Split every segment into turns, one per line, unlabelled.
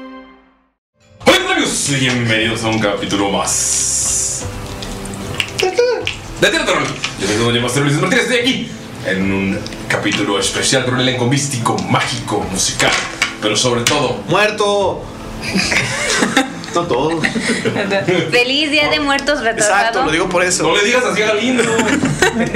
Hola, ¿qué tal, amigos? Bienvenidos a un capítulo más. De Tierra Troll. Yo soy Doña Master Luis Martínez. Estoy aquí en un capítulo especial con un elenco místico, mágico, musical, pero sobre todo. ¡Muerto! no todo.
Feliz Día de Muertos retrasado.
digo por eso. No le digas así a Galindo.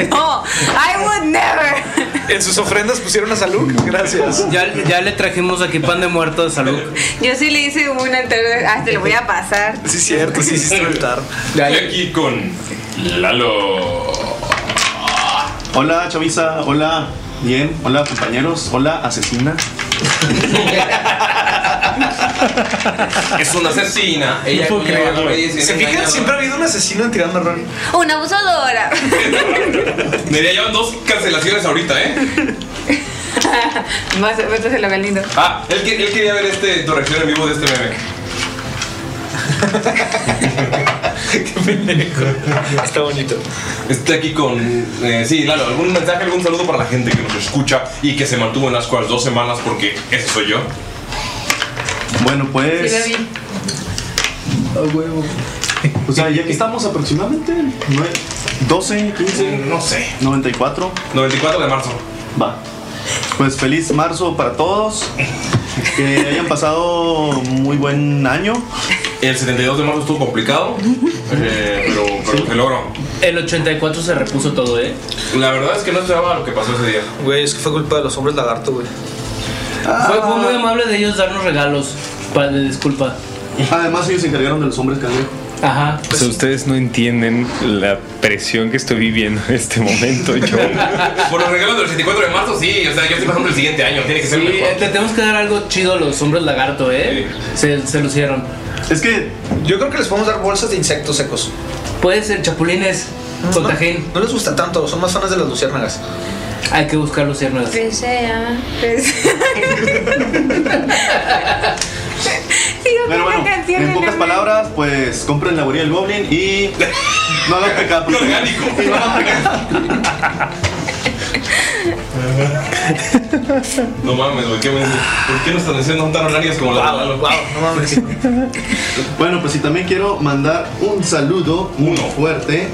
No, I would never.
En sus ofrendas pusieron a Salud. Gracias. Ya,
Pues
ya le trajimos aquí pan de muerto de Salud.
Yo sí le hice una entera. Ah, te lo voy a pasar.
Sí, cierto, sí, sí,
Estoy aquí con Lalo.
Hola chaviza, hola bien, hola compañeros, hola asesina.
Es una asesina. Ella
No puedo
lleva
creerlo.
reyes y
¿Se
es
fijan?
engañada.
Siempre ha habido un asesino en tirando rol.
Una abusadora.
Nerea llevan dos cancelaciones ahorita, ¿eh?
Vas, lo lindo.
Ah, él, que- él quería ver este, tu reacción en vivo de este meme.
Está bonito.
Estoy aquí con. eh, sí, Lalo, ¿algún mensaje, algún saludo para la gente que nos escucha y que se mantuvo en las cuales dos semanas porque ese soy yo?
Bueno pues,
Ah,
a huevo. o
Pues
sea, ya que estamos aproximadamente, nue- 12, 15,
Eh, no sé,
94.
94 de marzo.
Va. Pues feliz marzo para todos. Que hayan pasado muy buen año.
El 72 de marzo estuvo complicado, eh, pero, pero se logró.
El 84 se repuso todo, ¿eh?
La verdad es que no esperaba lo que pasó ese día.
Güey, es que fue culpa de los hombres lagarto, güey. Fue, fue muy amable de ellos darnos regalos. Para de disculpa.
Además ellos se encargaron de los hombres cangrejo.
Ajá.
O sea, ustedes no entienden la presión que estoy viviendo en este momento. Yo,
Por los regalos del 74 de marzo, sí, o sea, yo estoy pasando el siguiente año, tiene que ser
Sí, eh,
mejor.
le tenemos que dar algo chido a los hombres lagarto, ¿eh? Se, se lucieron.
Es que
Yo creo que les podemos dar bolsas de insectos secos.
Puede ser chapulines, con tajín.
No les gusta tanto, son más fans de las luciérnagas.
Hay que buscar luciernas.
Desea. desea. Digo,
Pero bueno,
una canción
en pocas
enorme.
palabras, pues compren la guarida del Goblin y no hagan pecado. por favor.
Orgánico.
Y no hagan pecado.
No mames, güey, qué bueno. ¿Por qué nuestras naciones no están tan horarias como la de Lalo?
no mames.
Bueno, pues sí, también quiero mandar un saludo muy
Uno.
fuerte,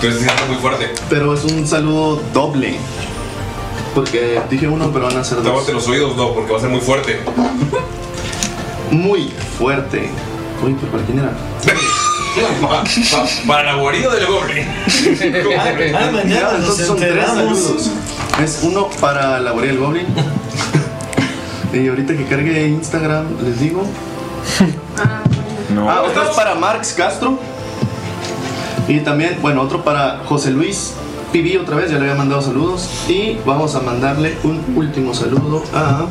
Pero se siente muy fuerte.
pero es un saludo doble. Porque dije uno, pero van a ser dos.
Tápate los oídos, no, porque va a ser muy fuerte.
Muy fuerte Uy, pero ¿para quién era?
Pa- pa- Para el abuelo del goblin.
Ah, ya, entonces son tres saludos. Es uno para la guarida del Goblin. y ahorita que cargue Instagram, les digo. Ah, otro es para Marx Castro. Y también, bueno, otro para José Luis Pibi otra vez, ya le había mandado saludos. Y vamos a mandarle un último saludo a.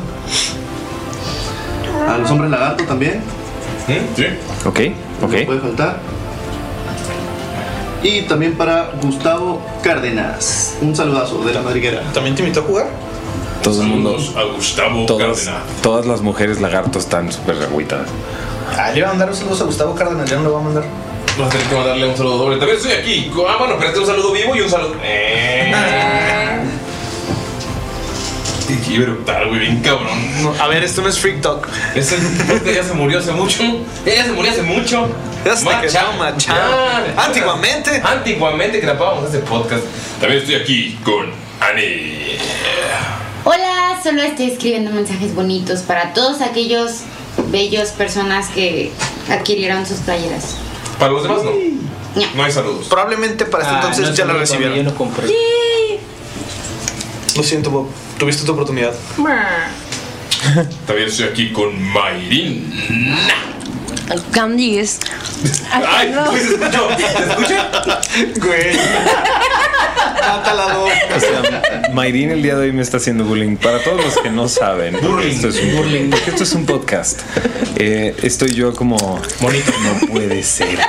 A los hombres lagarto también.
Sí.
Ok, ok.
No puede faltar. Y también para Gustavo Cárdenas. Un saludazo de la madriguera. ¿También te invitó a jugar?
Todo el mundo.
A Gustavo
Todas, todas las mujeres lagartos están súper agüitadas.
Ah, le iba a mandar un saludo a Gustavo Cárdenas, ya no lo va a mandar.
Vas a tener que mandarle un saludo doble. También estoy aquí. Ah, bueno, espérate un saludo vivo y un saludo. Eh. Te quiero eructar, güey, bien cabrón.
a ver, esto no es Freak Talk.
Este, este ya se murió hace mucho. Ella se murió hace mucho.
Hasta que no, macha.
Ya. Antiguamente. Antiguamente grabábamos este podcast. También estoy aquí con Ani.
Hola, solo estoy escribiendo mensajes bonitos para todos aquellos bellos personas que adquirieron sus playeras.
Para los demás no. No hay saludos.
Probablemente para este
Ah,
entonces
no,
ya la
todavía
recibieron.
yo
no compré. Lo siento, Bob. Tuviste tu oportunidad.
También estoy aquí con Mayrin.
Candies.
Ay,
no.
¿se escuchó? ¿Se escucha?
Güey. Cátala,
O sea, Mayrin el día de hoy me está haciendo bullying. Para todos los que no saben, porque esto es un, porque esto es un podcast. Eh, estoy yo como. Bonito. No puede ser.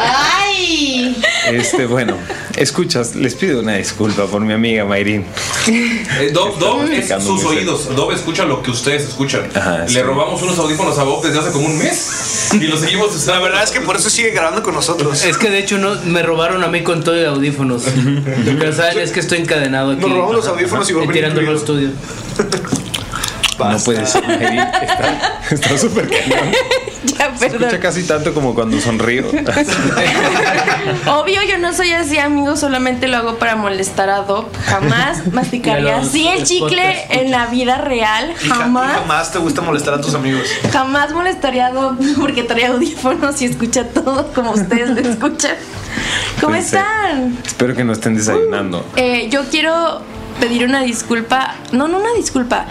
¡Ay!
Este, bueno, escuchas, les pido una disculpa por mi amiga Mayrin.
Eh, Dob, Dob es
Explicando
sus
muy
oídos. Dob escucha lo que ustedes escuchan.
es
Le
que-
robamos unos audífonos a Bob desde hace como un mes y los seguimos usando. La verdad es que por eso sigue grabando con nosotros.
Es que de hecho no, me robaron a mí con todo de audífonos. Pero saben, es que estoy encadenado aquí.
Nos robamos los audífonos y Wolverine
Tirando al estudio.
No puede ser, Mayrin. Está- Está súper cañón.
ya,
Se escucha
perdón.
casi tanto como cuando sonrío.
Obvio, yo no soy así, amigo. Solamente lo hago para molestar a Doc. Jamás masticaría
Y a los-
así el
los
chicle
podcasts.
en la vida real.
Y ja- y
Jamás.
jamás te gusta molestar a tus amigos.
Jamás molestaría a Doc porque trae audífonos y escucha todo como ustedes lo escuchan. ¿Cómo
Puede ser.
están?
Espero que no estén desayunando.
Eh, yo quiero pedir una disculpa. No, no una disculpa.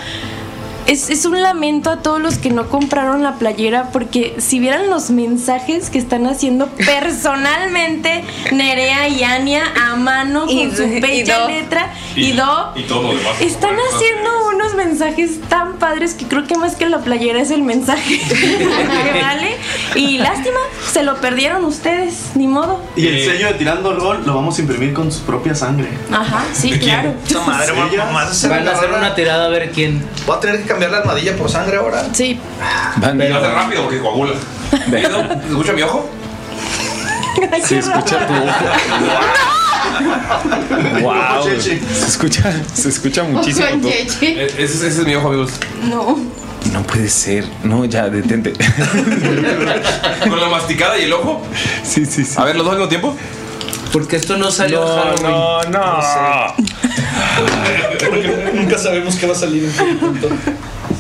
Es, es un lamento a todos los que no compraron la playera porque si vieran los mensajes que están haciendo personalmente Nerea y Ania a mano con
Y-
su
y
bella
Do.
letra y Do
Y todo lo demás.
están haciendo unos mensajes tan padres que creo que más que la playera es el mensaje que vale y lástima se lo perdieron ustedes ni modo
Y el sello de Tirando Rol lo vamos a imprimir con su propia sangre.
ajá sí claro
madre,
Sí, ya.
mamá, se
Van a hacer
una
tirada a ver quién.
Voy a tener que cambiar la armadilla por sangre ahora.
sí
Y lo hace rápido porque coagula. ¿Y Dob? ¿Escucha mi ojo?
Se escucha tu Wow. Se escucha, se escucha muchísimo.
Ojo,
todo.
Cheche.
Ese, es- ese es mi ojo, amigos.
no
No puede ser. No, ya, detente.
Con la masticada y el ojo.
Sí, sí, sí.
A ver, los dos al mismo tiempo.
Porque esto no salió
No,
en Halloween.
No, no.
Nunca sabemos qué va a salir. este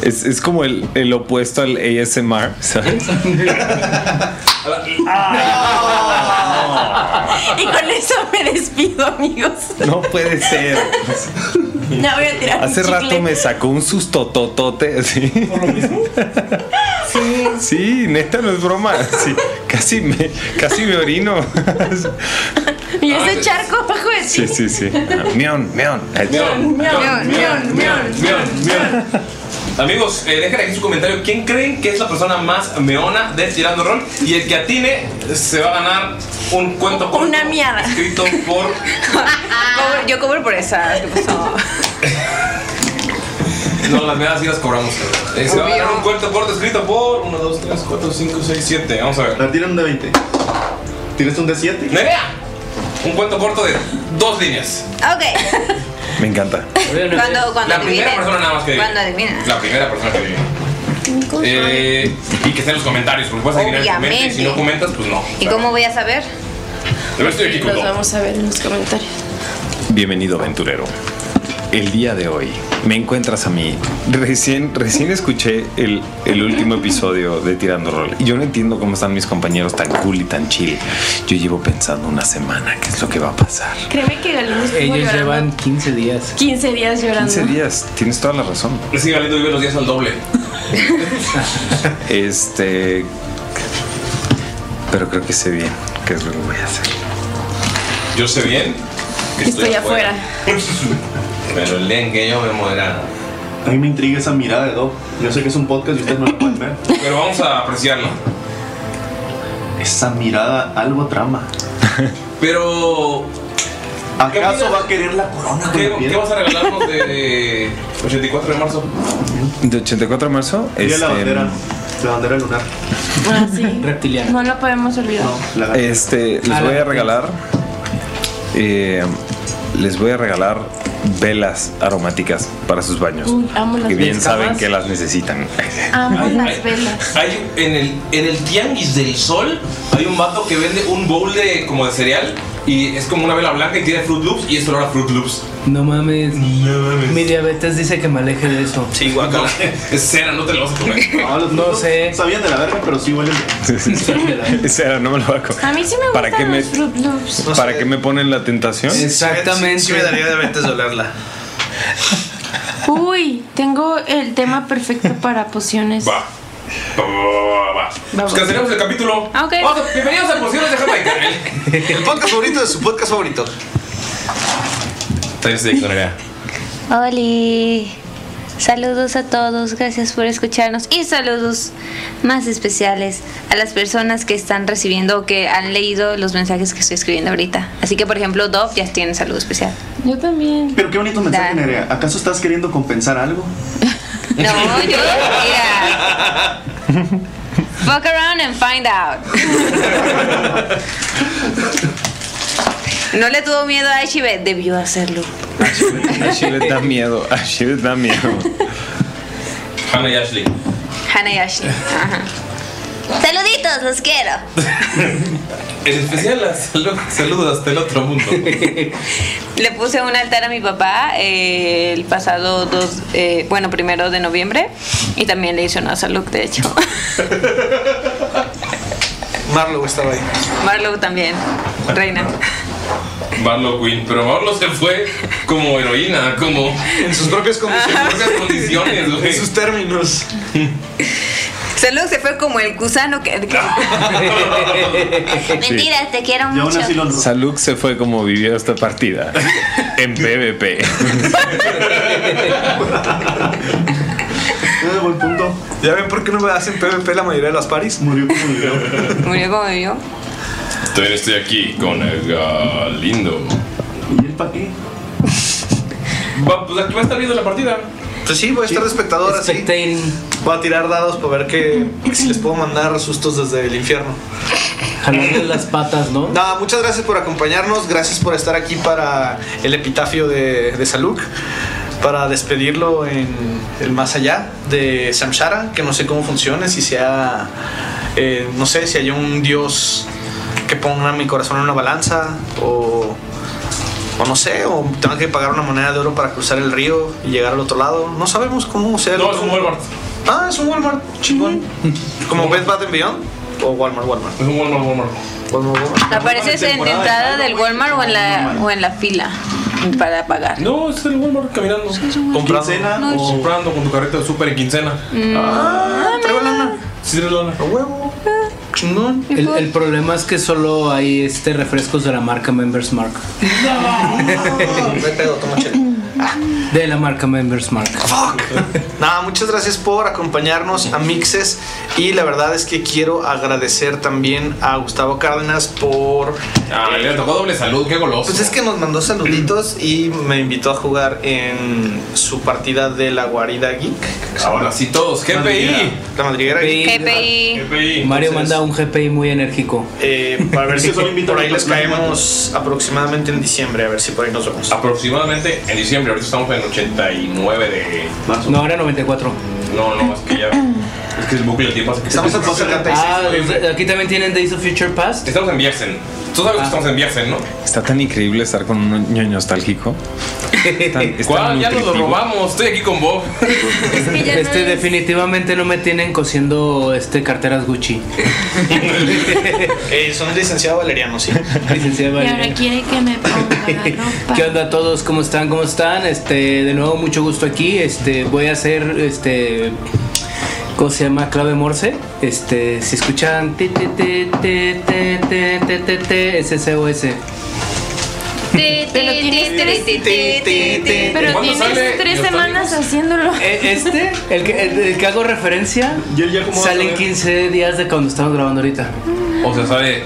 Es, es como el, el opuesto al ASMR, ¿sabes?
Y con eso me despido, amigos.
No puede ser.
Ya voy a tirar.
Hace rato me sacó un susto totote así. ¿Por lo mismo? Sí. Sí, neta, no es broma. Sí, casi me, casi me orino.
Y ese charco abajo de ti.
Sí, sí, sí. Ah, Mion, mion.
Mion,
Mion,
mion, mion.
Bien, bien. Amigos, eh, dejen aquí su comentario. ¿Quién creen que es la persona más meona de Tirando Rol? Y el que atine se va a ganar un cuento corto
Una miada.
escrito por
Cobro- yo cobro por esa. ¿Qué pasó?
No, las medias sí las cobramos. Eh, se va a
Obvio.
ganar un cuento corto escrito por 1, 2, 3, 4, 5, 6, 7. Vamos a ver.
La tiran un de 20. ¿Tienes un de 7?
¡Nerea! Un cuento corto de dos líneas.
Ok.
Me encanta.
Cuando, cuando
La primera persona nada más que
Cuando adivina.
La primera persona que viene. Eh, y que esté en los comentarios, porque puedes seguir en el comentario. Y si no comentas, pues no.
¿Y cómo voy a saber?
Yo estoy aquí con
Los
Doc.
vamos a ver en los comentarios.
Bienvenido, aventurero. El día de hoy me encuentras a mí. Recién, recién escuché el, el último episodio de Tirando Rol. Y yo no entiendo cómo están mis compañeros tan cool y tan chill. Yo llevo pensando una semana qué es lo que va a pasar.
Créeme que Galindo estuvo
Ellos
llorando.
llevan 15 días.
15 días llorando.
15 días, tienes toda la razón.
Es que Galindo vive los días al doble.
Este. Pero creo que sé bien qué es lo que voy a hacer.
Yo sé bien que estoy,
Estoy
afuera.
afuera.
Pero el día en que yo me muera.
A mí me intriga esa mirada de Doc. Yo sé que es un podcast y ustedes no lo pueden ver.
Pero vamos a apreciarlo.
Esa mirada algo trama.
Pero.
¿Acaso va a querer la corona?
¿Qué, qué vas a regalarnos de 84 de marzo?
De 84 de marzo. este,
Día de la bandera. La bandera lunar.
Ah, sí.
Reptiliano.
No lo podemos olvidar.
Este,
Ah,
les voy a regalar. eh, les voy a regalar velas aromáticas para sus baños.
Uy, amo las
que bien
velas.
saben que las necesitan.
Amo
Ay,
las
ay.
velas.
Hay en el, en el tianguis del sol hay un vato que vende un bowl de como de cereal y es como una vela blanca y tiene Fruit Loops y es olor a Fruit Loops.
No mames. Mi diabetes dice que me aleje de eso.
Sí, guacala. Es cera, no te lo vas a comer.
No, sé.
Sabían de la verga, pero sí huelen.
Ese era, no me lo va a comer.
A mí sí me gustan
¿Para qué me-
los Fruit Loops.
¿Para qué me ponen la tentación?
Exactamente. Sí, sí me daría diabetes de olerla.
Uy, tengo el tema perfecto para pociones.
Va. Va, va, va, va. Pues cancelamos el capítulo.
Ah, ok.
Vamos a- bienvenidos a Pociones de Jamaica.
El podcast favorito de su podcast favorito.
Tres de ignoraría.
Oli. Saludos a todos, gracias por escucharnos y saludos más especiales a las personas que están recibiendo o que han leído los mensajes que estoy escribiendo ahorita. Así que, por ejemplo, Dove ya tiene saludo especial.
Yo también.
Pero qué bonito mensaje, Nerea. ¿Acaso estás queriendo compensar algo?
No, yo. mira. Fuck around and find out. No le tuvo miedo a Ashibe, debió hacerlo.
A Chile da miedo. A Chile da miedo.
Hannah y Ashley.
Hannah y Ashley. Ajá. Saluditos, los quiero.
En especial a salu- saludos hasta el otro mundo.
Le puse un altar a mi papá eh, el pasado dos, eh, bueno, primero de noviembre y también le hice una salud, de hecho.
Marlowe estaba ahí.
Marlowe también, reina.
Barlow Queen. Pero Barlow se fue como heroína, como. En sus propias condiciones. condiciones, güey. En sus
términos.
Salud se fue como el gusano que... Mentiras, te quiero mucho.
Saluk se fue como vivió esta partida. En PvP.
buen punto. ¿Ya ven por qué no me hacen PvP la mayoría de las paris? Murió como murió.
Murió como vivió.
También estoy aquí con el Galindo.
¿Y el pa' qué?
Va, pues aquí va a estar viendo la partida.
Pues sí, voy a estar de espectador así. Voy a tirar dados para ver que, si les puedo mandar sustos desde el infierno.
Jalarle las patas, ¿no?
Nada, muchas gracias por acompañarnos. Gracias por estar aquí para el epitafio de, de Saluk. Para despedirlo en el más allá de Samshara, que no sé cómo funcione, si sea. eh, no sé, si hay un dios que ponga mi corazón en una balanza, o. O no sé, o tenga que pagar una moneda de oro para cruzar el río y llegar al otro lado. No sabemos cómo sea. No, es un
Walmart.
Ah, es un Walmart, chingón. Como Best Bath Beyond, o Walmart, Walmart.
Es un Walmart, Walmart.
Walmart, Walmart.
¿Apareces en la entrada del Walmart o en la, o en la fila para pagar?
No, es el Walmart caminando. Comprando.
No,
o comprando con tu carrito de súper en quincena.
Mm.
Ah, traigo lana.
Sí, traigo lana. A huevo.
Ah.
Chingón.
El, el problema es que solo hay este refrescos de la marca Members Mark. De la marca Members Mark.
Nada, muchas gracias por acompañarnos a Mixes y la verdad es que quiero agradecer también a Gustavo Cárdenas por... eh,
Ah, le tocó doble salud, qué goloso.
Pues es que nos mandó saluditos y me invitó a jugar en su partida de la guarida geek.
Ahora sí todos, GPI.
La madriguera geek.
Mario
Entonces-
manda un GPI muy enérgico.
Eh, para ver si por ahí les caemos aproximadamente en diciembre, a ver si por ahí nos vemos.
Aproximadamente en diciembre, ahorita estamos en 89 de.
No, era 94.
No, no, es que ya. Es que el bucle del tiempo hace que
Estamos en 276.
Ah, aquí también tienen Days of Future Past.
Estamos en Viersen. Tú sabes que estamos en Viersen, ¿no?
Está tan increíble estar con un ñoño nostálgico.
¿Cuál? Ya nos lo
nutritivo.
robamos. Estoy aquí con Bob.
que ya no
este
es-
definitivamente no me tienen cosiendo este carteras Gucci.
Eh, son licenciado valeriano, sí.
Licenciada
Y
Valeria.
ahora quiere que me ponga la ropa.
¿Qué onda a todos? ¿Cómo están? ¿Cómo están? Este, de nuevo mucho gusto aquí. Este, voy a hacer este ¿cómo se llama? clave Morse. Este, si escuchan ti ti ti ti ti ti ti ti ti es ese o ese.
Pero tienes tres, pero
¿Cuándo
tienes
sale?
Tres
Yo
semanas haciéndolo.
Eh,
E- Este, el que, el, el que hago referencia, salen 15 días de cuando estamos grabando ahorita.
O sea, sale.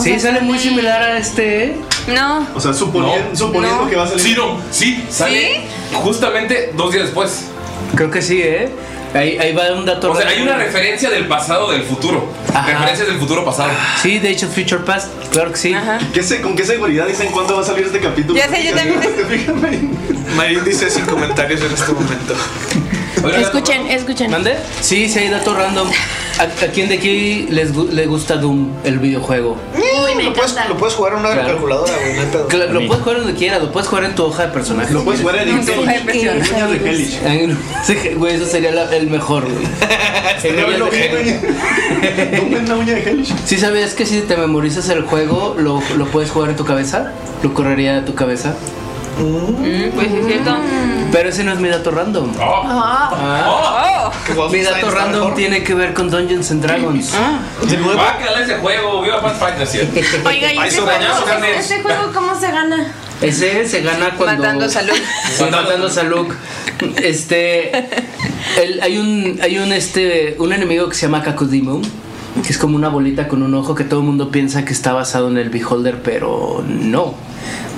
sí, sale muy similar a este.
Ah.
No.
O sea, suponiendo,
suponiendo que va a salir.
Sí, no, sí, sale justamente dos días después.
Creo que sí, ¿eh? Ahí, ahí va un dato.
O sea,
raro.
hay una referencia del pasado del futuro. Referencias del futuro pasado.
Sí, de hecho, Future Past, claro que sí.
¿Qué sé- ¿Con qué seguridad dicen cuándo va a salir este capítulo?
Ya sé, yo también.
Marín dice sin comentarios en este momento.
Escuchen, escuchen.
¿Mande? Sí, sí, hay dato random. ¿A, a quién de aquí les, gu- le gusta Doom, el videojuego?
Uy, lo, puedes, lo puedes jugar en una calculadora, güey, no hay pedo.
Cla- Lo puedes jugar donde quieras, lo puedes jugar en tu hoja de personaje. Lo
puedes jugar en En tu Hellish. hoja de personaje. En Dueños de Hellish.
Güey, eso sería la- el mejor, güey. En Dueños de
Eh.
Hellish. ¿Sí sabías que si te memorizas el juego, lo, lo puedes jugar en tu cabeza? ¿Lo correría de tu cabeza?
Pues es cierto.
Pero ese no es mi dato random.
Oh.
Ah.
Mi dato random tiene que ver con Dungeons and Dragons.
Ah.
¿De nuevo?
Bácala Ah, ese juego, viva Pathfinder, ¿sí?
Oiga, ¿y
Ahí
ese
se bañaron,
juego,
carnes.
ese juego cómo se gana?
Ese se gana cuando.
Matando a Luke.
Sí, matando a Luke. Este. el- hay un. Hay un este. Un enemigo que se llama Kakudimon. Que es como una bolita con un ojo que todo el mundo piensa que está basado en el Beholder, pero no.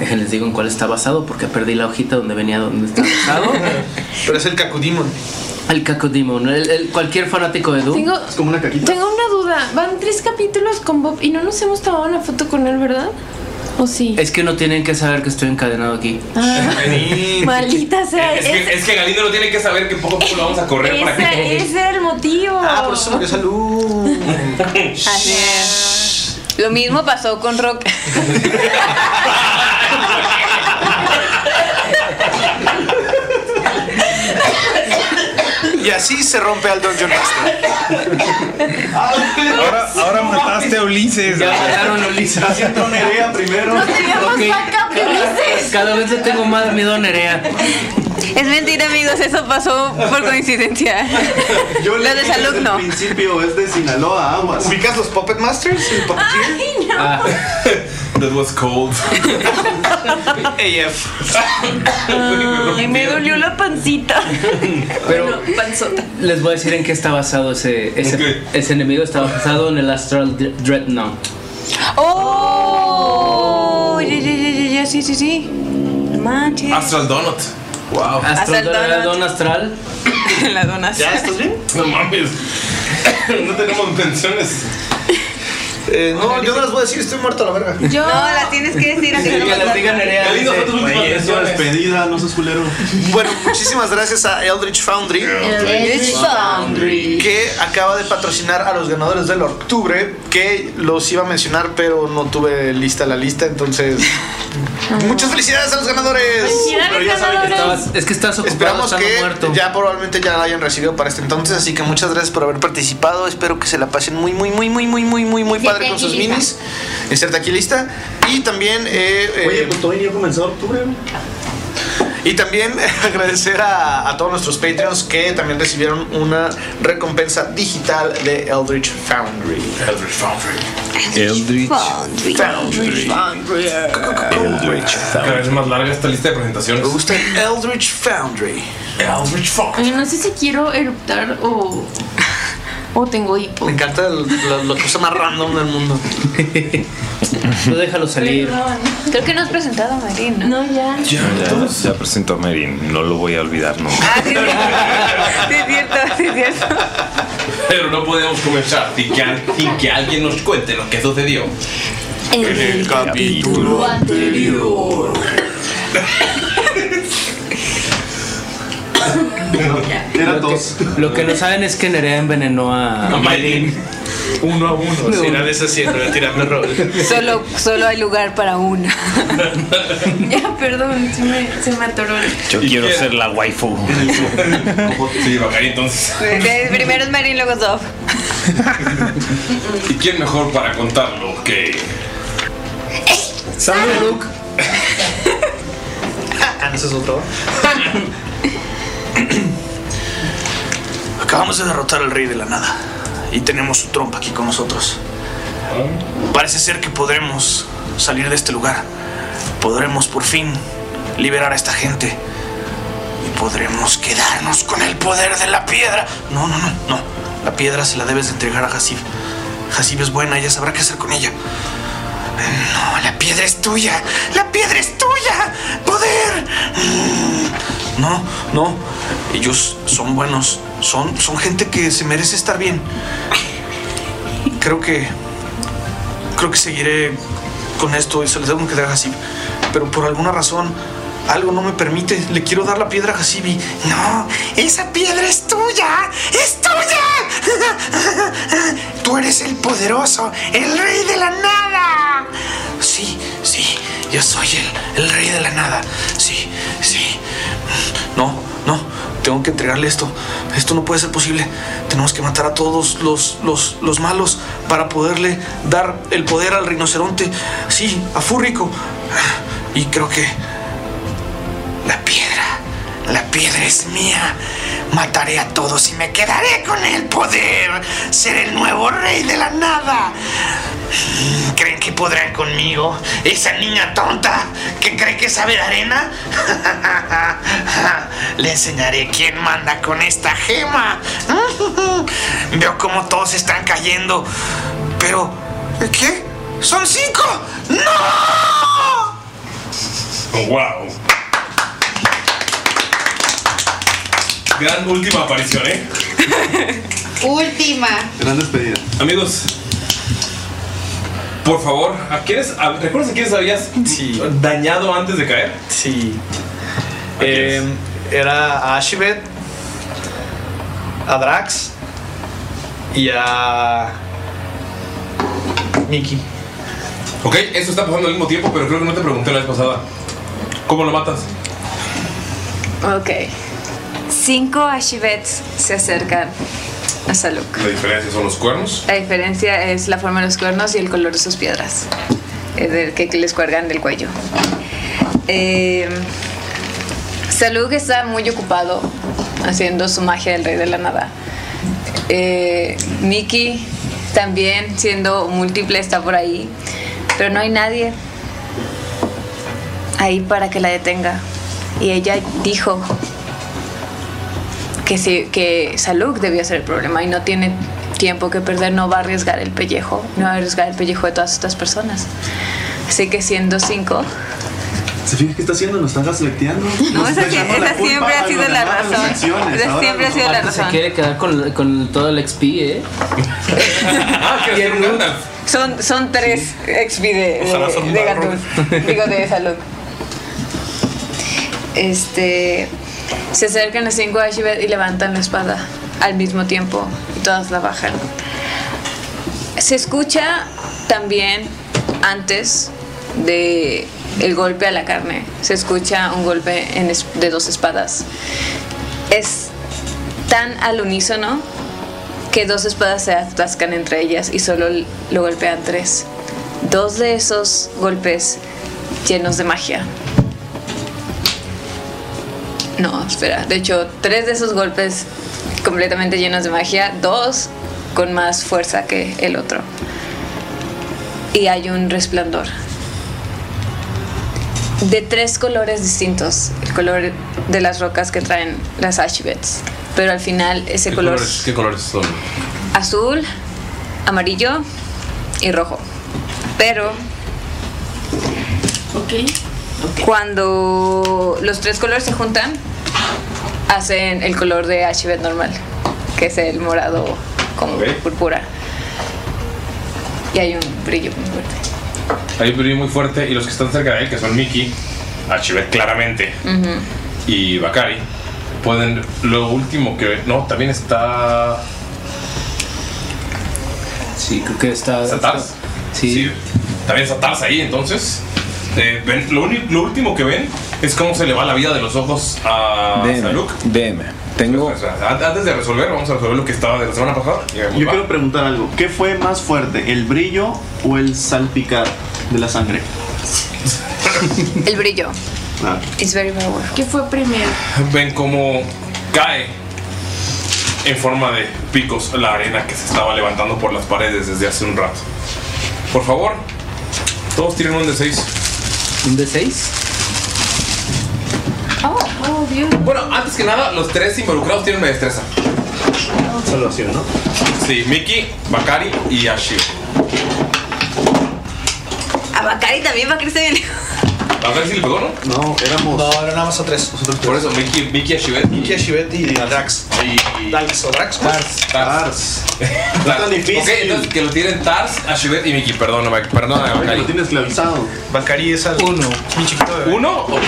Déjenles digo en cuál está basado, porque perdí la hojita donde venía donde está basado.
Pero es el Kakudimon.
El Kakudimon. El, el- cualquier fanático de Doom.
Tengo- Es
como una caquita.
Tengo una duda. Van tres capítulos con Bob y no nos hemos tomado una foto con él, ¿verdad? ¿O sí?
Es que no tienen que saber que estoy encadenado aquí.
Mm,
Maldita sea.
Eh, Es que, es que Galindo no tiene que saber que poco a poco lo vamos a correr para
Esa-
que.
ese era el motivo.
Ah, por eso salió salud.
Así es. Lo mismo pasó con Rock.
Y así se rompe al Dungeon Master.
Ahora, ahora mataste a Ulises.
Ya mataron a Ulises.
Haciendo Nerea primero.
Nos teníamos
Ok.
vaca, pero Ulises.
Cada vez le tengo más miedo a Nerea.
Es mentira, amigos, eso pasó por coincidencia.
Yo
Lo de
dije
Salud
desde
no.
el principio es de Sinaloa, aguas.
¿Ubicas los Puppet Masters? ¿El
Ah.
Puppeteer?
Ah. That was cold.
AF.
Ay, me dolió la pancita.
Pero-
Bueno, panzota.
Les voy a decir en qué está basado ese, ese, ese enemigo. Está basado en el Astral Dre- Dreadnought.
Oh, ya, ya, ya, ya, ya, sí, sí, sí. No Manches.
Astral Donut. Wow.
Astral
Astral
Dreadnought. Don Astral.
La dona.
bien?
No mames. No tenemos pensiones.
Eh, no, yo no las voy a decir, estoy muerto a la verga.
No, la tienes que decir así.
Sí,
como
que las
tal.
diga Nerea.
Galindo,
dice,
fue tu última
"Oye,
canción".
eso es
despedida, no seas culero.
Bueno, muchísimas gracias a Eldritch Foundry,
Eldritch
Foundry que acaba de patrocinar a los ganadores del octubre, que los iba a mencionar, pero no tuve lista la lista, entonces muchas felicidades a los ganadores.
Felicidades,
Pero ya saben que
ganadores.
estabas-
Es que estás ocupado,
Esperamos
estando
que
muerto.
ya probablemente ya la hayan recibido para este entonces, así que muchas gracias por haber participado. Espero que se la pasen muy muy muy muy muy muy muy muy padre con
aquí
sus
lista.
minis. Inserte aquí lista y también eh, eh,
Oye, pues todavía ni ha comenzado octubre.
y también agradecer a, a todos nuestros Patreons que también recibieron una recompensa digital de Eldritch Foundry. Eldritch Foundry.
Eldritch
Foundry. Foundry.
Eldritch
Cada vez más larga esta lista de presentaciones. Me
gusta Eldritch Foundry.
Eldritch Foundry.
Ay, no sé si quiero eruptar o. o tengo hipo.
Me encanta el- la, la cosa más random del mundo.
Tú déjalo salir.
Creo que no has presentado a Marín, ¿no?
No, ya.
Ya, ya, ya presentó a Merin, no lo voy a olvidar nunca.
Sí, es cierto, sí, es cierto.
Pero no podemos comenzar sin que, al- sin que alguien nos cuente lo que sucedió.
En
el capítulo anterior.
Era
lo, que, lo que no saben es que Nerea envenenó a,
A Maylin.
Uno a uno.
Si era de esas siete, era tirando rol.
Solo, solo hay lugar para una.
Ya, perdón, se me, se me atoró.
Yo quiero ser la waifu.
Sí, Bacari, entonces.
De- Primero es Marín, luego Sof.
¿Y quién mejor para contarlo que
Salud, Luke. Ah, ese es otro. Acabamos de derrotar al rey de la nada y tenemos su trompa aquí con nosotros. Parece ser que podremos salir de este lugar. Podremos por fin liberar a esta gente y podremos quedarnos con el poder de la piedra. No, no, no, no. La piedra se la debes de entregar a Hasib. Hasib es buena, ella sabrá qué hacer con ella. No, la piedra es tuya. La piedra es tuya. Poder. Mm. No, no. Ellos son buenos. Son, son gente que se merece estar bien. Creo que. Creo que seguiré con esto y se lo tengo que dar a Hasib. Pero por alguna razón, algo no me permite. Le quiero dar la piedra a Hasib y. No, esa piedra es tuya. ¡Es tuya! Tú eres el poderoso, el rey de la nada. Sí, sí, yo soy el, el rey de la nada. Sí, sí. No, no, tengo que entregarle esto. Esto no puede ser posible. Tenemos que matar a todos los, los, los malos para poderle dar el poder al rinoceronte. Sí, a Fúrrico. Y creo que... La piedra, la piedra es mía. Mataré a todos y me quedaré con el poder. Seré el nuevo rey de la nada. ¿Creen que podrán conmigo? Esa niña tonta que cree que sabe de arena. Le enseñaré quién manda con esta gema. Veo como todos están cayendo. Pero, ¿qué? ¿Son cinco? ¡No!
Wow. Gran última aparición, ¿eh?
Última.
Gran despedida. Amigos, por favor, ¿a quiénes, a- ¿recuerdas a quiénes habías dañado antes de caer?
Sí.
Eh,
era a Ashibet, a Drax y a Mickey.
Ok, eso está pasando al mismo tiempo, pero creo que no te pregunté la vez pasada. ¿Cómo lo matas?
Ok. Cinco Ashibets se acercan a Saluk.
La diferencia son los cuernos.
La diferencia es la forma de los cuernos y el color de sus piedras, eh, del que les cuelgan del cuello. Eh, Saluk está muy ocupado haciendo su magia del rey de la nada. Eh, Mickey también siendo múltiple está por ahí, pero no hay nadie ahí para que la detenga. Y ella dijo que, sí, que Saluk debía ser el problema y no tiene tiempo que perder, no va a arriesgar el pellejo, no va a arriesgar el pellejo de todas estas personas. Así que siendo cinco,
¿Se fijan qué está haciendo? ¿Nos está gaslighteando?
No,
Nos
esa
está
sí-
echando
esa
la culpa
siempre ha
a
sido
los
la
demás, a las
razón.
acciones.
Esa
Ahora
siempre ha
los-
sido la
Aparte, se
razón.
quiere quedar con, con todo el XP, ¿eh?
ah, quiero ser un Gandalf.
son, son tres XP de,
Ojalá son
de, de Gatún, digo de Saluk. Este, se acercan los cinco a Shivet y levantan la espada al mismo tiempo y todas la bajan. Se escucha también antes de el golpe a la carne. Se escucha un golpe en es- de dos espadas. Es tan al unísono que dos espadas se atascan entre ellas y solo l- lo golpean tres. Dos de esos golpes llenos de magia. No, espera. De hecho, tres de esos golpes completamente llenos de magia, dos con más fuerza que el otro. Y hay un resplandor. De tres colores distintos, el color de las rocas que traen las Ashibets. Pero al final ese
¿Qué
color
colores, ¿Qué colores son?
azul, amarillo y rojo. Pero cuando los tres colores se juntan, hacen el color de Ashibet normal, que es el morado como
Ok.
púrpura. Y hay un brillo muy fuerte.
Hay un brillo muy fuerte y los que están cerca de él, que son Mickey, Archibald claramente
Ujú.
y Bakari, Pueden. Lo último que. No, también está.
Sí, creo que está.
Satars. Sí. También está Tars ahí, entonces. Eh, ven- lo, uni- lo último que ven es cómo se le va la vida de los ojos a
DM,
Ah, Saluk.
DM. Tengo.
An- Antes de resolver, vamos a resolver lo que estaba de la semana pasada. Y vemos,
Yo
va.
quiero preguntar algo. ¿Qué fue más fuerte, el brillo o el salpicar de la sangre?
El brillo.
Ah.
It's very powerful. ¿Qué fue primero?
Ven cómo cae en forma de picos la arena que se estaba levantando por las paredes desde hace un rato. Por favor, todos tienen un D6.
¿Un D6?
Oh, oh, Dios.
Bueno, antes que nada, Ah, los tres involucrados tienen una destreza.
Salvación, ¿no?
Sí, Mickey, Bakari y Ashio.
A Bacari también va a crecer bien.
¿A ver si le pegó, no?
No, éramos.
No, eran nada más a tres.
Por eso, Mickey, Mickey Ashibet. Mickey
Ashibet y Drax.
Y...
Drax o Drax.
Tars. Tars. Tars. Ok, entonces que lo tienen Tars, Ashibet y Mickey. Perdóname, perdóname, Bakari. Lo
tienes esclavizado.
Bakari es al. Uno. Mi chiquito bebé.
Uno, ok.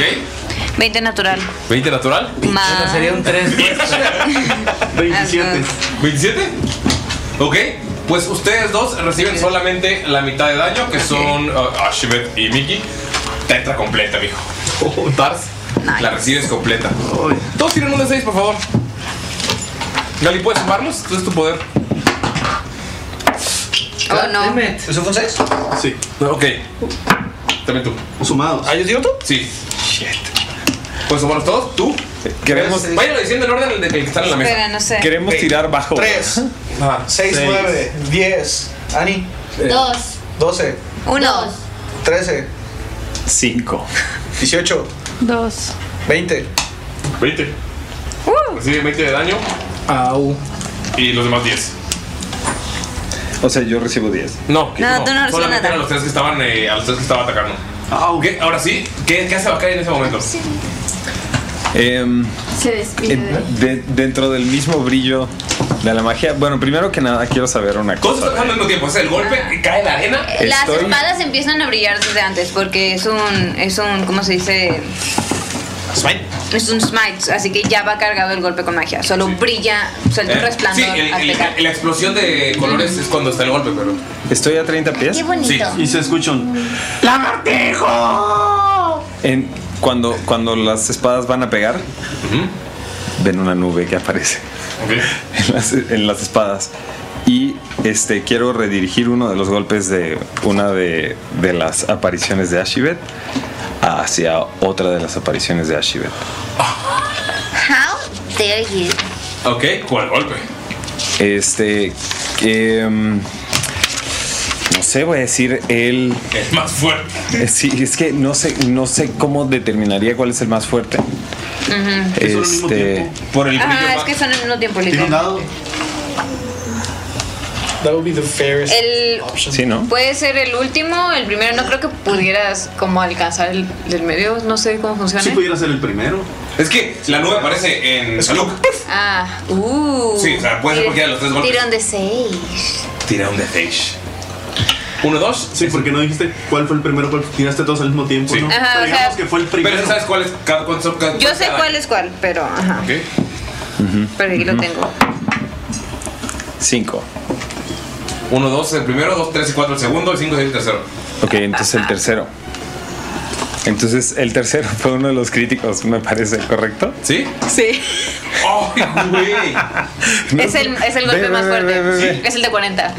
20 natural.
20 natural. Ah.
Más.
Sería un 3.
27. ¿27? Ok, pues ustedes dos reciben solamente la mitad de daño, que son uh, Ashibet y Mickey. Tetra completa, mijo.
Oh,
Tars, la recibes completa. Todos tienen un de 6, por favor. Gali, ¿puedes sumarlos? Tú es tu poder.
Oh, no.
¿Eso fue un 6?
Sí.
Ok. También
tú. Sumados.
¿Ah, yo digo tú? Sí. Shit. Pues sumarlos todos, tú.
Queremos-
Váyanlo diciendo en orden del que está en la mesa.
Espera, no sé.
Queremos tirar bajo.
3,
Ajá.
6,
Seis.
9, 10. Ani.
Eh.
Dos.
12,
Uno.
13,
5,
18,
Dos.
20.
20.
Uh.
Recibe 20 de daño.
Au.
Y los demás 10.
O sea, yo recibo 10.
No, que
No, tú no recibes
solamente
nada.
eran los tres que estaban, eh, a los tres que estaban atacando. ¿Qué? Ahora sí, ¿qué, qué hace Bakari en ese momento?
Em,
Se despide.
en- de- dentro del mismo brillo de la magia. Bueno, primero que nada quiero saber una
Todos están
cosa.
atacando al mismo tiempo. Es el golpe, y cae la arena.
Las
Estoy-
espadas empiezan a brillar desde antes porque es un, es un, ¿cómo se dice?
Ah,
Smite.
Es un smite, así que ya va cargado el golpe con magia. Solo brilla, suelta un
Eh, sí,
resplandor
el-
al
el-
pegar.
la explosión de colores es cuando está el golpe, pero.
Estoy a 30 pies.
Qué bonito.
Sí.
Y se escucha un ¡Lagartijo!
En, cuando, cuando las espadas van a pegar, ven una nube que aparece en, las, en las espadas. Y este quiero redirigir uno de los golpes de una de, de las apariciones de Ashibet hacia otra de las apariciones de Ashibet.
How dare you?
Ok, ¿cuál golpe?
Este. que, mm, no sé, voy a decir el.
El más fuerte.
Sí, es que no sé, no sé cómo determinaría cuál es el más fuerte.
Ujú.
Este. Por
Ajá, es que son al mismo tiempo,
¿Tiene un
literal.
dado?
That would be the fairest
El-
option.
Sí, ¿no?
Pues-
Puede ser el último, el primero. No creo que pudieras como alcanzar el del medio. No sé cómo funciona.
pues.
Si pudiera ser el primero.
Es que la nube aparece en Saluk.
Ah, uh.
Sí, o sea, puede ser cualquiera de los tres golpes.
Tirón de seis.
Tira un de 6. ¿Uno, dos?
Sí, porque no dijiste cuál fue el primero, cuál tiraste todos al mismo tiempo, ¿no?
Ajá,
Pero
o
digamos
sea-
que fue el primero.
Pero sabes cuál es cada cuántos son cada-
Yo sé cuál es cuál, pero ajá.
Ok.
Pero aquí lo tengo.
5.
1, 2 el primero, 2, 3 y 4 el segundo, el 5, 6 el tercero.
Ok, entonces el tercero. Entonces el tercero fue uno de los críticos, me parece, ¿correcto?
Sí.
Sí.
¡Ay, güey!
Es el, es el golpe
Ve, ve,
más
ve,
fuerte.
ve, ve, ve.
Es el de 40.
Ahí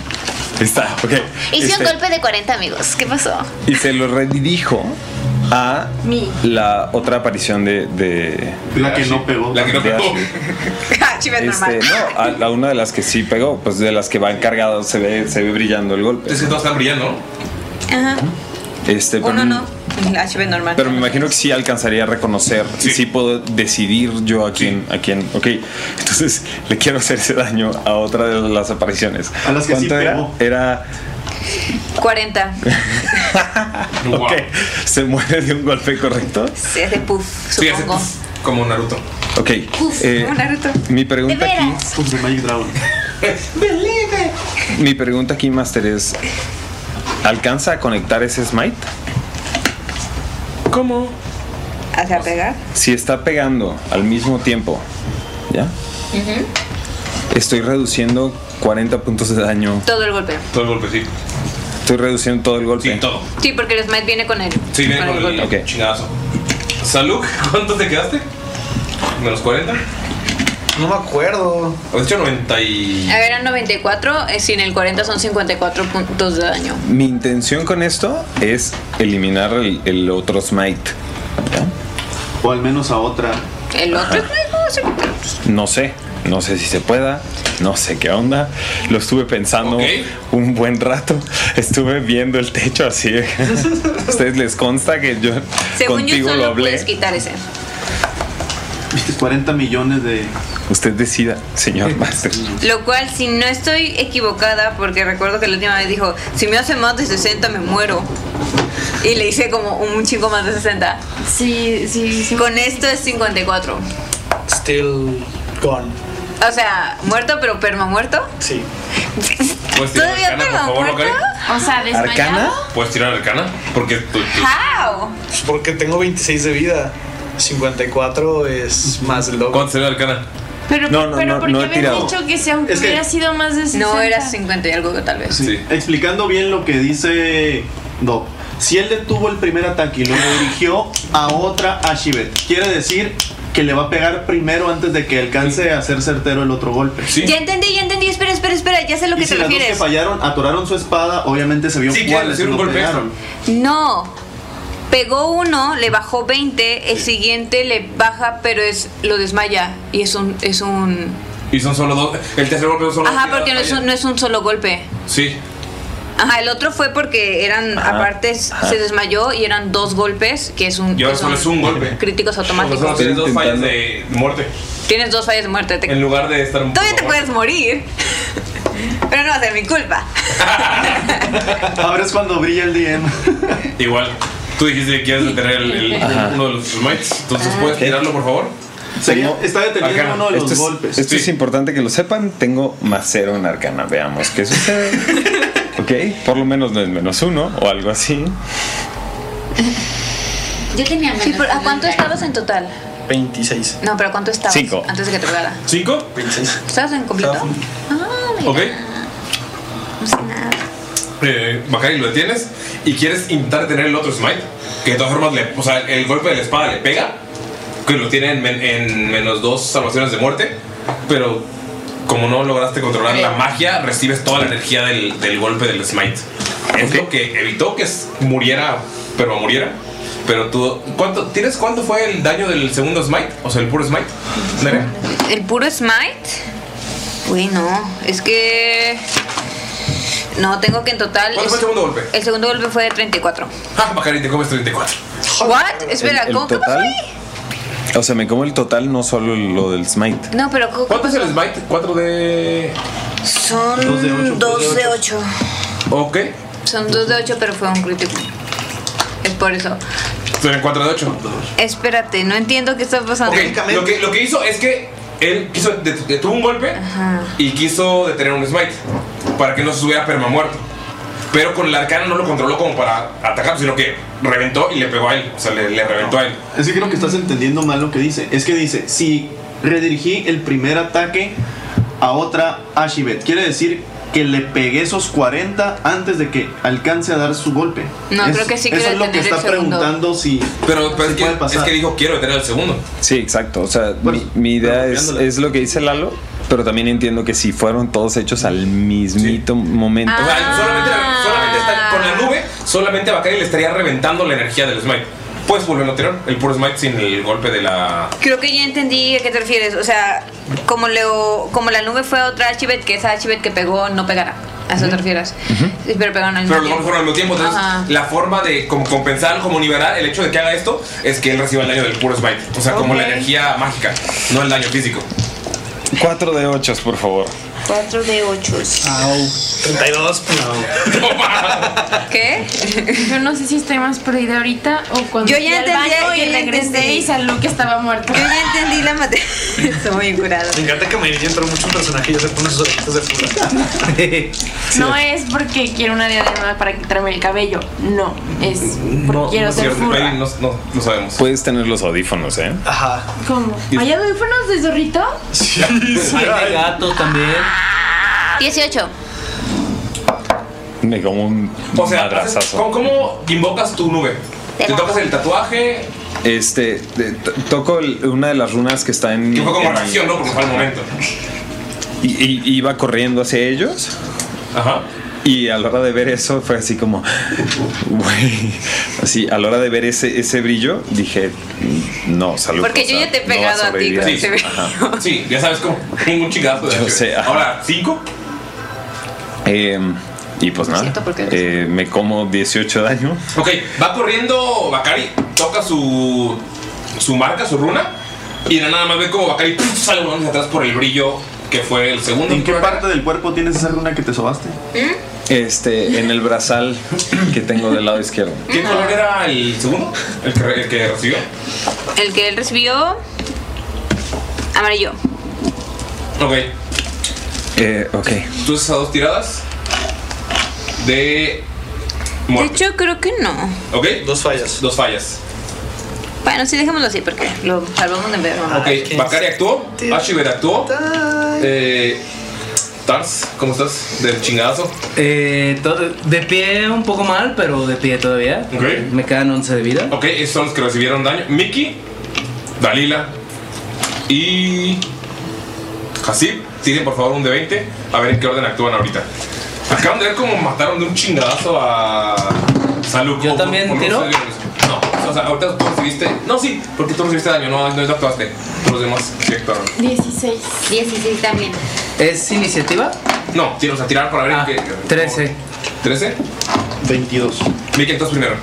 Está, ok.
Hice
Este,
un golpe de 40, amigos. ¿Qué pasó?
Y se lo redirijo a la otra aparición de. de
la que no pegó.
La que no pegó.
Ah,
Chivet
Este, no, a, a una de las que sí pegó, pues de las que van cargadas se ve, se ve brillando el golpe.
Es que todas están brillando,
Ajá.
Este, pero,
Uno no. El
Ah,
HB normal.
pero me imagino que sí alcanzaría a reconocer, sí, puedo decidir yo a quién, a quién. Ok, entonces le quiero hacer ese daño a otra de las apariciones.
A las que sí
¿Cuánto era?
pegó.
Era,
40.
ok, se muere de un golpe correcto.
Sí, es de puff,
Sí, hace
supongo.
como Naruto.
Ok,
Puff,
eh,
como Naruto.
mi pregunta
¿De
aquí.
veras?
Believe
Mi pregunta aquí, Master, es: ¿alcanza a conectar ese smite?
¿Cómo?
hacia pegar.
Si está pegando al mismo tiempo, ¿ya? Estoy reduciendo 40 puntos de daño.
Todo el golpe.
Todo el golpe, sí. Estoy reduciendo todo el golpe. Sí, todo.
Sí, porque el smite viene con él.
Sí, viene con el
golpe.
chingadazo. Saluk, ¿cuánto te quedaste? ¿Menos 40?
No me acuerdo.
De hecho, 90 y...
A ver, eran 94, eh, sin el 40 son 54 puntos de daño.
Mi intención con esto es eliminar el, el otro smite.
O al menos a otra.
El otro
Ajá. No sé, no sé si se pueda, no sé qué onda. Lo estuve pensando un buen rato. Estuve viendo el techo así. Ustedes les consta que yo
Según yo
contigo
solo
lo hablé.
puedes quitar ese.
Viste, 40 millones de.
Usted decida, señor Master.
Lo cual, si no estoy equivocada, porque recuerdo que la última vez dijo, si me hace más de 60 me muero. Y le hice como un chico más de 60.
Sí, sí, sí.
Con esto es 54.
Still gone.
O sea, muerto pero perma muerto.
Sí.
¿Puedes tirar
¿Todavía
arcana,
perma
por favor,
muerto?
Bacari?
O sea,
¿Puedes tirar arcana? Porque tú- tú-
How?
Pues porque tengo 26 de vida. 54 es más del doble. ¿Cuánto
será arcana?
Pero,
No, no,
pero
no,
¿por
no
qué
he
habías
tirado.
dicho que si aunque
Es que-
hubiera sido más de 60?
No, era 50 y algo tal vez.
Explicando bien lo que dice Doc. Si él detuvo el primer ataque y luego dirigió a otra Ashibet, quiere decir que le va a pegar primero antes de que alcance a ser certero el otro golpe.
Ya entendí, ya entendí. Espera, espera, espera. Ya sé a lo
Y
que
si
te
las dos que
refieres.
fallaron, atoraron su espada, obviamente se vio
Sí, quiere
cuáles
decir un
no
golpe extra.
pegaron.
No. Pegó uno, le bajó 20, el siguiente le baja, pero es lo desmaya y es un es un
Y son solo dos. El tercer golpe son solo
Ajá,
dos.
porque no es un, no es un solo golpe.
Sí.
Ajá, el otro fue porque eran
Ajá,
aparte
ajá.
se desmayó y eran dos golpes, que es un
Y ahora
que
solo
son
es un golpe.
críticos
O sea,
automáticos.
solo tienes dos fallas de muerte.
Tienes dos fallas de muerte. te-
En lugar de estar.
Todavía te puedes morir. Pero no va a ser mi culpa.
Ahora es cuando brilla el DM.
Igual. Tú dijiste que quieres detener el, el- uno de los smites. Entonces, ¿puedes tirarlo, por favor? este
Sería- está deteniendo
Arcana.
uno de los
Esto, es,
golpes.
esto es importante que lo sepan. Tengo más cero en arcana. Veamos qué sucede. ok, por lo menos no es menos uno o algo así.
Yo tenía menos. ¿A cuánto estabas en total?
26.
No, pero ¿cuánto estabas?
Cinco.
Antes de que te pegara.
¿Cinco?
26.
¿Estabas en completo? Ah, mira.
Ok. Eh, Bacari, lo detienes y quieres intentar detener el otro smite. Que de todas formas, le, o sea, el golpe de la espada le pega. Que lo tiene en, men- en menos dos salvaciones de muerte. Pero como no lograste controlar la magia, recibes toda la energía del, del golpe del smite. Es lo que evitó que s- muriera, pero muriera. Pero tú, ¿cuánto, ¿tienes cuánto fue el daño del segundo smite? O sea, el puro smite. Nerea.
El puro smite. Uy, no. Es que. No, tengo que en total.
¿Cuánto fue el segundo golpe?
El segundo golpe fue de 34.
Ah, Bacari, te comes 34.
¿What? Espera,
El- el
¿cómo qué pasó
total-
ahí?
O sea, me como el total, no solo lo del smite.
No, pero ¿cómo-
¿Cuánto es el smite? 4 de.
Son
Dos de ocho,
dos de 8.
Ok.
Son dos de 8, pero fue un crítico. Es por eso.
Son 4 de 8.
Espérate, no entiendo qué está pasando.
Ok, lo que, lo que hizo es que él quiso det- detuvo un golpe
Ajá.
y quiso detener un smite para que no se subiera permamuerto. Pero con el arcana no lo controló como para atacar, sino que reventó y le pegó a él. O sea, le, le reventó a él.
Es que creo que estás entendiendo mal lo que dice. Es que dice, si redirigí el primer ataque a otra Ashibet, quiere decir que le pegué esos 40 antes de que alcance a dar su golpe.
No,
Es-
creo que sí quiere
Eso es lo que
detener el
está
segundo.
preguntando si...
Pero, pero es, que, es que dijo, quiero detener al segundo.
Sí, exacto. O sea, mi, mi idea es, es lo que dice Lalo, pero también entiendo que si fueron todos hechos al mismito momento.
O sea,
Ah.
solamente, solamente está- con la nube, solamente a Bakari le estaría reventando la energía del smite. Puedes volverlo a tirar, el puro smite sin el golpe de la...
Creo que ya entendí a qué te refieres. O sea, como, Leo, como la nube fue a otra Archibet, que esa Archibet que pegó no pegará. A eso te refieres. Sí, pero pegaron al mismo
Pero los dos
tiempo.
fueron al mismo tiempo. Entonces,
Ajá.
la forma de como compensar, como liberar el hecho de que haga esto es que él reciba el daño del puro smite. O sea, como
Ok.
la energía mágica, no el daño físico.
4 de 8,
Ah,
por favor.
4 de 8.
Au. 32.
¿Qué?
Yo no sé si estoy más perdida ahorita o cuando
Yo
fui
ya
al
entendí, yo
baño y
ya
regresé
entendí.
y salud que estaba muerto.
Yo ya entendí la materia. Estoy muy curada.
Me encanta que Mayrin entró mucho un personaje y ya se pone sus orejitas de fula.
No es porque quiero una diadema para quitarme el cabello. No, es porque quiero
no,
ser
cierto,
furra.
Mayrin,
no, no, no sabemos.
Puedes tener los audífonos, ¿eh?
Ajá.
¿Cómo?
Y-
¿Hay audífonos de zorrito?
Sí,
Hay de gatos también.
18.
Me como un
O sea,
madrazazo.
haces- ¿cómo, cómo invocas tu nube? ¿Te tocas el tatuaje?
Este, de- to- toco el- una de las runas que está en.
Que fue como
en-
reacción, ¿no? Porque fue el momento.
Y, y- y iba corriendo hacia ellos.
Ajá.
Y a la hora de ver eso fue así como, güey, así, a la hora de ver ese, ese brillo, dije, "Mm, no, salud.
Porque
o sea,
yo ya te he
no va
pegado a ti
sobrevivir
con
ahí.
ese brillo.
Ajá.
Sí, ya sabes cómo. Tengo un chingazo de
Yo
acción.
sé, ajá.
Ahora, ¿cinco?
Em, y pues nada,
Siento porque-
eh, me como 18 daño.
Ok, va corriendo Bakari, toca su, su marca, su runa, y de la nada más ve como Bakari ¡pum! sale volando hacia atrás por el brillo que fue el segundo.
¿En qué parte del cuerpo tienes esa runa que te sobaste?
Este, en el brazal que tengo del lado izquierdo.
¿Qué color era el segundo? ¿El que, el que recibió?
El que él recibió. Amarillo.
Ok,
Eh, ok.
tú haces a dos tiradas de
De
muerte.
hecho, creo que no.
Ok, dos fallas. Dos fallas.
Bueno, sí, dejémoslo así porque lo salvamos de ver.
Ah,
Ok, Bakari actuó, Ashiver actuó. Eh, Tars, ¿cómo estás? Del chingadazo.
Eh, todo- de pie un poco mal, pero de pie todavía. Me quedan 11 de vida.
Ok, esos son los que recibieron daño. Mickey, Dalila y. Hasib, tiren por favor un de 20 a ver en qué orden actúan ahorita. Acaban de ver cómo mataron de un chingadazo a. Salud. ¿Yo también
tiro?
No, o sea, ahorita tú recibiste. No, sí, porque tú recibiste daño, no, no actuaste. Los demás sí actuaron.
16.
16 también.
¿Es iniciativa? Ah,
No, tiros a tirar para ver en qué.
13.
¿13?
22.
Mickey, entonces primero.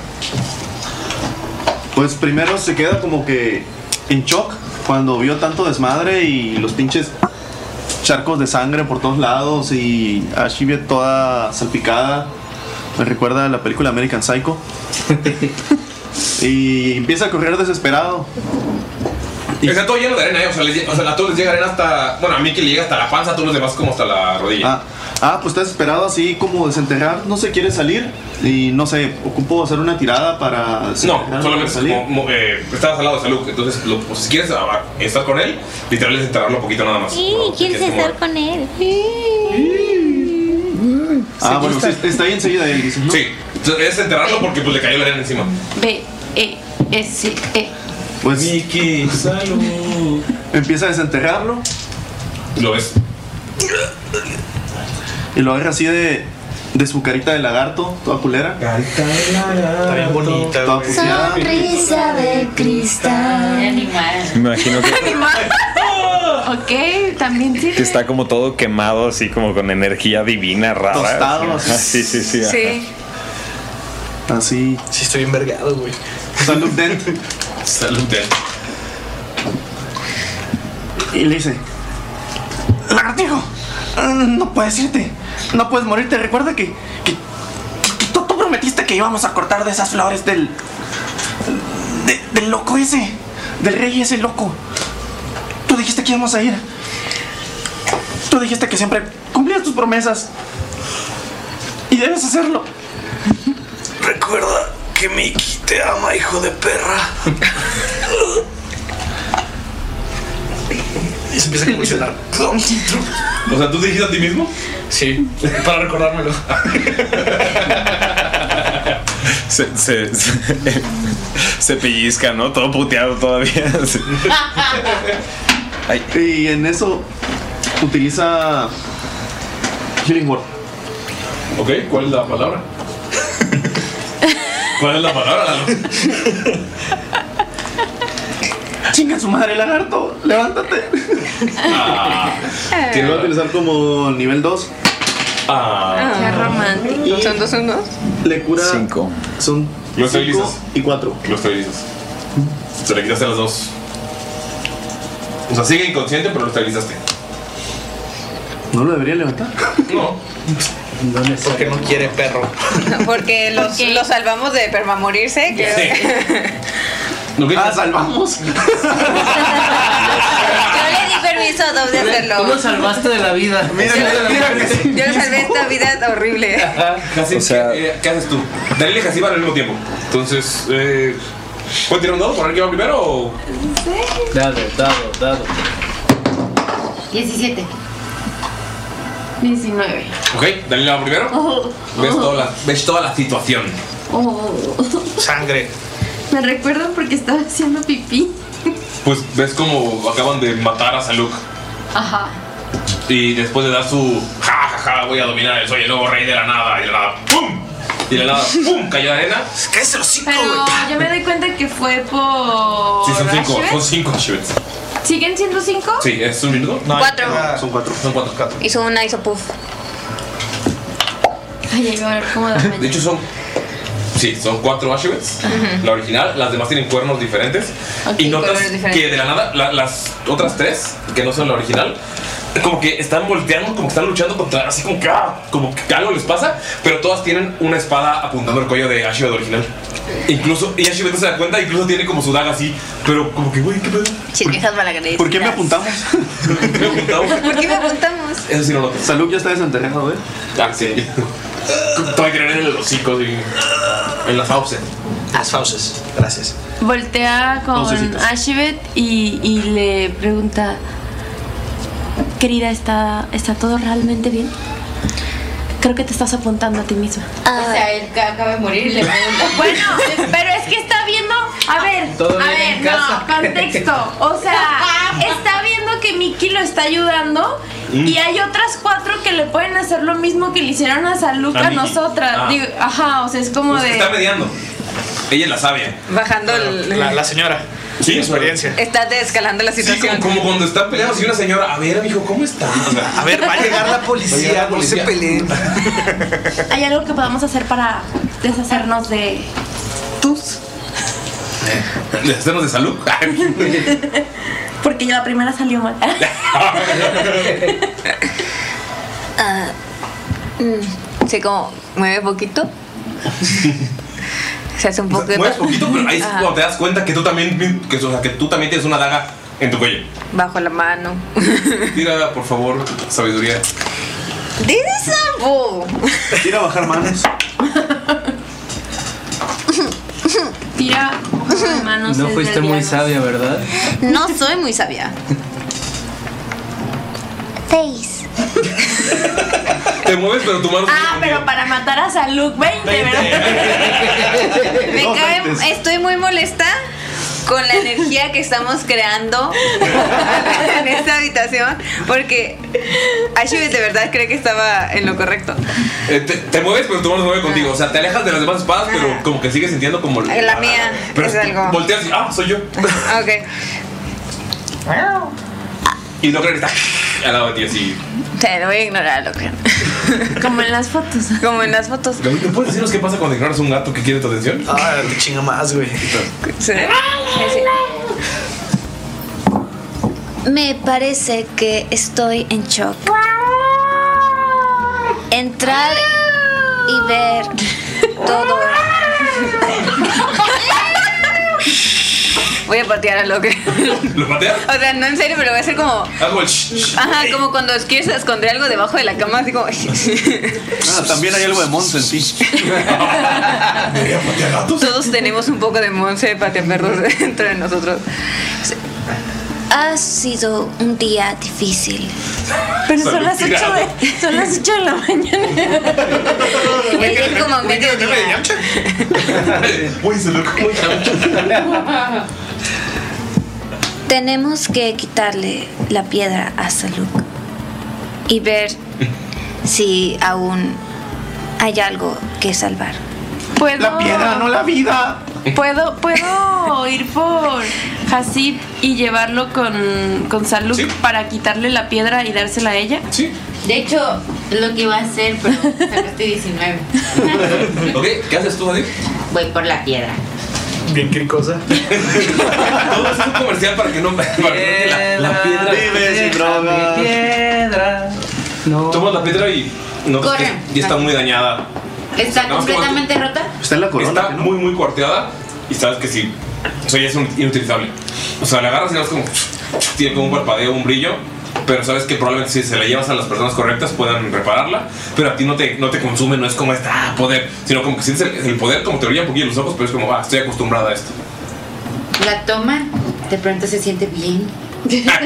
Pues primero se queda como que en shock cuando vio tanto desmadre y los pinches charcos de sangre por todos lados y a Shibet toda salpicada. Me recuerda a la película American Psycho. y empieza a correr desesperado.
Está todo lleno de arena, ¿eh? o, sea, les lle- o sea, a todos les llega arena hasta. Bueno, a Mickey le llega hasta la panza, a todos los demás como hasta la rodilla.
Ah, ah, pues está desesperado así como desenterrar, no se quiere salir y no sé, ocupo hacer una tirada para...
No,
desenterrar,
solamente
salir.
mo- mo- eh, estabas al lado de Saluk, entonces lo- pues, si quieres ah, estar con él, literal es enterrarlo poquito nada más.
Sí, quieres
es como-
estar con él.
Ah, bueno, sí, está ahí enseguida él, dice, ¿no?
Sí, entonces, es enterrarlo porque pues le cayó la arena encima.
B, E, S, E.
Pues Empieza a desenterrarlo.
Lo ves.
Y lo agarra así de, de su carita de lagarto, toda culera.
Carita de lagarto.
Está bien bonita. Toda puteada.
Sonrisa de cristal. Animal.
Me imagino que,
ok, también
que
sirve.
está como todo quemado, así como con energía divina rara.
Tostado,
así.
así.
Sí, sí, ah. sí. ajá.
Así.
Sí, estoy envergado, güey.
Salud, Dent.
Salud, Dent.
Y le dice: Lagartijo, no puedes irte. No puedes morirte. Recuerda que, que- que tú, tú prometiste que íbamos a cortar de esas flores del. de- del loco ese. Del rey ese loco. Tú dijiste que íbamos a ir. Tú dijiste que siempre cumplías tus promesas. Y debes hacerlo.
Recuerda que Mickey te ama, hijo de perra. y se empieza a convulsionar.
O sea, ¿tú te dijiste a ti mismo?
Sí, para recordármelo.
Se, se, se- se pellizca, ¿no? Todo puteado todavía. Sí.
Y en eso utiliza Healing Word.
Ok, ¿cuál es la palabra? ¿Cuál es la palabra, Lalo?
Chinga su madre, lagarto. Levántate.
Eh,
Que lo va a utilizar como nivel 2.
Qué
Ah.
romántico. Ah, Son dos unos.
Le cura. 5. Son
Los
5
felices.
y 4.
Los estabilizas. Se le quitaste a las dos. O sea, sigue inconsciente, pero lo estabilizaste.
No lo debería levantar.
No.
Porque no quiere perro.
Porque los, los salvamos de permamorirse. que-
ah, salvamos.
Yo le di permiso a Dob de hacerlo.
Tú lo salvaste de la vida. Mira,
Yo les salvé esta vida horrible.
Hasib, ¿qué, eh, qué haces tú? Dalila y Hasib van al mismo tiempo. Entonces, eh, ¿puedo tirar un dado para ver quién va primero o.?
Dado, dado, dado.
17. 19.
Ok, Dalila va primero.
Oh,
Ves, toda la, ves toda la situación.
oh.
Sangre.
Me recuerdo porque estaba haciendo pipí.
Pues ves cómo acaban de matar a Saluk.
Ajá.
Y después de dar su ja ja ja, voy a dominar el soy el nuevo rey de la nada. Y de la nada, ¡pum! Y de la nada, ¡pum! cayó arena. ¡Cállese los cinco!
Pero yo me doy cuenta que fue por.
Sí, son cinco,
Ashbet.
son cinco shivets.
¿Siguen siendo cinco?
Sí, ¿es un minuto?
No, Cuatro.
no, Ah, Son cuatro. Son cuatro.
Hizo una, hizo puff.
Ay, ahí va a ver cómo da.
De hecho, son. Sí, son cuatro Ashivets.
Ujú.
La original, las demás tienen cuernos diferentes. y notas
colores diferentes.
que de la nada, la- las otras tres, que no son la original, como que están volteando, como que están luchando contra. Así como que, ah, como que algo les pasa, pero todas tienen una espada apuntando al cuello de Ashivet original. Incluso, y Ashivet no se da cuenta, incluso tiene como su daga así, pero como que, güey, ¿qué pedo?
Chinguejas malagradecidas.
¿Por qué me apuntamos? ¿Por qué me apuntamos?
¿Por qué me apuntamos?
Eso sí no lo Salud ya está desenterrado, ¿eh? Ah, sí. Todavía creer en el hocico, sí. En las fauces. Las fauces, gracias.
Voltea con
Dulcecitos.
Ashibet y, y le pregunta: Querida, ¿está, ¿está todo realmente bien? Creo que te estás apuntando a ti misma.
O sea, él ca- acaba de morir y le pregunta.
Bueno, pero es que está viendo. A ver,
Todo
a
bien
ver,
en
no,
casa.
contexto. O sea, está viendo que Mickey lo está ayudando.
Mm.
Y hay otras cuatro que le pueden hacer lo mismo que le hicieron a Saluca
A
a,
Mickey.
nosotras.
Ah. Pues
Digo, ajá, o sea, es como de.
Está mediando. Ella es la sabia.
Bajando el.
La, señora. Sí, experiencia.
Está desescalando la
Sí,
situación.
como, como cuando están peleando si una señora, a ver, mijo, ¿cómo está? a ver, va a llegar la
policía, no se
peleen.
¿Hay algo que podamos hacer para deshacernos de tus?
¿Le hacemos de salud?
Porque ya la primera salió mal.
Ah, mm, se como mueve poquito. se hace un poco de.
Mueves poquito, pero ahí es
Ajá.
cuando te das cuenta que tú también, que, o sea, que tú también tienes una daga en tu cuello.
Bajo la mano.
Tira, por favor, sabiduría.
This is a bull.
Tira a bajar manos.
Tira de manos.
No
es
fuiste
del
muy
diablo.
sabia, ¿verdad?
No soy muy sabia. Seis.
Te mueves, pero tu mano.
Ah, pero para matar a Saluk, 20,
Me
¿verdad?
cae- estoy muy molesta con la energía que estamos creando en esta habitación porque Ashibet de verdad cree que estaba en lo correcto.
Eh, te, te mueves, pero tu mano se mueve contigo. O sea, te alejas de las demás espadas, pero como que sigues sintiendo como.
La mía
Pero
es algo.
Volteas y. ¡Ah, soy yo!
Ok.
Y no creo que está al lado de ti así.
Te lo voy a ignorar, lo creo.
Como en las fotos.
Como en las fotos.
Gaby, ¿te puedes decirnos qué pasa cuando ignoras a un gato que quiere tu atención? Ah, te chinga más, güey.
Sí.
Me parece que estoy en shock. Entrar y ver todo.
Voy a patear a lo que.
¿Lo pateas?
O sea, no en serio, pero voy a hacer como.
Hago el shh, shh.
Ajá, como cuando quieres esconder algo debajo de la cama, así como.
Ah, también hay algo de Monse en ti.
Todos tenemos un poco de monse de pateaperros dentro de nosotros.
Ha sido un día difícil.
Pero son las 8 de, son las 8 de la mañana.
Me di como
mediodía.
Güey, se lo como
Tenemos que quitarle la piedra a Saluk y ver si aún hay algo que salvar.
¿Puedo?
La piedra, no la vida.
¿Puedo, puedo ir por Hasib y llevarlo con, con Saluk para quitarle la piedra y dársela a ella?
Sí.
De hecho, lo que iba a hacer, pero sacaste 19.
Ok, ¿qué haces tú, Adip?
Voy por la piedra.
Bien, qué cosa. Todo es un comercial para que no. Para que no te la, la piedra.
Vive sin
drogas.
Piedra.
Tomas la piedra y No, pues,
Corre.
que ya está muy dañada.
¿Está
No, es que
completamente rota?
Está en la corona. Está muy, muy cuarteada. Y sabes que sí. O sea, ya es un- inutilizable. O sea, la agarras y la vas como. Tiene como un parpadeo, un brillo. Pero sabes que probablemente si se la llevas a las personas correctas puedan repararla. Pero a ti no te, no te consume, no es como esta ah, poder. Sino como que sientes el, el poder, como te brilla un poquillo los ojos, pero es como, ah, estoy acostumbrada a esto.
La toma, de pronto se siente bien.
¡Soy la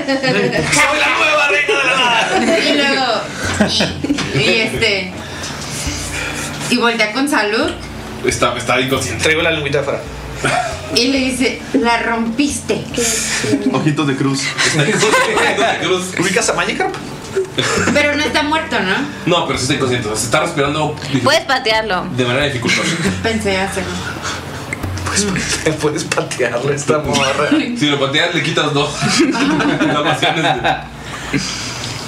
nueva reina de la
nada! Y luego, y, y este. Y voltea con salud
Está, está inconsciente.
Traigo la lengüita afuera.
y le dice: La rompiste.
Ojitos de cruz.
¿Ubicas a Magikarp?
Pero no está muerto, ¿no?
No, pero sí está inconsciente. O sea, se está respirando
Puedes patearlo.
de manera dificultosa.
Pensé hacerlo.
Puedes patearlo esta morra.
Si lo pateas, le quitas dos. Nada más tienes-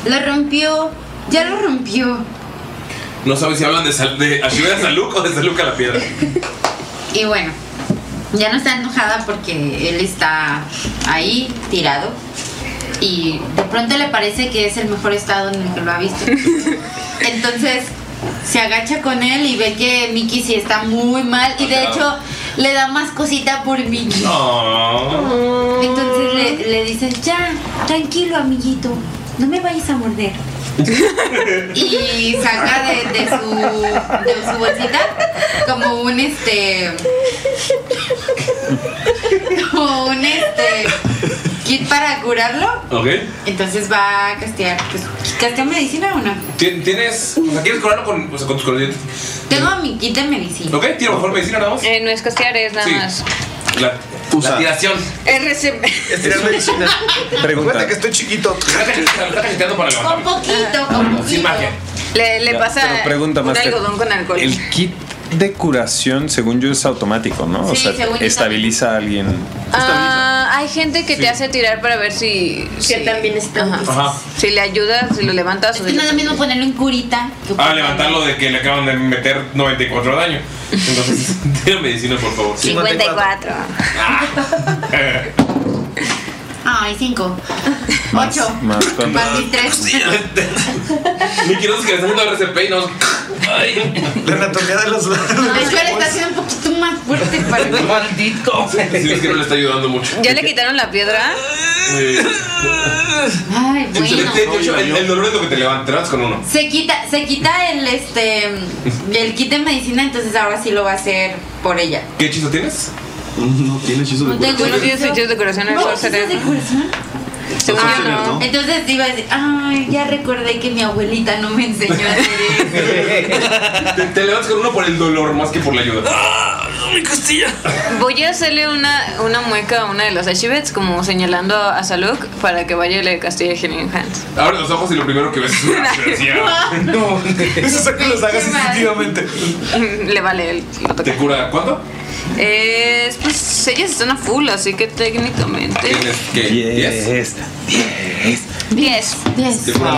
Lo rompió. Ya lo rompió.
No sabes si hablan de, sal, de Ashibet a Saluk o de Saluk a la piedra.
Y bueno, ya no está enojada porque él está ahí tirado. Y de pronto le parece que es el mejor estado en el que lo ha visto. Entonces se agacha con él y ve que Mickey sí está muy mal. Y de hecho le da más cosita por Mickey. Entonces le, le dice, ya, tranquilo amiguito, no me vayas a morder. y saca de, de su, de su bolsita como un este... Como un este... Kit para curarlo.
¿Ok?
Entonces va a castear. Pues, ¿Castea medicina o no?
Tien- ¿Tienes. O sea, ¿quieres curarlo con, o sea, con tus conocimientos?
Tengo mi kit de medicina.
¿Ok? Tira mejor medicina nada más.
Eh, no es costear, es nada
Sí.
más.
La, la tiración.
RCP.
medicina.
Pregunta.
que estoy chiquito.
Está agitando para levantar.
poquito,
Sin magia.
Le, le
Ya,
pasa
pero pregunta,
un
Master.
algodón con alcohol.
El kit de curación, según yo, es automático, ¿no? o
Sí,
sea,
según yo
estabiliza a alguien.
Ah, hay gente que
Sí.
te hace tirar para ver si. Que también está.
Ajá.
Si le ayudas, si lo levantas. o si
No es
lo-
lo mismo ponerlo en curita. que
Ah, levantarlo de que le acaban de meter 94 daño. Entonces, tira medicina, por favor.
54.
Ay, cinco. Ocho.
Más cuando.
Más mis tres.
Ni quiero que le estás haciendo RCP y no. Ay. La anatomía de los.
De hecho,
pues,
él está haciendo un poquito más fuerte para mí.
Maldito. Sí, es que no le está ayudando mucho.
¿Ya le quitaron la piedra?
Ay, bueno.
Excelente, de hecho, el, el dolor es lo que te levantarás con uno.
Se quita, se quita el este el kit de medicina, entonces ahora sí lo va a hacer por ella.
¿Qué hechizo tienes? No tiene hechizo
No tengo
Uno tiene su hechizo de curación en el
No,
sorcerer.
¿sí es de curación?
Según
Ah,
yo no.
Entonces iba a decir, ay, ya recordé que mi abuelita no me enseñó a hacer eso.
Te, te levantas con uno por el dolor más que por la ayuda.
mi costilla. Voy a hacerle una, una mueca a una de las Ashibets, como señalando a Saluk para que vaya y le castille Healing Hands.
Abre los ojos y lo primero que ves es una desgraciada.
No, eso saca los dagas instintivamente.
Le vale el.
¿Te cura cuánto?
Es, pues ellas están a full, así que técnicamente.
Ah, ¿Tienes qué? 10. 10.
10.
Te cura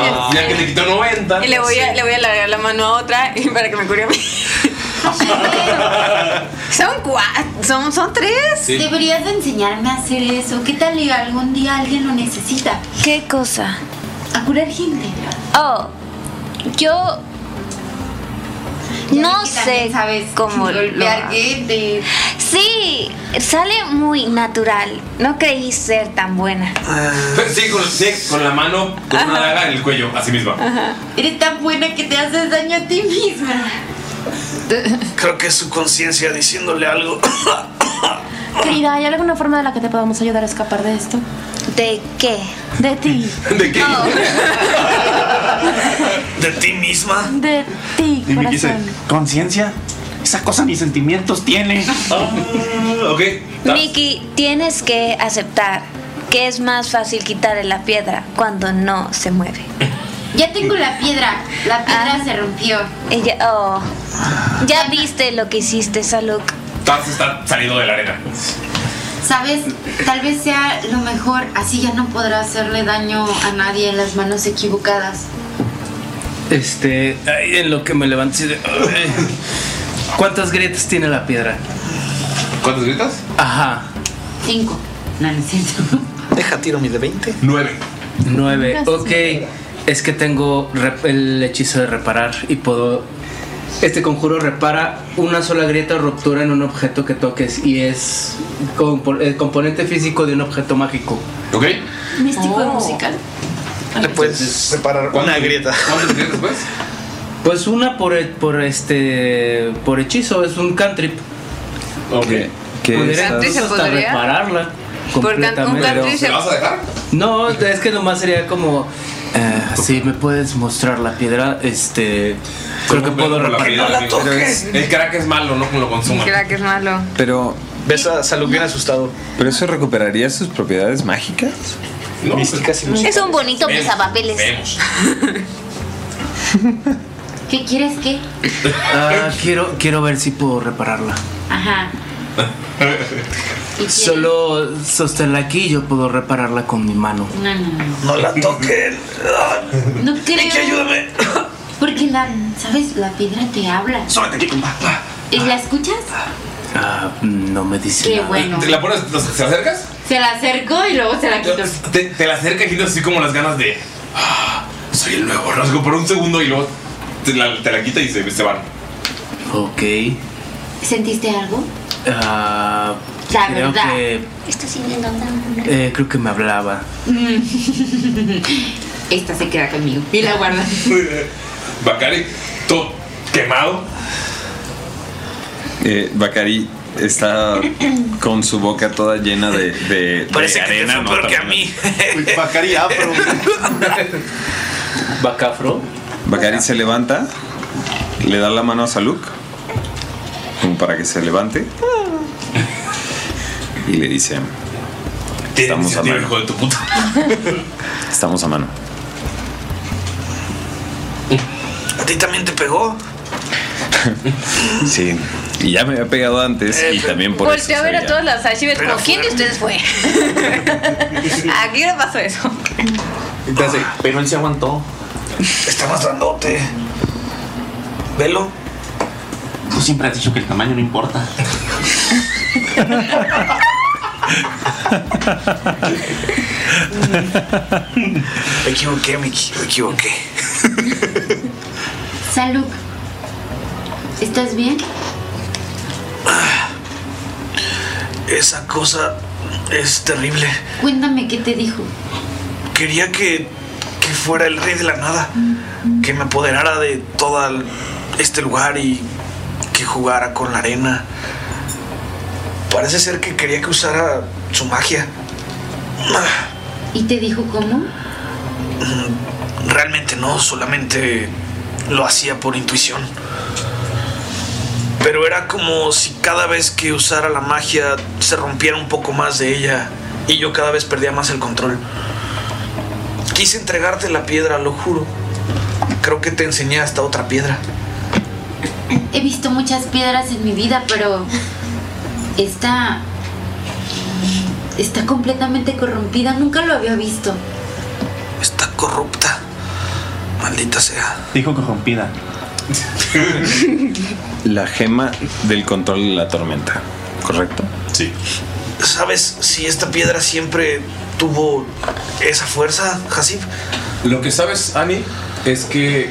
10. Ya que te quitó 90.
Ah. Y le voy, a, le voy a largar la mano a otra y para que me cure a mí.
Son cuatro, son, tres.
Sí.
Deberías de enseñarme a hacer eso. ¿Qué tal y algún día alguien lo necesita?
¿Qué cosa?
A curar gente.
Oh, yo no sé cómo lo
golpear
hago. Sí, sale muy natural. No creí ser tan buena.
Ah.
Sí, con, sí, con la mano, con una daga en el cuello, así misma.
Eres tan buena que te haces daño a ti misma.
Creo que es su conciencia diciéndole algo.
Querida, ¿hay alguna forma de la que te podamos ayudar a escapar de esto?
¿De qué?
De ti.
¿De qué?
De ti misma.
De ti,
Y me dice,
corazón.
conciencia, esa cosa ni sentimientos tiene.
Ah,
ok.
Mickey, tienes que aceptar que es más fácil quitarle la piedra cuando no se mueve.
Ya tengo la piedra. La piedra se rompió.
Ella, oh, ya viste lo que hiciste, Saluk.
Taz está saliendo de la arena.
Sabes, tal vez sea lo mejor. Así ya no podrá hacerle daño a nadie en las manos equivocadas.
Este, ay, en lo que me levanto así de, ay. ¿Cuántas grietas tiene la piedra?
¿Cuántas grietas?
Ajá.
Cinco. No, no es cierto.
Deja tiro mi de 20.
9.
9.
Gracias,
Ok. es que tengo rep- el hechizo de reparar y puedo... Este conjuro repara una sola grieta o ruptura en un objeto que toques y es compo- el componente físico de un objeto mágico.
¿Ok?
Místico
Oh.
y musical.
Le puedes reparar una grieta.
¿Cuántas grietas, pues?
Pues una por, he- por este por hechizo, es un cantrip.
Ok.
¿Qué
¿Cantrip se podría?
repararla
Por can- un
completamente.
cantrip se- ¿Me vas a dejar?
No, es que nomás sería como eh, si me puedes mostrar la piedra, este creo que puedo
Por la
repararla.
vida, sí. El crack es malo, no lo consuma.
Crack es malo.
Pero.
Ves a Salud bien asustado.
¿Pero eso recuperaría sus propiedades mágicas?
Místicas
Es un bonito
Vemos,
pisapapeles.
Vemos.
¿Qué quieres qué?
Ah, quiero quiero ver si puedo repararla.
Ajá.
Solo sosténla aquí y yo puedo repararla con mi mano.
No, no, no.
No la toquen.
No creo. ayúdame. Porque la, ¿sabes? La piedra te habla.
Sóbete aquí, compa.
¿Y la escuchas?
Ah, no me dice
Qué
nada.
bueno.
¿Te la pones? ¿Te la acercas?
Se la acerco y luego se la quito.
Te, te la acerca y quitas así como las ganas de. "Ah, soy el nuevo rasgo por un segundo y luego te la, te la quita y se, se van.
Ok.
¿Sentiste algo?
Ah,
La
creo
verdad.
que
Estás sintiendo hambre.
eh, creo que me hablaba.
Mm. Esta se queda conmigo. Y la guarda.
Bacari, todo quemado.
Eh, Bacari está con su boca toda llena de, de, de
Parece que te
arena.
fue peor que a mí.
Bacari afro.
Bacafro.
Bacari se levanta, le da la mano a Saluk, como para que se levante, y le dice: Estamos a mano.
hijo de tu puta.
Estamos a mano.
¿A ti también te pegó?
Sí, y ya me había pegado antes, y también por eso.
Volteo a ver
soy
a
ya.
todas las Ashibet
Pero
como ¿quién de ustedes fue? ¿A qué hora pasó eso?
Entonces, pero él se aguantó. Está más grandote. Velo.
Tú siempre has dicho que el tamaño no importa.
Me equivoqué, me equi- me equivoqué.
Salud. ¿Estás bien?
Esa cosa es terrible.
Cuéntame qué te dijo.
Quería que, que fuera el rey de la nada. Que me apoderara de todo el- este lugar y que jugara con la arena. Parece ser que quería que usara su magia. Ah,
¿Y te dijo cómo?
Realmente no, solamente lo hacía por intuición. Pero era como si cada vez que usara la magia se rompiera un poco más de ella y yo cada vez perdía más el control. Quise entregarte la piedra, lo juro. Creo que te enseñé hasta otra piedra.
He visto muchas piedras en mi vida, pero esta está completamente corrompida. Nunca lo había visto.
Está corrupta. Maldita sea.
Dijo corrompida. La gema del control de la tormenta, ¿correcto? Sí.
¿Sabes si esta piedra siempre tuvo esa fuerza, Hasib?
Lo que sabes, Ani, es que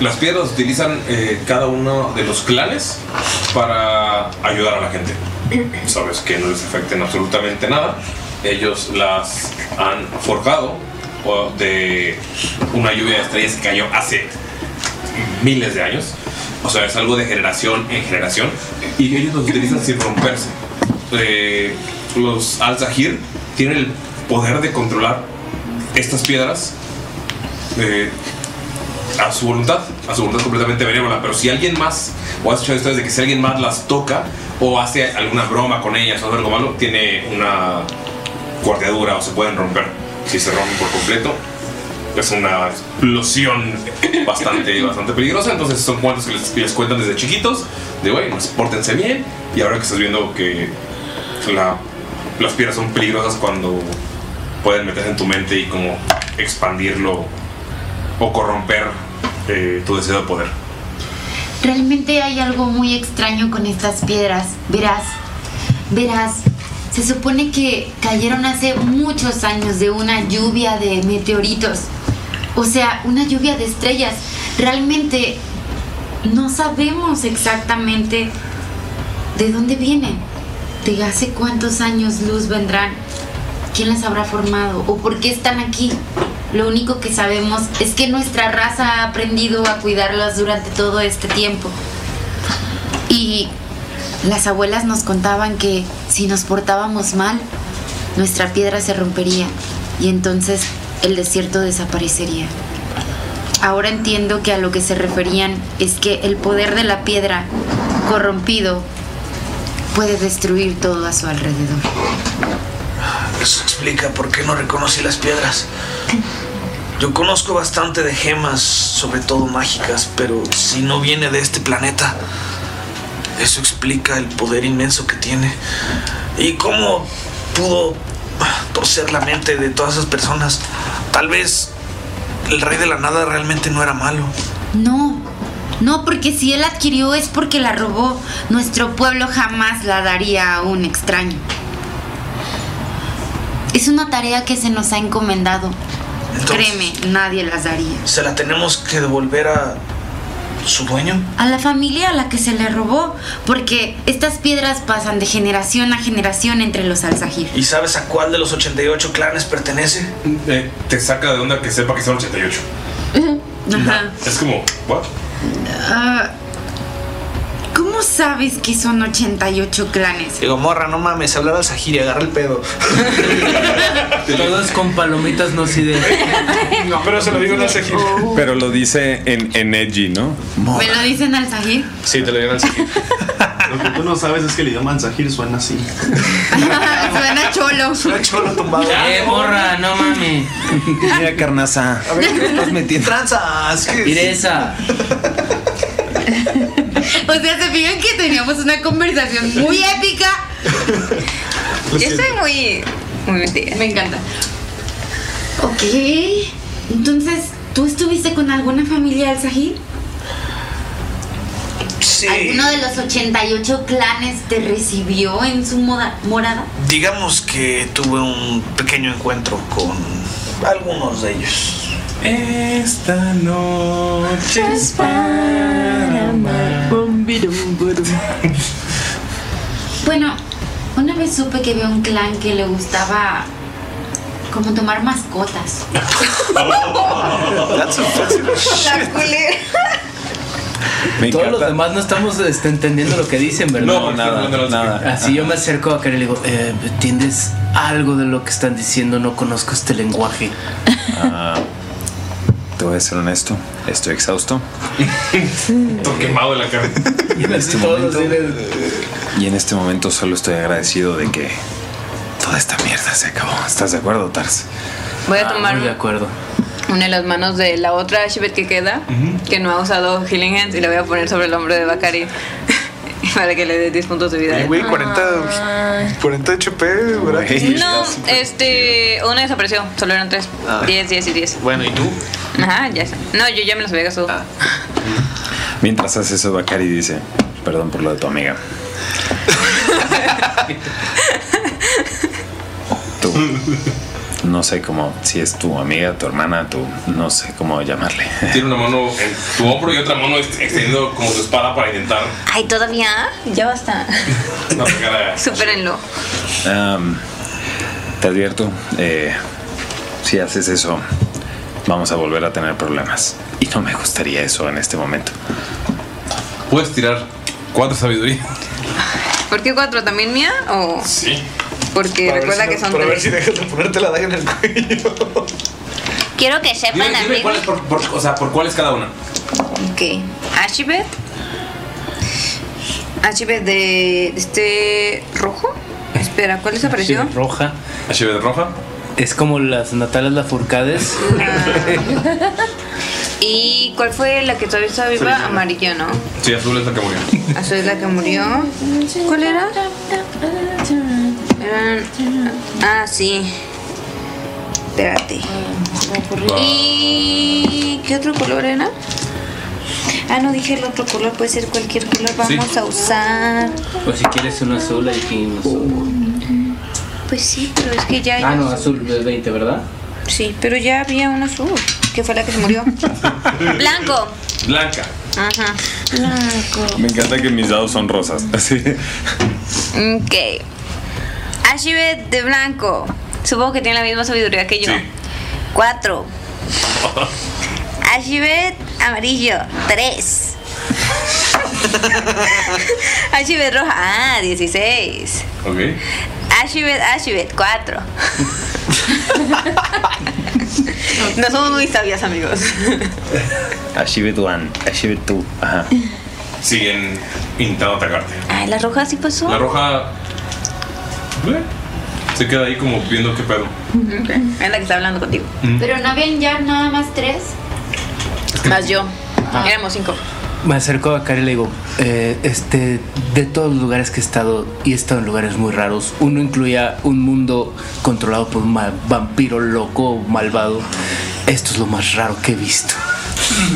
las piedras utilizan eh, cada uno de los clanes para ayudar a la gente. Sabes que no les afecten absolutamente nada. Ellos las han forjado o, de una lluvia de estrellas que cayó hace miles de años. O sea, es algo de generación en generación. Y ellos los utilizan sin romperse. Eh, los Al-Zahir tienen el poder de controlar estas piedras eh, a su voluntad, a su voluntad completamente benévola. Pero si alguien más, o has escuchado historias de que si alguien más las toca o hace alguna broma con ellas o hace algo malo, tiene una cuarteadura o se pueden romper. Si se rompen por completo, es una explosión bastante, bastante peligrosa. Entonces son cuantos que les, que les cuentan desde chiquitos de, bueno, pues, pórtense bien. Y ahora que estás viendo que la- las piedras son peligrosas cuando pueden meterse en tu mente y como expandirlo o corromper eh, tu deseo de poder.
Realmente hay algo muy extraño con estas piedras. Verás, verás. Se supone que cayeron hace muchos años de una lluvia de meteoritos. O sea, una lluvia de estrellas. Realmente no sabemos exactamente de dónde vienen, de hace cuántos años luz vendrán, quién las habrá formado o por qué están aquí. Lo único que sabemos es que nuestra raza ha aprendido a cuidarlas durante todo este tiempo. Y las abuelas nos contaban que si nos portábamos mal, nuestra piedra se rompería y entonces el desierto desaparecería. Ahora entiendo que a lo que se referían es que el poder de la piedra corrompido puede destruir todo a su alrededor.
Eso explica por qué no reconocí las piedras. Yo conozco bastante de gemas, sobre todo mágicas, pero si no viene de este planeta, eso explica el poder inmenso que tiene. ¿Y cómo pudo torcer la mente de todas esas personas? Tal vez el rey de la nada realmente no era malo.
No, no, porque si él adquirió es porque la robó. Nuestro pueblo jamás la daría a un extraño. Es una tarea que se nos ha encomendado. Créeme, nadie las daría.
¿Se la tenemos que devolver a su dueño?
A la familia a la que se le robó, porque estas piedras pasan de generación a generación entre los alzajir.
¿Y sabes a cuál de los 88 clanes pertenece?
Eh, te saca de onda que sepa que son 88.
Ajá.
Es como, ¿what?
Ah, ¿Cómo sabes que son 88 clanes?
Digo, morra, no mames, hablar al Sahiri, agarra el pedo.
Todos con palomitas no se
No, pero se lo digo al Sahiri.
Pero lo dice en, en Edgy, ¿no?
¿Me lo dicen al Sahir?
Sí, te lo digo al
Lo que tú no sabes es que el idioma Ansahir suena así.
Suena cholo.
Suena cholo tumbado.
Eh, morra, no mames.
Mira, carnaza. A
ver, ¿qué estás metiendo? Tranzas.
Mira esa.
O sea, se fijan que teníamos una conversación muy épica.
Yo soy muy.
Muy mentira. Me encanta. Ok. Entonces, ¿tú estuviste con alguna familia del Sahir?
Sí.
¿Alguno de los 88 clanes te recibió en su moda- morada?
Digamos que tuve un pequeño encuentro con algunos de ellos.
Esta noche es para amar.
Bueno, una vez supe que había un clan que le gustaba como tomar mascotas.
That's
Todos los demás no estamos este, entendiendo lo que dicen, ¿verdad?
No, nada, nada.
Así yo me acerco a Karen y le digo, eh, ¿entiendes algo de lo que están diciendo? No conozco este lenguaje.
Ah, te voy a ser honesto, estoy exhausto.
Todo quemado de la cara.
Y en este momento. Y en este momento solo estoy agradecido de que toda esta mierda se acabó. ¿Estás de acuerdo, Tars?
Voy
Ah,
a tomar
de acuerdo.
una de las manos de la otra Shivet que queda, que no ha usado Healing Hands, y la voy a poner sobre el hombro de Bakari para que le dé 10 puntos de vida.
Ay, güey, 40, 40 HP, ¿verdad?
No, este. Una desapareció, solo eran 3.
Ah.
10, 10 y 10.
Bueno, ¿y tú?
Ajá, ya está. No, yo ya me los había gastado.
Mientras hace eso, Bakari dice: Perdón por lo de tu amiga. Tú. No sé cómo, si es tu amiga, tu hermana, tu. No sé cómo llamarle.
Tiene una mano en tu hombro y otra mano ex- extendiendo como su espada para intentar
Ay, todavía. Ya basta.
atacar a.
Supérenlo.
Am, te advierto, eh, si haces eso, vamos a volver a tener problemas. Y no me gustaría eso en este momento.
Puedes tirar cuatro sabiduría.
¿Por qué 4? ¿También mía? ¿O.?
Sí.
Porque recuerda que son 3.
dejas de ponerte la daga en el cuello.
Quiero que sepan,
Dime, dime cuál es por, por- o sea, por cuál es cada una.
Ok. Ashibet. Ashibet de este rojo. Espera, ¿cuál desapareció?
Sí, roja.
¿Ashibet roja?
Es como las Natales Lafourcades.
¿Y cuál fue la que todavía está viva?
Solitario.
Amarillo, ¿no?
Sí, azul es la que murió.
Azul es la que murió. ¿Cuál era? Eran... Ah, sí. Espérate. ¿Y qué otro color era? Ah, no dije el otro color, puede ser cualquier color. Vamos a usar.
O Pues si quieres una azul, ahí dijimos.
Pues sí, pero es que ya.
Ah, no, azul es 20, ¿verdad?
Sí, pero ya había un azul. que fue la que se murió. Blanco.
Blanca.
Ajá. Blanco.
Me encanta que mis dados son rosas. Así.
Ok.
Ashibet de blanco. Supongo que tiene la misma sabiduría que yo. Cuatro. Ashibet amarillo. Tres. Ashibet roja. Ah, dieciséis.
Ok.
Ashibet, Ashibet, cuatro.
No somos muy sabias, amigos.
Ashibet one, Ashibet two. Ajá.
Siguen intentando atacarte.
Ay, la roja sí pasó.
La roja. ¿eh? Se queda ahí como viendo qué pedo.
Es la que está hablando contigo.
Pero no habían ya nada más tres.
Más yo.
Ah.
Éramos cinco.
Me acerco a Karen y le digo, eh, este, de todos los lugares que he estado, y he estado en lugares muy raros, uno incluía un mundo controlado por un ma- vampiro loco, malvado. Esto es lo más raro que he visto.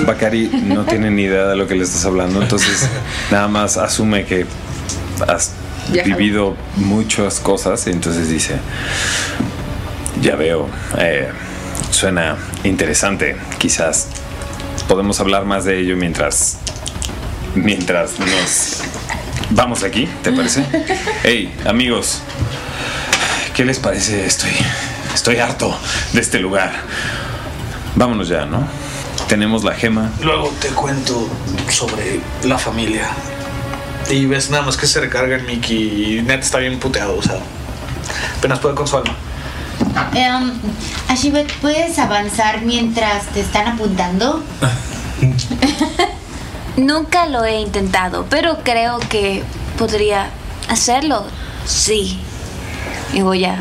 Bakari no tiene ni idea de lo que le estás hablando, entonces nada más asume que has
Viajado.
vivido muchas cosas y entonces dice, ya veo, eh, suena interesante, quizás podemos hablar más de ello mientras, mientras nos vamos de aquí, ¿te parece? Hey, amigos, ¿qué les parece? Estoy, estoy harto de este lugar. Vámonos ya, ¿no? Tenemos la gema.
Luego te cuento sobre la familia. Y ves nada más que se recarga en Mickey y Ned está bien puteado, o sea. Apenas puede con su alma.
Em, Ashibet, ¿puedes avanzar mientras te están apuntando?
Nunca lo he intentado, pero creo que podría hacerlo. Sí. Y voy a.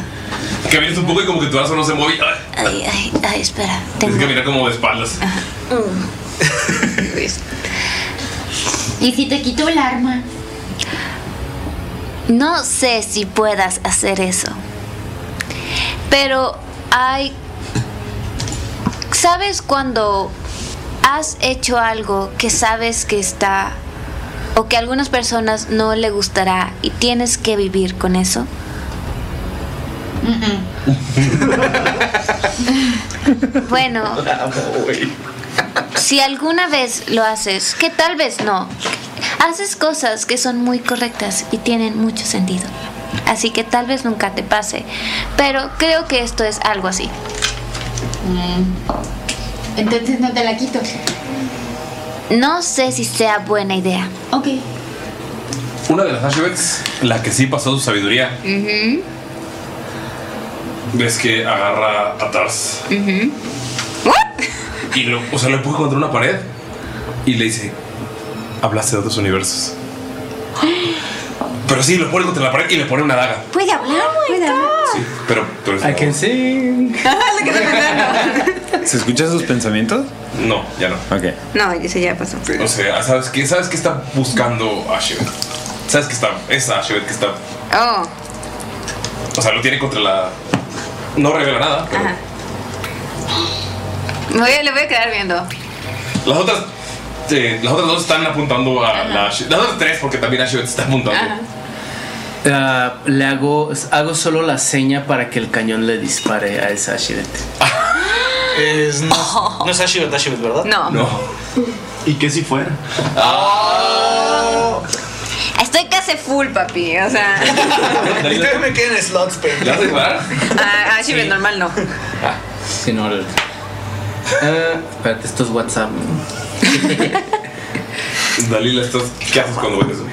Caminas un poco y como que tu brazo no se mueve. Ay,
Ay, ay, ay, espera.
Tienes que caminar como de espaldas.
Mm.
¿Y si te quito el arma?
No sé si puedas hacer eso. Pero hay... ¿Sabes cuando has hecho algo que sabes que está... o que a algunas personas no le gustará y tienes que vivir con eso? Bueno, si alguna vez lo haces, que tal vez no, haces cosas que son muy correctas y tienen mucho sentido. Así que tal vez nunca te pase, pero creo que esto es algo así.
Mm. Entonces no te la quito.
No sé si sea buena idea.
Ok.
Una de las Ashbets, la que sí pasó su sabiduría, ves que agarra a Tars y lo, o sea, lo empuja contra una pared y le dice: Hablaste de otros universos. Pero sí, lo pone contra la pared y le pone una daga.
¿Puede hablar? ¿Puede hablar?
Pero, pero I can
sing.
¿Se escuchan sus pensamientos?
No, ya no.
Ok.
No, eso ya pasó.
O sea, sabes que sabes que está buscando Ashibet. Sabes que está esa Ashibet que está,
Oh,
o sea, lo tiene contra la no revela nada, pero
me voy a- le voy a quedar viendo.
las otras eh, las otras dos están apuntando a la Ashibet. Las otras tres porque también Ashibet está apuntando.
Ah, le hago, hago solo la seña para que el cañón le dispare a esa Shiret.
Es, no,
Oh.
es- no es Ashibet, Ashibet, ¿verdad?
No.
¿Y qué si fuera?
Ah.
Oh.
Estoy casi full, papi. O sea,
Y todavía me quedan slots, pero.
¿La
a Ashibet normal no.
Sin orden. Ah, espérate, esto es WhatsApp.
Dalila, estás- ¿qué haces cuando ves eso?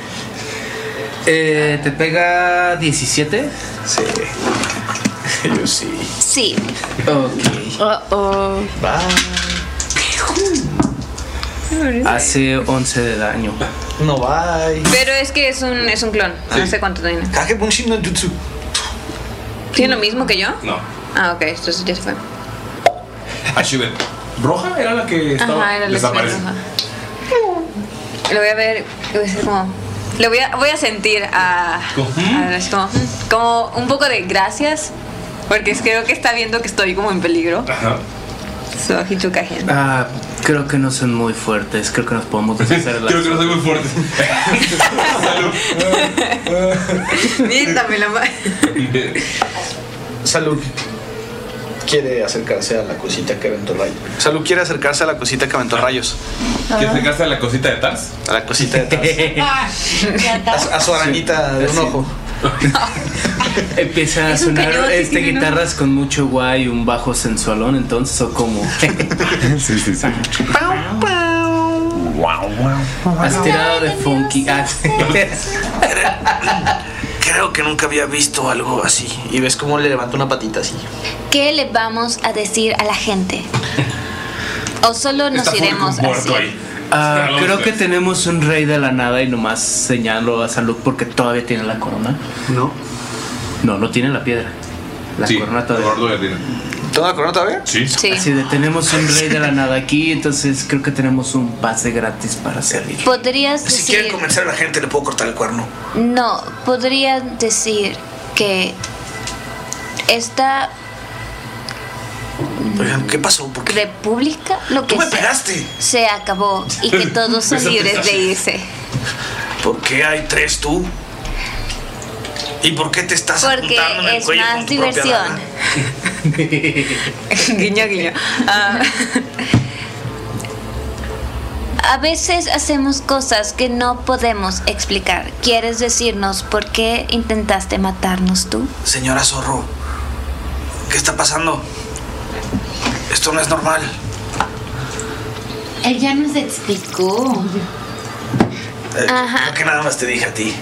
Eh, ¿Te pega 17?
Sí. Yo sí.
Sí.
Ok.
oh.
Va.
Ah,
Hace 11 de daño.
No va.
Pero es que es un, es un clon. No sé cuánto tiene.
Hakebunshin no Jutsu.
¿Tiene lo mismo que yo?
No.
Ah, ok, entonces ya se fue.
Ashibet Ah, roja era la que estaba
Ajá, era la
desaparece.
Ashibet roja. Lo voy a ver, voy a hacer como. Le voy a, voy a sentir a.
Como,
a ver, así como, mm, como un poco de gracias. Porque es- creo que está viendo que estoy como en peligro.
Ajá.
Su Hichuka Gen.
Ah, creo que no son muy fuertes. Creo que nos podemos deshacer de las-
Creo que no soy muy fuerte.
Miéntame la ma-
Salud.
quiere acercarse a la cosita que aventó rayos. Salud quiere acercarse a la cosita que aventó rayos.
¿Quieres acercarse a la cosita de Tars?
A la cosita de
Ah, ya está.
a, su- a su arañita Ah, de un ojo.
Empieza a
Es un
sonar
cañón, sí,
este
tiene un-
guitarras con mucho guay, un bajo sensualón, entonces, o como. sí, sí, sí.
Wow, wow.
Has tirado de funky. Ah, sí.
Creo que nunca había visto algo así. Y ves cómo le levanta una patita así.
¿Qué le vamos a decir a la gente? O solo nos iremos así.
Ah, creo que tenemos un rey de la nada y nomás señalo a Salud porque todavía tiene la corona.
No.
No, no tiene la piedra. La corona todavía.
¿Toda la corona todavía?
Sí.
Sí.
Así de, tenemos un rey de la nada aquí, entonces creo que tenemos un pase gratis para servir.
Podrías
Si quiere convencer a la gente, le puedo cortar el cuerno.
No, podría decir que esta
Oigan, ¿qué pasó? ¿Por qué?
república, lo que
¡Tú me
sea,
pegaste!
se acabó y que todos son
Eso
libres de
pensaste.
irse.
¿Por qué hay tres tú? ¿Y por qué te estás
Porque
apuntando en el
es
cuello con
más
tu propia
diversión.
daga?
guiño, guiño. Ah,
A veces hacemos cosas que no podemos explicar. ¿Quieres decirnos por qué intentaste matarnos tú?
Señora Zorro, ¿qué está pasando? Esto no es normal.
Él ya nos explicó.
Eh, Creo que nada más te dije a ti.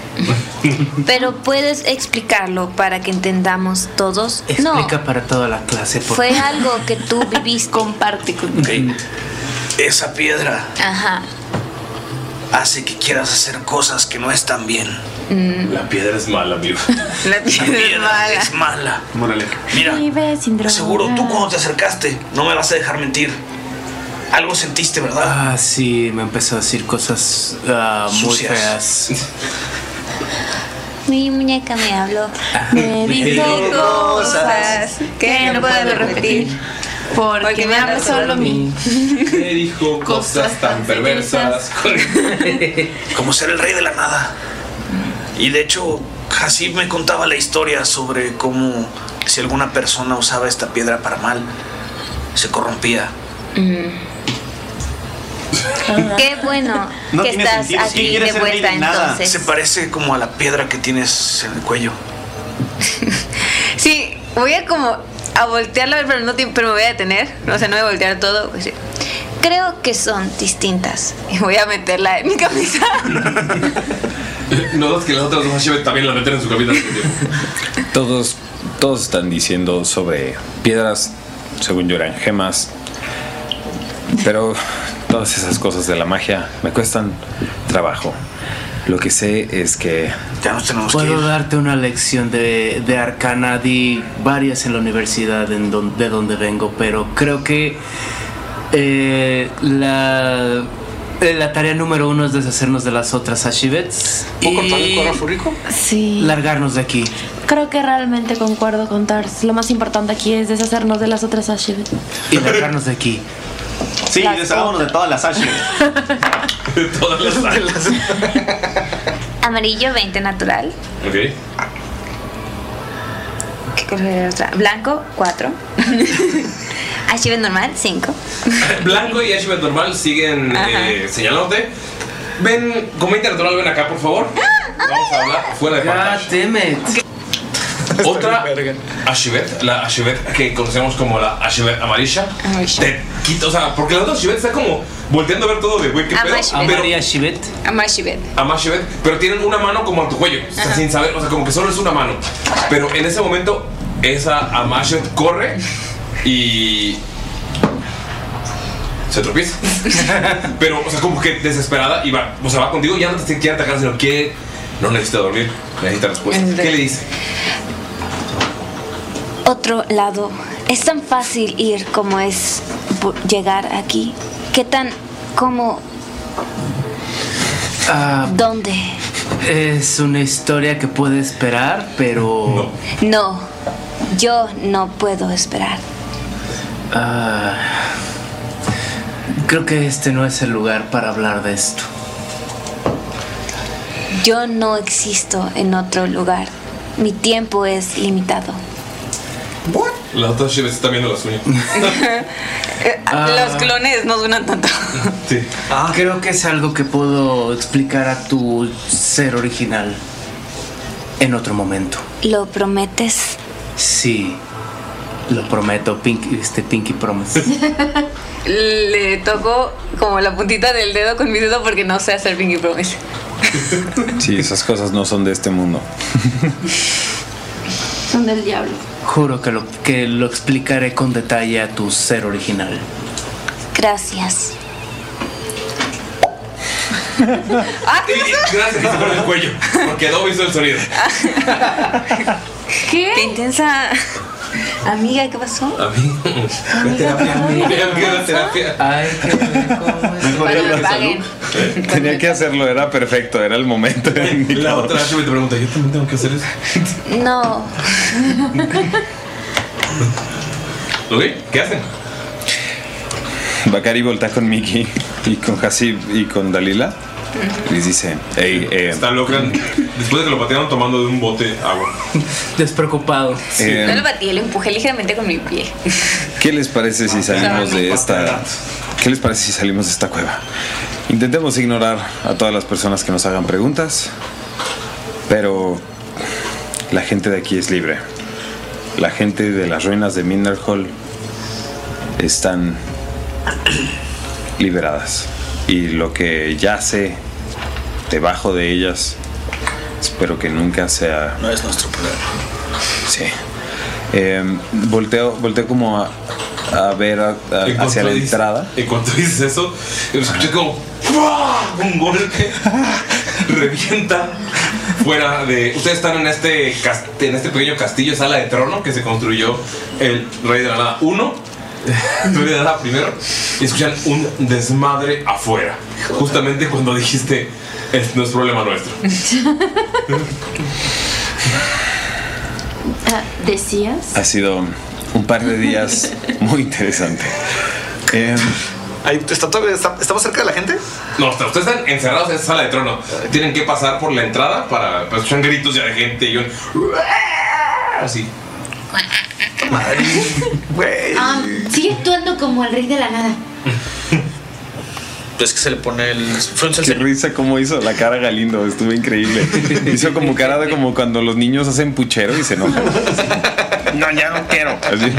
Pero puedes explicarlo para que entendamos todos. No,
Explica para toda la clase. por
fue algo que tú viviste. Comparte con
Ok. Esa piedra
Ajá.
hace que quieras hacer cosas que no están bien.
Mm.
Mm,
La piedra es mala, amigo.
La
piedra es mala. Mira, seguro tú cuando te acercaste no me vas a dejar mentir. Algo sentiste, ¿verdad?
Ah, sí, me empezó a decir cosas ah, muy
Sucias.
feas.
Mi muñeca me habló.
Me dijo
cosas que no puedo repetir.
Porque,
me habla solo a mí.
Me dijo cosas tan perversas.
como ser el rey de la nada. Y de hecho, así me contaba la historia sobre cómo si alguna persona usaba esta piedra para mal, se corrompía.
Qué bueno
"Ah, No
que
tiene
estás
sentido, si
aquí
quieres
de
ser
vuelta
rey de nada,
entonces.
Se parece como a la piedra que tienes en el cuello.
Sí, voy a como a voltearla a ver, pero, no, pero me voy a detener. O sea, no voy a voltear todo. pues sí.
Creo que son distintas.
Y voy a meterla en mi camisa.
No dos que las otras dos Hashivet también la meten en su camisa.
Todos, todos están diciendo sobre piedras, según yo eran gemas, pero todas esas cosas de la magia me cuestan trabajo. Lo que sé es que
Puedo darte una lección de, de arcana, di varias en la universidad en don- de donde vengo, pero creo que eh, la, eh, la tarea número uno es deshacernos de las otras Ashibets y
Sí.
largarnos de aquí.
Creo que realmente concuerdo con Tars. Lo más importante aquí es deshacernos de las otras Ashibet.
Y largarnos de aquí.
Sí, deshagámonos de todas las H.
todas las
Amarillo 20 natural.
Ok.
¿Qué color era otra? Blanco 4. Archivo normal 5.
Blanco y Ashbet normal siguen
Ajá.
eh, señalándote. Ven, con 20 natural, ven acá, por favor. Vamos a hablar fuera de pantalla. Otra Ashibet, la Ashibet que conocemos como la Ashibet amarilla. Te quita, o sea, porque la otra Ashibet está como volteando a ver todo de güey, qué pedo.
Amashibet.
Pero-
Ashibet.
Amashibet.
Amashibet, pero tienen una mano como a tu cuello, o sea, sin saber, o sea, como que solo es una mano. Pero en ese momento, esa Amashibet corre y. Se tropieza. pero, o sea, como que desesperada y va, o sea, va contigo, ya no te quiere atacar, sino que no necesita dormir, necesita respuesta.
Entiendo.
¿Qué le dice?
Otro lado. Es tan fácil ir como es bu- llegar aquí. ¿Qué tan como
Ah,
dónde?
es una historia que puede esperar, pero...
No. Yo no puedo esperar.
Ah, creo que este no es el lugar para hablar de esto.
Yo no existo en otro lugar. Mi tiempo es limitado.
La otra Shivet está viendo la suya.
Eh,
Ah.
Los clones nos duran tanto.
Creo que es algo que puedo explicar a tu ser original en otro momento.
¿Lo prometes?
Sí, lo prometo, Pinky, este Pinky Promise.
Le toco como la puntita del dedo con mi dedo porque no sé hacer Pinky Promise.
Sí, esas cosas no son de este mundo.
Son del diablo.
Juro que lo, que lo explicaré con detalle a tu ser original.
Gracias.
Gracias que se pone el cuello. Porque Adobe hizo el sonido.
¿Qué? Qué intensa. Amiga, ¿qué
Ah,
pasó?
A mí.
Ay,
Para que paguen.
Tenía que hacerlo, era perfecto, era el momento. La otra
Shivet te pregunta, ¿yo también tengo que hacer eso?
No.
¿Ok? ¿Qué hacen?
Bakari voltea con Mickey y con Hasib y con Dalila. Y les dice, hey, eh,
Está logran. Después de que lo patearon tomando de un bote agua.
Despreocupado.
eh,
No lo batí, lo empujé ligeramente con mi pie.
¿Qué les parece si salimos de esta? ¿Qué les parece si salimos de esta cueva? Intentemos ignorar a todas las personas que nos hagan preguntas, pero la gente de aquí es libre. La gente de las ruinas de Minder Hall están liberadas y lo que yace debajo de ellas espero que nunca sea
No es nuestro problema.
Sí. Eh, volteo, volteo como a, a ver a- a-
En cuanto
hacia la
dice-
entrada.
En cuanto dices eso, escuché como ¡fua! un golpe revienta fuera de. Ustedes están en este cas- en este pequeño castillo, sala de trono que se construyó el rey de la nada 1. Tú le das la primero y escuchan un desmadre afuera. Justamente cuando dijiste, "Es- no es problema nuestro.
Ah, ¿Decías?
Ha sido un par de días muy interesante. Eh,
Ahí, ¿está ¿Estamos cerca de la gente? No, está- ustedes están encerrados en esa sala de trono. Tienen que pasar por la entrada para, para escuchar gritos de la gente y un. Así. Madre. Güey.
Ah, sigue actuando como el rey de la nada.
Es que se le pone el. Qué risa cómo hizo la cara Galindo, estuvo increíble. Hizo como cara de como cuando los niños hacen puchero y se enojan. No, ya no quiero. Así, así.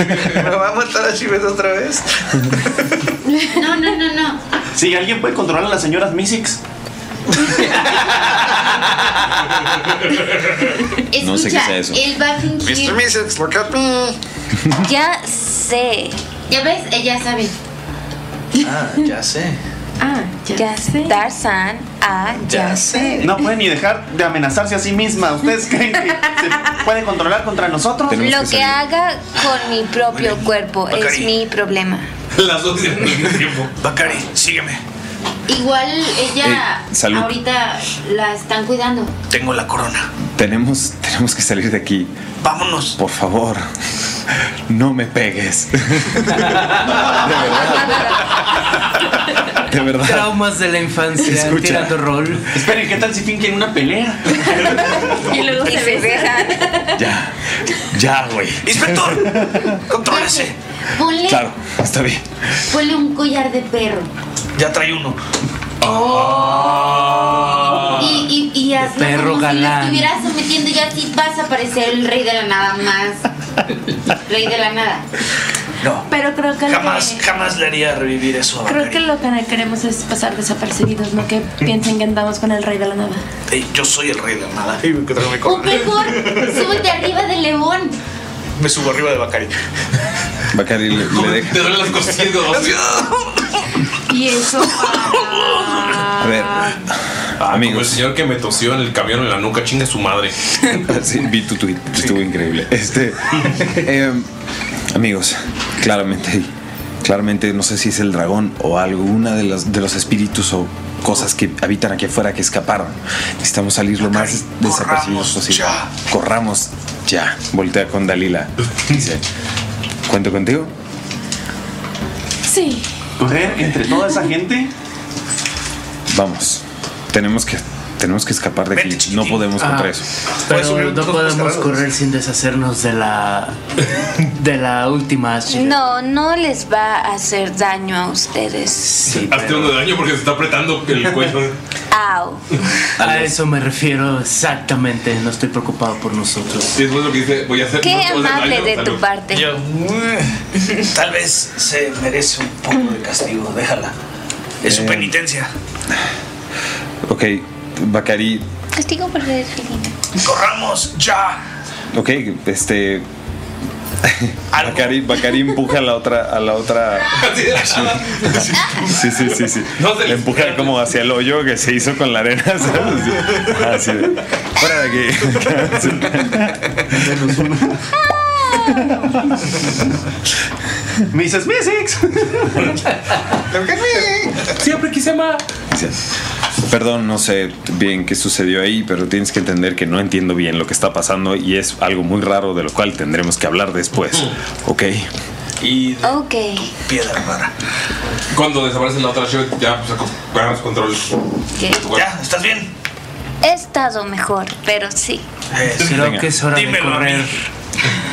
¿Me va a matar a Shivet otra vez?
No, no, no, no.
Si alguien puede controlar a las señoras Misix.
Escucha,
No sé qué sea eso.
él va a fingir.
Mr. Mises, look at me.
Ya sé. Ya ves, ella sabe.
Ah, ya sé.
Ah, ya, sé.
Tarzan, ah, ya sé.
No pueden ni dejar de amenazarse a sí misma. ¿Ustedes creen que se puede controlar contra nosotros?
Lo que haga con mi propio cuerpo es
Bacari.
mi problema.
Las dos al mismo tiempo.
Bakari, sígueme.
Igual ella
Eh, salud.
ahorita la están cuidando.
Tengo la corona.
Tenemos, tenemos que salir de aquí.
Vámonos.
Por favor, no me pegues.
Ah,
De verdad.
Traumas de la infancia.
Escucha.
Tirando rol.
Esperen, ¿qué tal si finquen una pelea?
Y luego se, dejan.
Ya, ya, güey.
¡Inspector! ¡Contrólese!
Ponle,
Claro, está bien.
ponle un collar de perro.
Ya trae uno.
Ah. Y, y, y hazlo
Ah, perro
como
galán.
si lo estuvieras sometiendo ya así vas a parecer el rey de la nada más. Rey de la nada.
No.
Pero creo que lo
Jamás,
que,
jamás le haría revivir eso a
creo
Bakari.
que lo que queremos es pasar desapercibidos, no que piensen que andamos con el rey de la nada.
Ey, yo soy el rey de la nada. Y me encuentro con mi
O
corona.
mejor, súbete arriba del león.
Me subo arriba de Bakari.
Bacari le, le deja.
Te duelen las costillas.
Y eso.
A ver.
amigos. Ah, el señor que me tosió en el camión en la nuca, chinga su madre.
Sí, vi tu tweet, estuvo increíble. Este, em, amigos, claramente, claramente no sé si es el dragón o alguna de las de los espíritus o cosas que habitan aquí afuera que escaparon. Necesitamos salir lo más desapercibidos posible. Corramos ya. Voltea con Dalila. Dice, cuento contigo.
Sí.
Correr entre toda esa gente.
Vamos. Tenemos que Tenemos que escapar de aquí. no podemos
Ah,
contra eso.
Pero no podemos correr sin deshacernos de la. de la última Ashira.
No, no les va a hacer daño a ustedes.
Hazte uno de daño porque se está apretando el cuello.
Au.
A eso me refiero exactamente. No estoy preocupado por nosotros.
Sí, es lo que dice. Voy a hacer.
Qué amable de tu parte.
Yo, "Ueh, tal vez se merece un poco de castigo, déjala. Es su
Eh.
penitencia.
Ok, Bacari.
Castigo por el
¡Corramos ya!
Ok, este. Bacari, Bacari empuja a la otra. A la otra sí, sí, sí, sí. Le empuja como hacia el hoyo que se hizo con la arena. ¿sabes? Así, así de, Fuera de aquí.
Mrs. Missix.
Siempre quise más.
Perdón, no sé bien qué sucedió ahí, pero tienes que entender que no entiendo bien lo que está pasando y es algo muy raro de lo cual tendremos que hablar después. ¿Ok?
Y
Ok.
piedra rara.
Cuando desaparece la otra Shivet, ya pues, agarras control.
¿Qué?
Ya, ¿estás bien?
He estado mejor, pero sí.
Eh,
Creo que es hora de correr.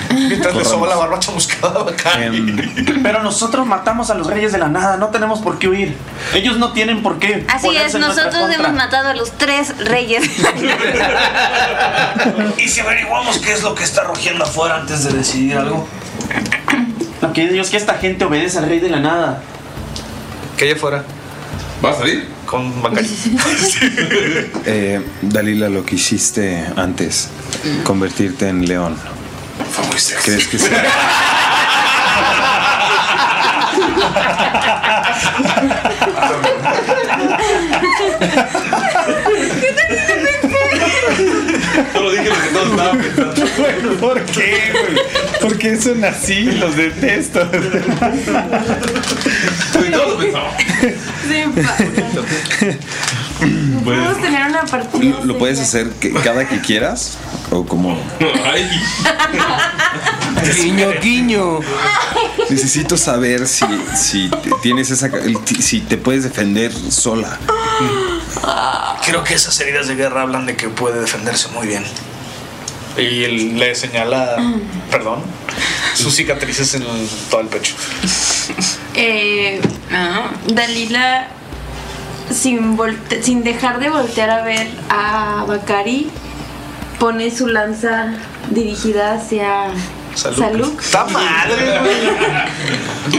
Mientras le soba
Corramos.
la barba chamuscada a Bacari.
Pero nosotros matamos a los reyes de la nada, no tenemos por qué huir. Ellos no tienen por qué.
Así es,
ponerse en nuestra
nosotros
contra.
hemos matado a los tres reyes.
¿Y si averiguamos qué es lo que está rugiendo afuera antes de decidir algo?
Lo que Dios que esta gente obedece al rey de la nada.
¿Qué hay afuera?
¿Vas a salir?
Con Bacari.
Eh, Dalila, lo que hiciste antes, convertirte en león. ¿Crees que sea?
No lo dije lo que todos estaban
pensando. ¿Por qué, güey? ¿Por qué son así? Los detesto. Pues-
Podemos tener una partida.
Lo, lo puedes hacer que- cada que quieras o como
guiño guiño
necesito saber si si te- tienes esa ca- el ti- si te puedes defender sola
Creo que esas heridas de guerra hablan de que puede defenderse muy bien. Y él le señala,
Mm.
perdón, sus cicatrices en el- todo el pecho.
Eh, Dalila, sin, volte- sin dejar de voltear a ver a Bakari, pone su lanza dirigida hacia
Saluk.
Saluk.
¡Está madre,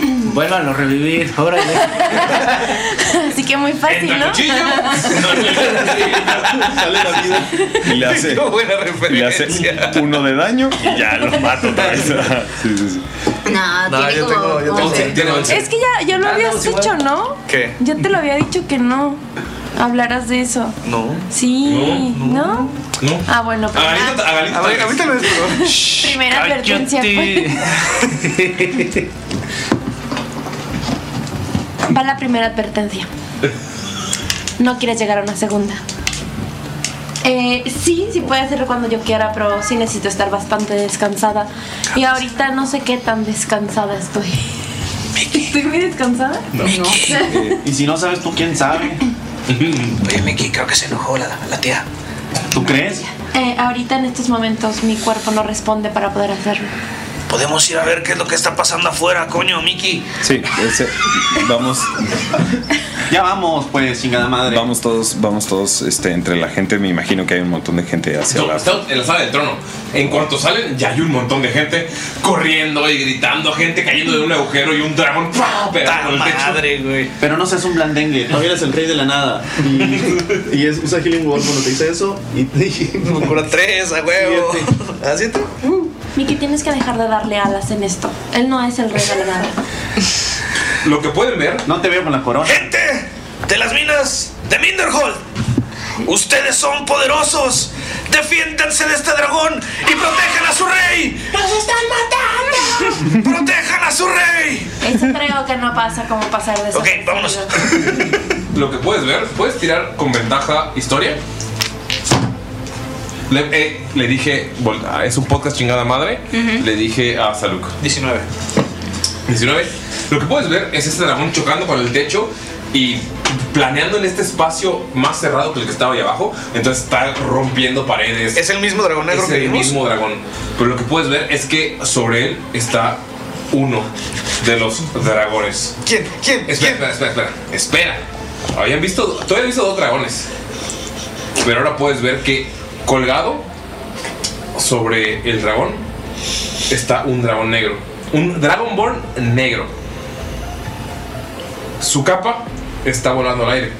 Vuélvanlo a revivir, órale.
Así que muy fácil, ¿no?
Sale la vida. y le hace le hace uno de daño y ya lo mato otra vez. Sí, sí, sí.
No,
No,
tiene
yo
como
tengo- yo
once.
tengo- tiene once.
Es que ya, ya lo habías hecho, ¿no?
¿Qué?
Ya te lo había dicho que no hablaras de eso.
No.
Sí, ¿no?
No.
Ah, bueno, pero
A ver, ahorita
lo
primera advertencia pues. fue. Va la primera advertencia. No quieres llegar a una segunda. Eh, sí, sí puede hacerlo cuando yo quiera, pero sí necesito estar bastante descansada. Y ahorita no sé qué tan descansada estoy. ¿Estoy muy descansada?
Eh, y si no sabes tú quién sabe.
Oye, Mickey, creo que se enojó la, la tía.
¿Tú crees?
Eh, ahorita en estos momentos mi cuerpo no responde para poder hacerlo.
Podemos ir a ver qué es lo que está pasando afuera, coño, Mickey.
Sí, ese- vamos.
Ya vamos, pues, chingada madre.
Vamos todos, vamos todos, este, entre la gente, me imagino que hay un montón de gente hacia la.
Está en la sala del trono. En cuanto salen, ya hay un montón de gente corriendo y gritando, gente cayendo de un agujero y un dragón ¡pua! pegando en el techo.
Madre, güey.
Pero no seas un blandengue, todavía eres el rey de la nada. Y, y es, usa Healing Word cuando te dice eso y te
Me cura tres, a huevo.
Ah,
¿Así tú?
Miki, Mm, tienes que dejar de darle alas en esto. Él no es el rey de la nada.
Lo que pueden ver.
No te veo con la corona.
¡Gente! ¡De las minas! ¡De Minderhall! ¡Ustedes son poderosos! ¡Defiéndanse de este dragón y protejan a su rey!
¡Nos están
matando! ¡Protejan a su rey!
Eso creo que no pasa como pasar de eso.
Ok, vámonos. Lo que puedes ver, puedes tirar con ventaja historia. Le, eh, le dije, vol- ah, es un podcast chingada madre.
Ujú.
Le dije a Saluk.
19.
19. Lo que puedes ver es este dragón chocando con el techo y planeando en este espacio más cerrado que el que estaba ahí abajo. Entonces está rompiendo paredes. Es el mismo dragón
negro
Es
que
el
vimos?
mismo dragón. Pero lo que puedes ver es que sobre él está uno de los dragones. ¿Quién? ¿Quién? Espera, espera, espera, espera. Espera. Habían visto, todavía habían visto dos dragones. Pero ahora puedes ver que colgado sobre el dragón está un dragón negro. Un Dragonborn negro. Su capa está volando al aire.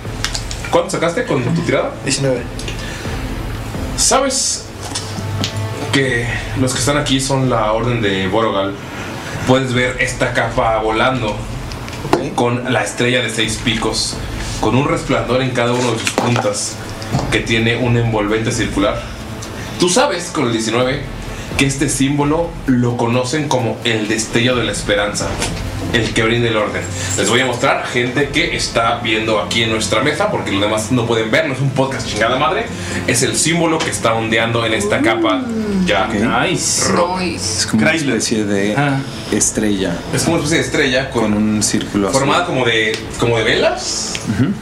¿Cuánto sacaste con tu tirada? 19. ¿Sabes que los que están aquí son la orden de Borogal? Puedes ver esta capa volando con la estrella de seis picos, con un resplandor en cada uno de sus puntas que tiene un envolvente circular. Tú sabes con el 19 que este símbolo lo conocen como el destello de la esperanza, el que brinda el orden. Les voy a mostrar gente que está viendo aquí en nuestra mesa, porque los demás no pueden ver, no es un podcast chingada madre, es el símbolo que está ondeando en esta capa. Ya. Nice.
Es como una especie de estrella.
Es como una especie de estrella
con, un círculo azul.
Formada como de, como de velas,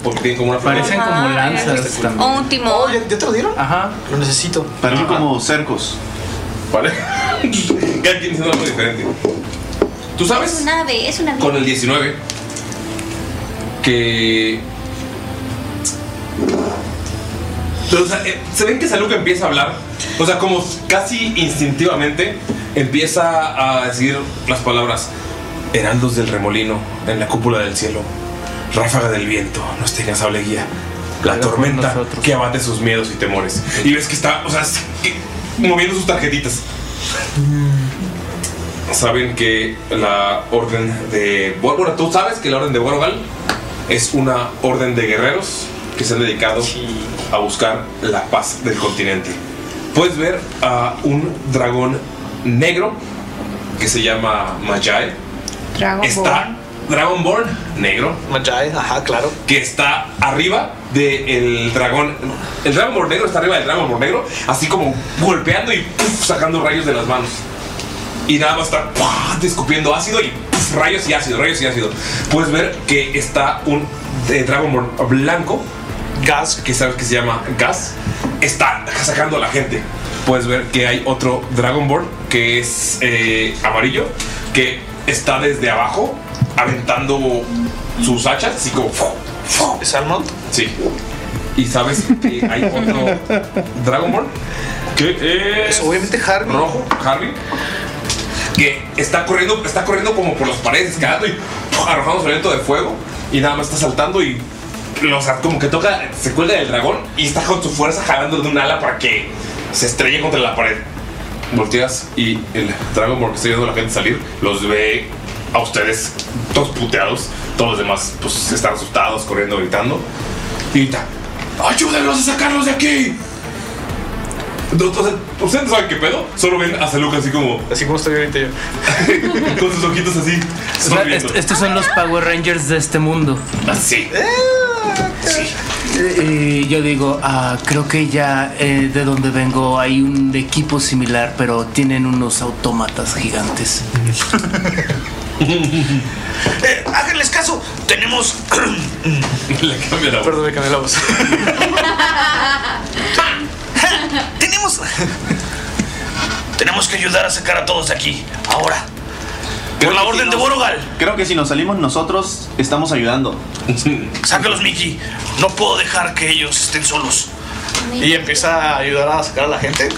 porque tienen como una flor.
Parecen como lanzas también.
Un timón.
Oh, ¿ya, te lo dieron?
Ajá.
Lo necesito.
Parecen como cercos.
¿Vale? Cada quien diciendo algo diferente. ¿Tú sabes?
Es una ave, es una ave.
con el 19 que O sea, eh, se ven que Saluk empieza a hablar o sea como casi instintivamente empieza a decir las palabras heraldos del remolino en la cúpula del cielo ráfaga del viento nos tengas sable guía la tormenta que abate sus miedos y temores y ves que está o sea es que- moviendo sus tarjetitas saben que la orden de Bor- bueno, tú sabes que la orden de Borgal es una orden de guerreros que se han dedicado a buscar la paz del continente. Puedes ver a un dragón negro que se llama Majai. Está Dragonborn negro.
Majai, ajá, claro.
Que está arriba del dragón. El Dragonborn negro está arriba del Dragonborn negro, así como golpeando y ¡puf! sacando rayos de las manos. Y nada más está ¡pua! escupiendo ácido y ¡puf! rayos y ácido, rayos y ácido. Puedes ver que está un eh, Dragonborn blanco, Gas, que sabes que se llama Gas, está sacando a la gente. Puedes ver que hay otro Dragonborn que es eh, amarillo, que está desde abajo aventando sus hachas, así como. ¿Es Armand? Sí. Y sabes que hay otro Dragonborn que es. Obviamente Harvey. Rojo, Harvey. Que está corriendo, está corriendo como por las paredes, escalando y ¡puf! arrojando su aliento de fuego. Y nada más está saltando y. O sea, como que toca, se cuelga del dragón y está con su fuerza jalando de un ala para que se estrelle contra la pared. Volteas y el Dragonborn que está viendo a la gente salir los ve a ustedes todos puteados. Todos los demás pues están asustados, corriendo, gritando. Y grita, ¡Ayúdenlos a sacarlos de aquí! No, o sea, pues, Ustedes no saben qué pedo, solo ven a Saluca así como. Así como estoy ahorita yo. Con sus ojitos así. sonriendo.
estos son los Power Rangers de este mundo.
Sí.
Y Eh, yo digo, ah, creo que ya eh, de donde vengo hay un equipo similar, pero tienen unos autómatas gigantes.
Eh, háganles caso. Tenemos.
Le cambié la voz.
Perdón, le cambié la voz. Tenemos. Tenemos que ayudar a sacar a todos de aquí. Ahora.
Por la
orden de Borogal.
Creo que si nos salimos nosotros, estamos ayudando.
Sácalos, Mickey. No puedo dejar que ellos estén solos. Y empieza a ayudar a sacar a la gente.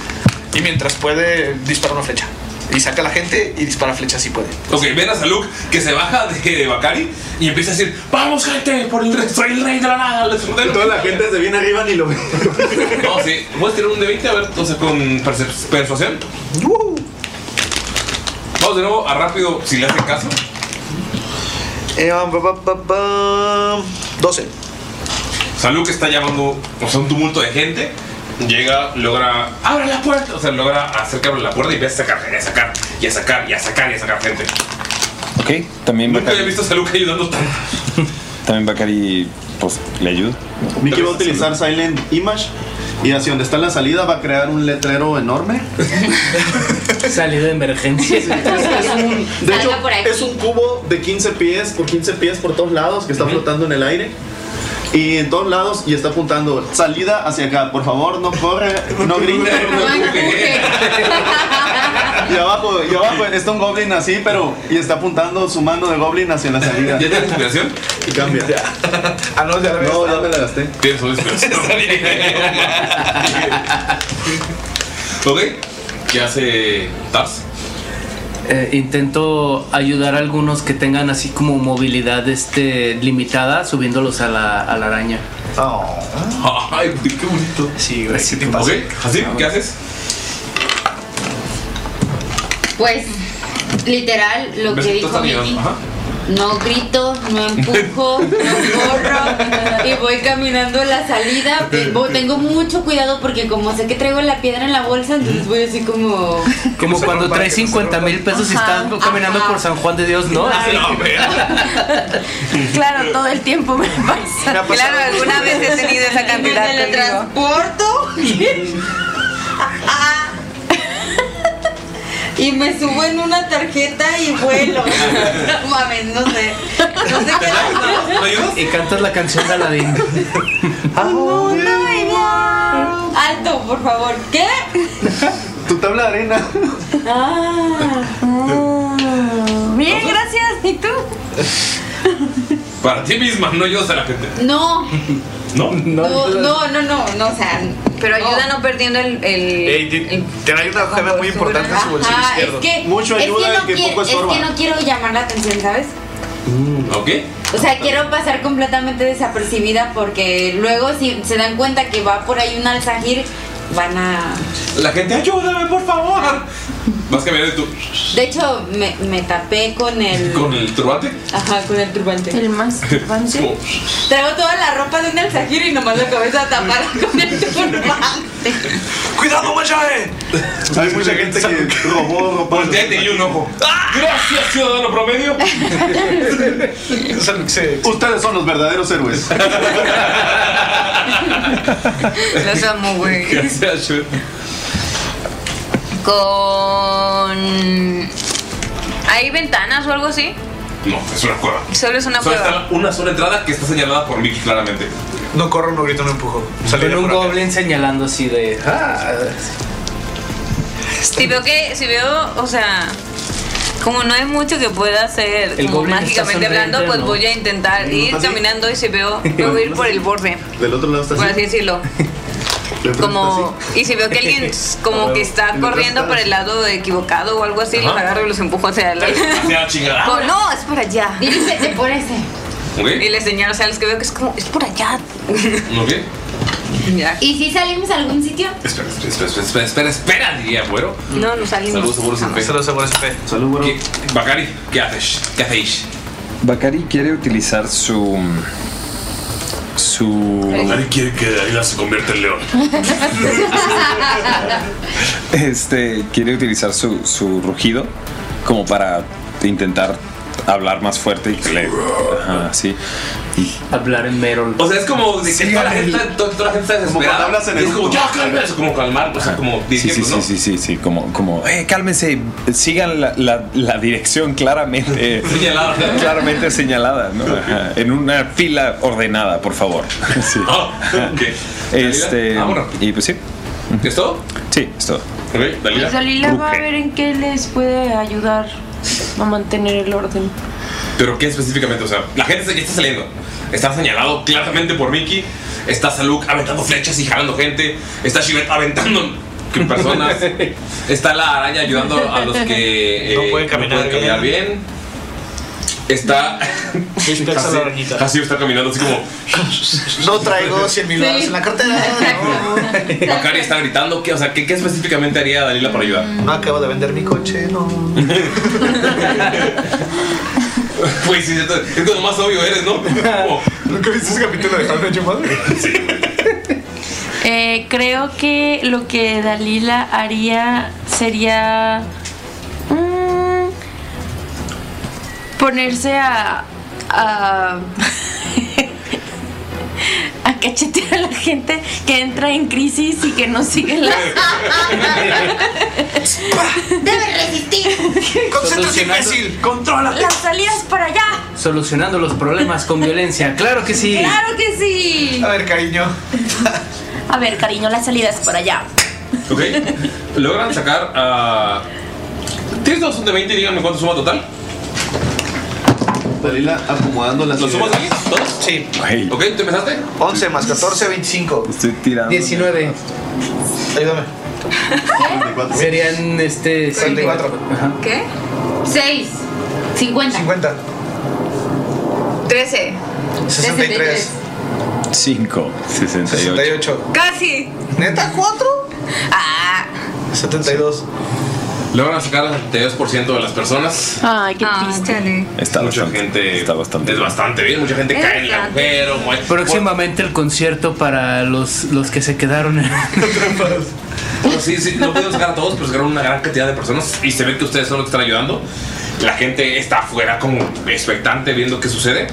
Y mientras puede, dispara una flecha. Y saca a la gente y dispara flecha si puede.
Ok, ven a Saluk que se baja de Bakari y empieza a decir: ¡Vamos, gente! ¡Por el rey! ¡Soy el rey de la nada! les ordeno".
Toda la gente se viene arriba ni lo ve.
No, sí. Voy a tirar un de 20 a ver, entonces con perse- persuasión.
Uh.
Vamos de nuevo a rápido, si le hacen caso.
Eh, um, ba, ba, ba, ba, 12.
Saluk está llamando, o sea, un tumulto de gente. Llega, logra. ¡Abre la puerta! O sea, logra hacer que abra la puerta y empieza a sacar, y a sacar, y a sacar, y a sacar, y a sacar gente.
Ok, también
Nunca
Bacari,
había visto a Saluk ayudando tanto.
también Bacari pues, le ayuda.
Mickey va a utilizar Silent Image y hacia donde está la salida va a crear un letrero enorme.
Salida de emergencia.
De hecho, es un cubo de 15 pies por 15 pies por todos lados que está flotando en el aire. Y en todos lados y está apuntando salida hacia acá. Por favor, no corre, no grite. y abajo, y abajo está un goblin así, pero y está apuntando su mano de goblin hacia la salida.
¿Ya tienes tu creación?
Y cambia.
Ah, no, ya la
No, ya me la gasté.
Tienes una inspiración. ok. ¿Qué hace Tars?
Eh, intento ayudar a algunos que tengan así como movilidad este, limitada, subiéndolos a la, a la araña.
Oh. Ay, qué bonito.
Sí, güey. ¿Qué te
Ok, Hasib, ¿qué haces?
Pues, literal, lo
¿Ves
que
tú
dijo
estás
Vicky.
mirando? Ajá.
No grito, no empujo, no corro y voy caminando a la salida. Tengo- Tengo mucho cuidado porque como sé que traigo la piedra en la bolsa, entonces voy así como...
Como cuando traes 50 mil pesos y
Ajá,
estás caminando por San Juan de Dios, ¿no?
Ah,
Ajá.
Así.
Claro, todo el tiempo me pasa.
Me ha pasado Claro, alguna
vez he tenido esa cantidad
Me
conmigo.
teletransporto y me subo en una tarjeta y vuelo. No mames, no sé. No sé qué
Y cantas la canción de Aladdin.
Alto, por favor. ¿Qué?
Tu tabla de arena.
Ah, ah. Bien, gracias. ¿Y tú?
Para ti misma, no ayudas a la gente.
No,
No,
no, no, no, no, no, o sea,
Pero ayuda no perdiendo el. el-
Eh.
Ey,
Eh,
ti- trae una hoja muy importante en su bolsillo
Ajá, Ah, es
izquierdo.
que, es no quie- Es que no quiero llamar la atención, ¿sabes?
Mm, Ok.
O sea, quiero pasar completamente desapercibida porque luego si se dan cuenta que va por ahí un alzajir, van a...
La gente, ayúdame, por favor. Vas caminando y tú.
De hecho, me, me tapé con el...
Con el turbante.
Ajá, con el turbante. El más
Es como,
Traigo toda la ropa de un alzajir y nomás la cabeza tapada con el turbante.
¡Cuidado, Machae!
Hay mucha gente que robó
Pues
ropa.
Voltea y te guiña un ojo.
Ah.
Gracias, ciudadano promedio.
Ustedes son los verdaderos héroes.
Los amo, güey.
¿Qué hace Ashford?
Con. ¿Hay ventanas o algo así?
No, es una cueva.
Solo es una
Solo
cueva.
está una sola entrada que está señalada por Mickey claramente.
No corro, no grito, no empujo.
Con un goblin señalando así de. "Ah".
Si veo que. Si veo. O sea. Como no hay mucho que pueda hacer
El
como
goblin está
mágicamente
sonriente,
hablando, pues
¿no?
voy a intentar ir
Así.
caminando y si veo, voy a ir por el borde,
Del otro lado está
por así
así.
decirlo.
Le preguntas
Como, y si veo que alguien como que está
Y lo
corriendo
aplastas.
por el lado equivocado o algo así, los
Ajá.
agarro y los empujo hacia el
Hacia la
Oh,
chingada.
no, es por allá.
Dirígete por ese.
Ok.
Y les señalo, o sea, los que veo que es como, es por allá.
Ok.
¿Y si salimos a algún sitio?
Espera, espera, espera, espera, espera, espera, espera, diría, güero.
No, no
Saludos,
salimos.
seguros sin fe. Saludos, seguros sin fe.
Saludos,
güero. Bacari, ¿qué haces? ¿Qué hacéis?
Bakari quiere utilizar su. Su.
Bakari quiere que Dalila se convierta en león.
Este. Quiere utilizar su, su rugido como para intentar hablar más fuerte y que le. Ajá, sí.
Hablar en Merol.
O sea, es como de que toda la gente, to- toda la gente está desesperada.
cuando hablas en
Y es
el
como,
grupo.
ya calma, es como calmar, o sea, como
Sí, sí,
diciendo,
sí,
¿no?
sí, sí, sí, como, como, eh, cálmense, sigan la, la- la dirección claramente
Señalada.
claramente señalada, ¿no? Ajá, en una fila ordenada, por favor. Sí. Este,
Ah, bueno.
y pues sí.
¿Es todo?
Sí, es todo.
Ok,
Pues Dalila va a ver en qué les puede ayudar a mantener el orden.
Pero ¿qué específicamente? O sea, la gente se- está saliendo. Está señalado claramente por Mickey. Está Saluk aventando flechas y jalando gente. Está Shivet aventando que- personas. está la araña ayudando a los que eh, no pueden caminar, bien. Está.
a la
Hasib Hasib está caminando así como.
No traigo 100 mil dólares en la cartera.
Bakari está gritando. ¿qué? O sea, ¿qué, qué específicamente haría Dalila para ayudar?
No Mm. acabo de vender mi coche, no.
Pues sí, es es cuando más obvio eres, ¿no?
¿Nunca viste ese capítulo de How I Met Your Mother?
Eh, creo que lo que Dalila haría sería mm, ponerse a, a a cachetear a la gente que entra en crisis y que no sigue las.
¡Debe resistir!
¡Concéntrate, imbécil! ¡Contrólate!
¡Las salidas para allá!
Solucionando los problemas con violencia, claro que sí.
¡Claro que sí!
ver, cariño.
A ver, cariño, las salidas para allá.
Ok. Logran sacar a. ¿Tienes dos de 20 y díganme cuánto suma total?
Dalila acomodando las
¿Los sumas
ideas.
ahí? ¿Todos? Sí. Ok, ¿tú empezaste?
11 más 14, 25.
Estoy tirando.
19.
Ayúdame.
Serían este.
34.
Ajá.
¿Qué?
6. 50.
50.
13.
63.
5, 68.
68.
Casi.
¿Neta? ¿Cuatro?
Ah.
72.
Logran sacar al 72% de las personas.
Ay, qué
Ah,
triste.
Está
mucha gente. Está bastante. Es bastante bien. Mucha gente
Es
cae en el
bastante.
agujero. muere.
Próximamente el concierto para los, los que se quedaron en
Bueno, sí, sí, no pudieron sacar a todos, pero sacaron una gran cantidad de personas y se ve que ustedes son los que están ayudando. La gente está afuera como expectante viendo qué sucede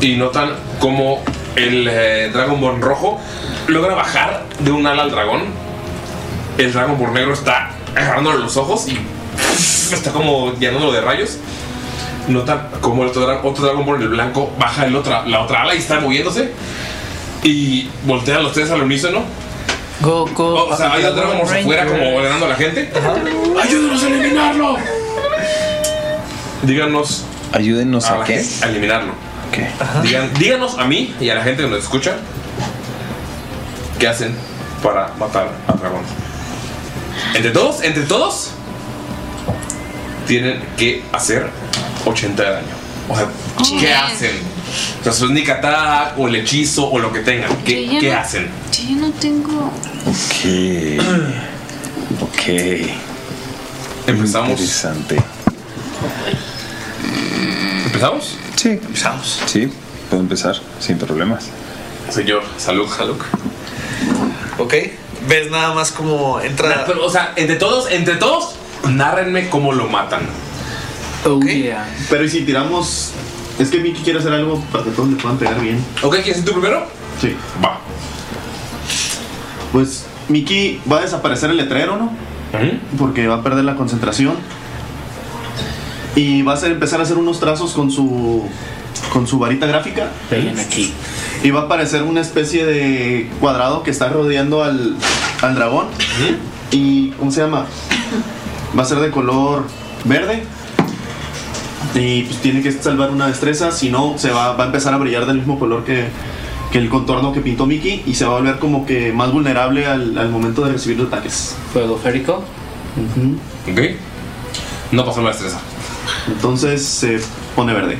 y notan como el eh, Dragonborn rojo logra bajar de un ala al dragón. El Dragonborn negro está agarrándole los ojos y está como llenándolo de rayos. Notan como el otro, dra- otro Dragonborn, el blanco, baja el otra, la otra ala y está moviéndose. Y voltean los tres al unísono
Go, go.
Oh, o sea, hay otro como si fuera como ordenando a la gente. ¡Ayúdenos a eliminarlo! Díganos.
Ayúdenos
a, la gente a eliminarlo. Digan- díganos a mí y a la gente que nos escucha qué hacen para matar a dragón. Entre todos, entre todos, tienen que hacer 80 de daño. O sea,
Muy
¿qué
bien.
hacen? O sea, su sneak attack o el hechizo o lo que tengan.
Yo
¿Qué,
ya
qué
no-
hacen?
Yo ya no tengo.
Ok. Ok.
Empezamos.
Interesante.
¿Empezamos?
Sí. Empezamos. Sí, puedo empezar sin problemas.
Señor, salud, salud.
Ok. Ves nada más como entra.
Na- pero, o sea, entre todos, entre todos, nárrenme cómo lo matan.
Pero ¿y si tiramos. Es que Mickey quiere hacer algo para que todos le puedan pegar bien.
Ok, ¿quieres ser tú primero?
Sí.
Va.
Pues Mickey va a desaparecer el letrero, ¿no? Porque va a perder la concentración. Y va a hacer- empezar a hacer unos trazos con su. con su varita gráfica.
aquí.
Y va a aparecer una especie de cuadrado que está rodeando al, al dragón. Y. ¿cómo se llama? Va a ser de color verde. Y pues tiene que salvar una destreza, si no, se va, va a empezar a brillar del mismo color que, que el contorno que pintó Mickey y se va a volver como que más vulnerable al, al momento de recibir los ataques.
Fuego férico.
Ok. No pasó la destreza.
Entonces se pone verde.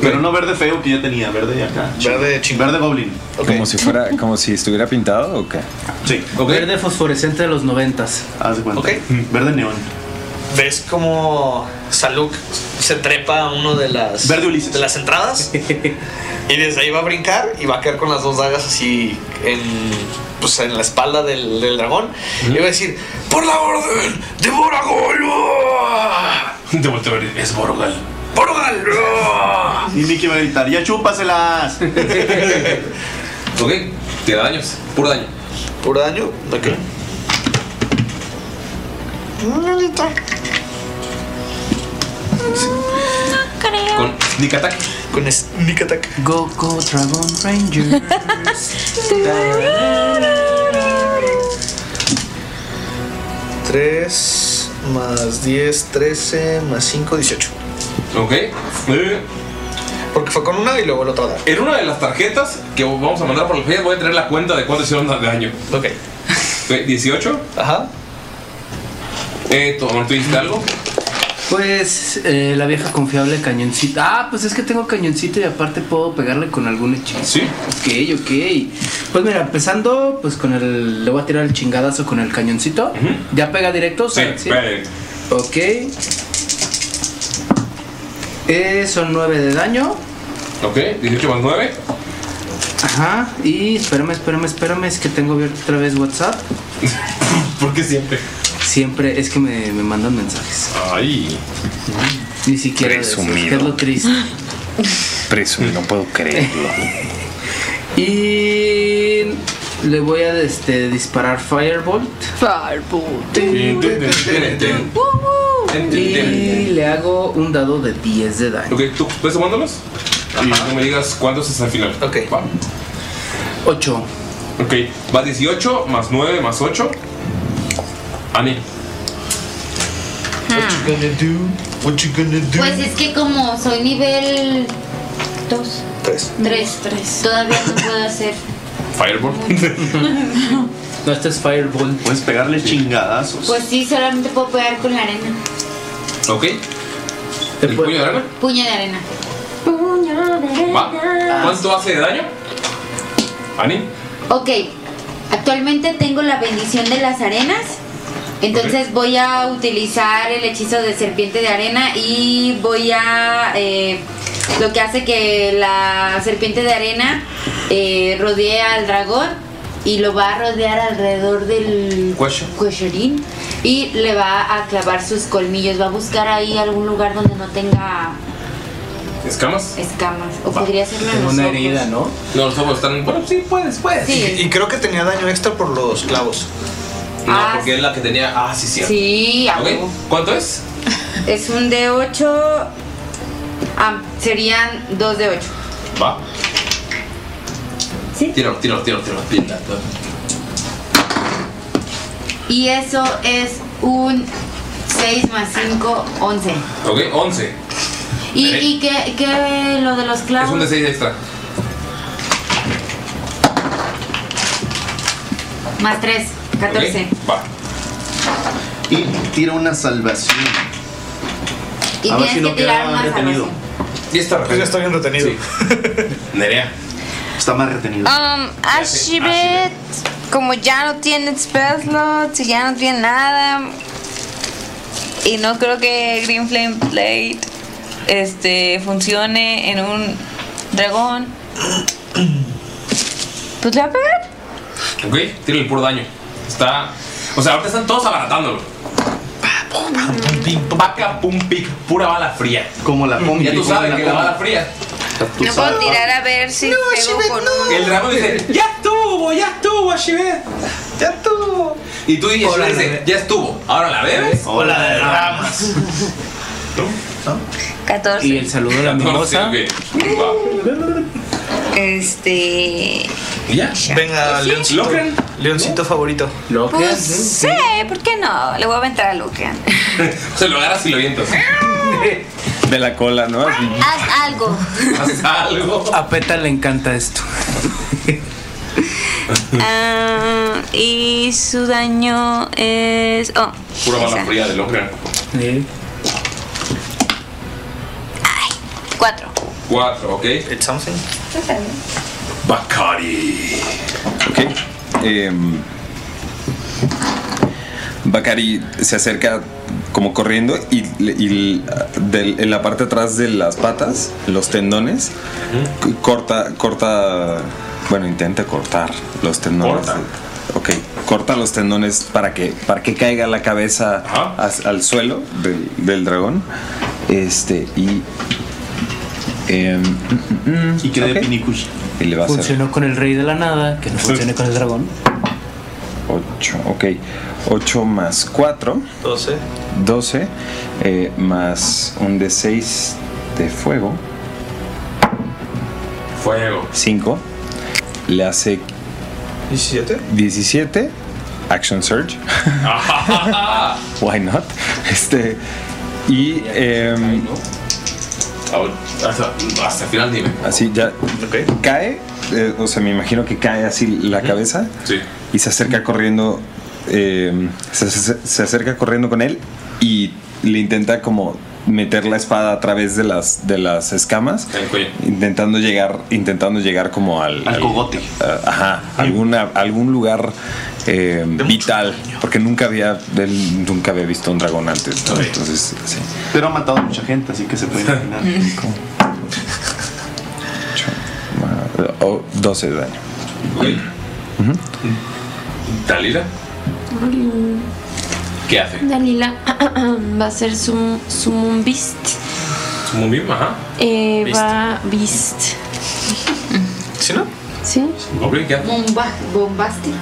Pero no verde feo que ya tenía, verde acá. Verde Verde goblin.
Como si fuera, como si estuviera pintado o qué?
Sí.
Verde fosforescente de los noventas.
Haz de cuenta. Mm. Verde neón.
¿Ves como Saluk se trepa a uno de las de las entradas? y desde ahí va a brincar y va a caer con las dos dagas así en pues en la espalda del, del dragón y va a decir por la orden de Boragolo.
Te volteo a ver, es Borgal.
¡Borgal!
Y Mickey va a gritar, ya chúpaselas.
ok, tira daños. Puro daño.
Puro daño, ok.
Con sneak attack.
Con sneak attack.
Go, go, Dragon Ranger.
Tres más 10, 13 más 5, 18.
Ok.
Porque fue con una y luego la otra daga.
En una de las tarjetas que vamos a mandar por el Facebook voy a tener la cuenta de cuánto hicieron de daño.
Ok.
18.
Ajá.
Eh, ¿tú, ¿Tú hiciste algo?
Pues eh, la vieja confiable cañoncita. Ah, pues es que tengo cañoncito y aparte puedo pegarle con algún hechizo.
Sí.
Ok, ok. Pues mira, empezando, pues con el. Le voy a tirar el chingadazo con el cañoncito. ¿Ya pega directo? Sí, Ok. Eh, son 9 de daño.
Ok, 18 más 9.
Ajá. Y espérame, espérame, espérame. Es que tengo abierto otra vez WhatsApp.
¿Por qué siempre?
Siempre es que me, me mandan mensajes.
Ay.
Ni siquiera. de esos,
Presumido.
que es lo triste.
Presumido, no puedo creerlo.
Y le voy a este, disparar Firebolt. Firebolt. Y le hago un dado de 10 de daño.
Ok, tú ves sumándolos y no me digas cuántos es al final. Ok. Va.
8.
Ok, va 18 más 9 más 8. Ani.
Ah, Pues es que como soy nivel 2,
3.
3, 3, todavía no puedo hacer.
Fireball.
no, este es Fireball.
Puedes pegarle chingadazos.
Pues sí, solamente puedo pegar con la arena.
Ok. ¿El puño de arena?
Puño de arena.
Va. ¿Cuánto hace de daño? Ani.
Ok, actualmente tengo la bendición de las arenas. Entonces voy a utilizar el hechizo de serpiente de arena y voy a... eh, lo que hace que la serpiente de arena eh, rodee al dragón y lo va a rodear alrededor del
Cuello.
cuellorín y le va a clavar sus colmillos. Va a buscar ahí algún lugar donde no tenga
¿Escamas?
escamas. O podría hacerlo en los ojos.
herida, ¿no?
No, los ojos están. Bueno, sí, puedes, puedes.
Sí.
Y, y creo que tenía daño extra por los clavos.
No,
Ah,
porque es la que tenía. Ah, sí, cierto.
Sí, a
Ok,
huevo.
¿Cuánto es?
Es un de 8. serían 2 de 8.
Va. ¿Sí? Tiro, tiro, tiro, tiro. Pinta.
Y eso es un 6 más 5, 11.
Ok, 11.
¿Y, y qué, qué lo de los
Es un de
clavos?
6 extra.
Más 3, 14.
Va.
Y tira una salvación.
Y
A
tienes
ver Ah, si
que
no
tirar
queda
más
retenido.
Y está retenido.
Pues está bien retenido.
Nerea.
Está más retenido.
Ah.
Um, Ashibet, como ya no tiene spell slots y ya no tiene nada, y no creo que Green Flame Blade este, funcione en un dragón, pues le va a pegar.
Ok, tira el puro daño. Está. O sea, ahorita están todos abaratándolo. Pa, pum, pam, pum, pim, pum, Paca, pum, pic. Pura bala fría.
Como la combi.
Ya tú
como
sabes
la
que la
combi.
bala fría.
No puedo tirar a ver si pego con un-
El dragón dice: ¡Ya estuvo! ¡Ya estuvo, Ashibet! ¡Ya estuvo! Y tú y Ashibet dice: Ya estuvo. ¿Ahora la bebes?
O la
derramas.
14.
Y el saludo a la mimosa.
Este.
Ya.
Venga, Leoncito. Leoncito favorito.
Pues sí, ¿por qué no? Le voy a aventar a Lucan.
Se lo agarras y lo vientas.
De la cola, ¿no?
Haz algo.
Haz algo.
A Peta le encanta esto.
Mm.
Ah, y su daño es. Oh,
Pura bala
esa.
fría del hombre.
Cuatro.
4, ok.
It's something.
Bacari.
Ok. em, Bacari se acerca como corriendo y, le- y del- en la parte de atrás de las patas, los tendones, c- corta, corta, bueno, intenta cortar los tendones.
Corta.
Ok, corta los tendones para que, para que caiga la cabeza as- al suelo del, del dragón. Este, y. em, mm, mm, mm,
Y quede
ok.
pinicus.
Y le va a hacer
Funcionó con el rey de la nada, que no funcione con el dragón.
8, ok. 8 más 4,
12.
12, eh, más un de 6 de fuego,
Fuego.
5, le hace
17.
17, action surge, why not? Este, y... em,
Ahora, Hasta, hasta el final dime.
Así ya cae, eh, o sea, me imagino que cae así la cabeza y se acerca corriendo, eh, se, se- se acerca corriendo con él y le intenta como meter la espada a través de las de las escamas, intentando llegar, intentando llegar como al, al cogote, ajá, alguna algún lugar eh, vital, porque nunca había él nunca había visto un dragón antes, ¿no? entonces sí.
Pero ha matado a mucha gente, así que se puede imaginar.
O 12 de daño.
¿Talira? ¿Qué hace?
Dalila va a hacer su, su Moon Beast.
Muy bien, ajá.
Eh,
Beast.
Va Beast.
¿Sí no?
¿Sí?
Goblin, ¿qué haces?
Bomba, bombastic.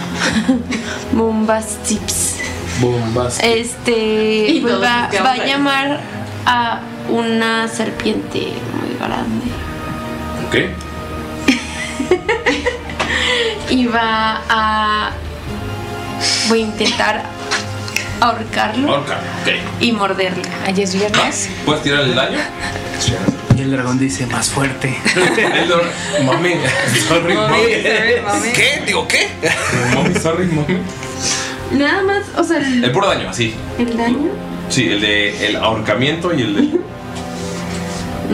Bombas tips.
Bombas.
Este
Y
pues,
todos
va,
nos quedamos
va a
ahí.
llamar a una serpiente muy grande
Ok.
y va a voy a intentar ahorcarlo
Orca. Ok.
y morderlo. Ayer es viernes.
¿Puedes tirar el daño?
Y el dragón dice más fuerte.
El dragón. Mami. Sorry, mami.
¿Qué? ¿Digo qué?
Mami, sorry, mami.
Nada más, o sea, el,
Eh,
El puro daño, sí.
el daño.
Sí, el de el ahorcamiento y el de.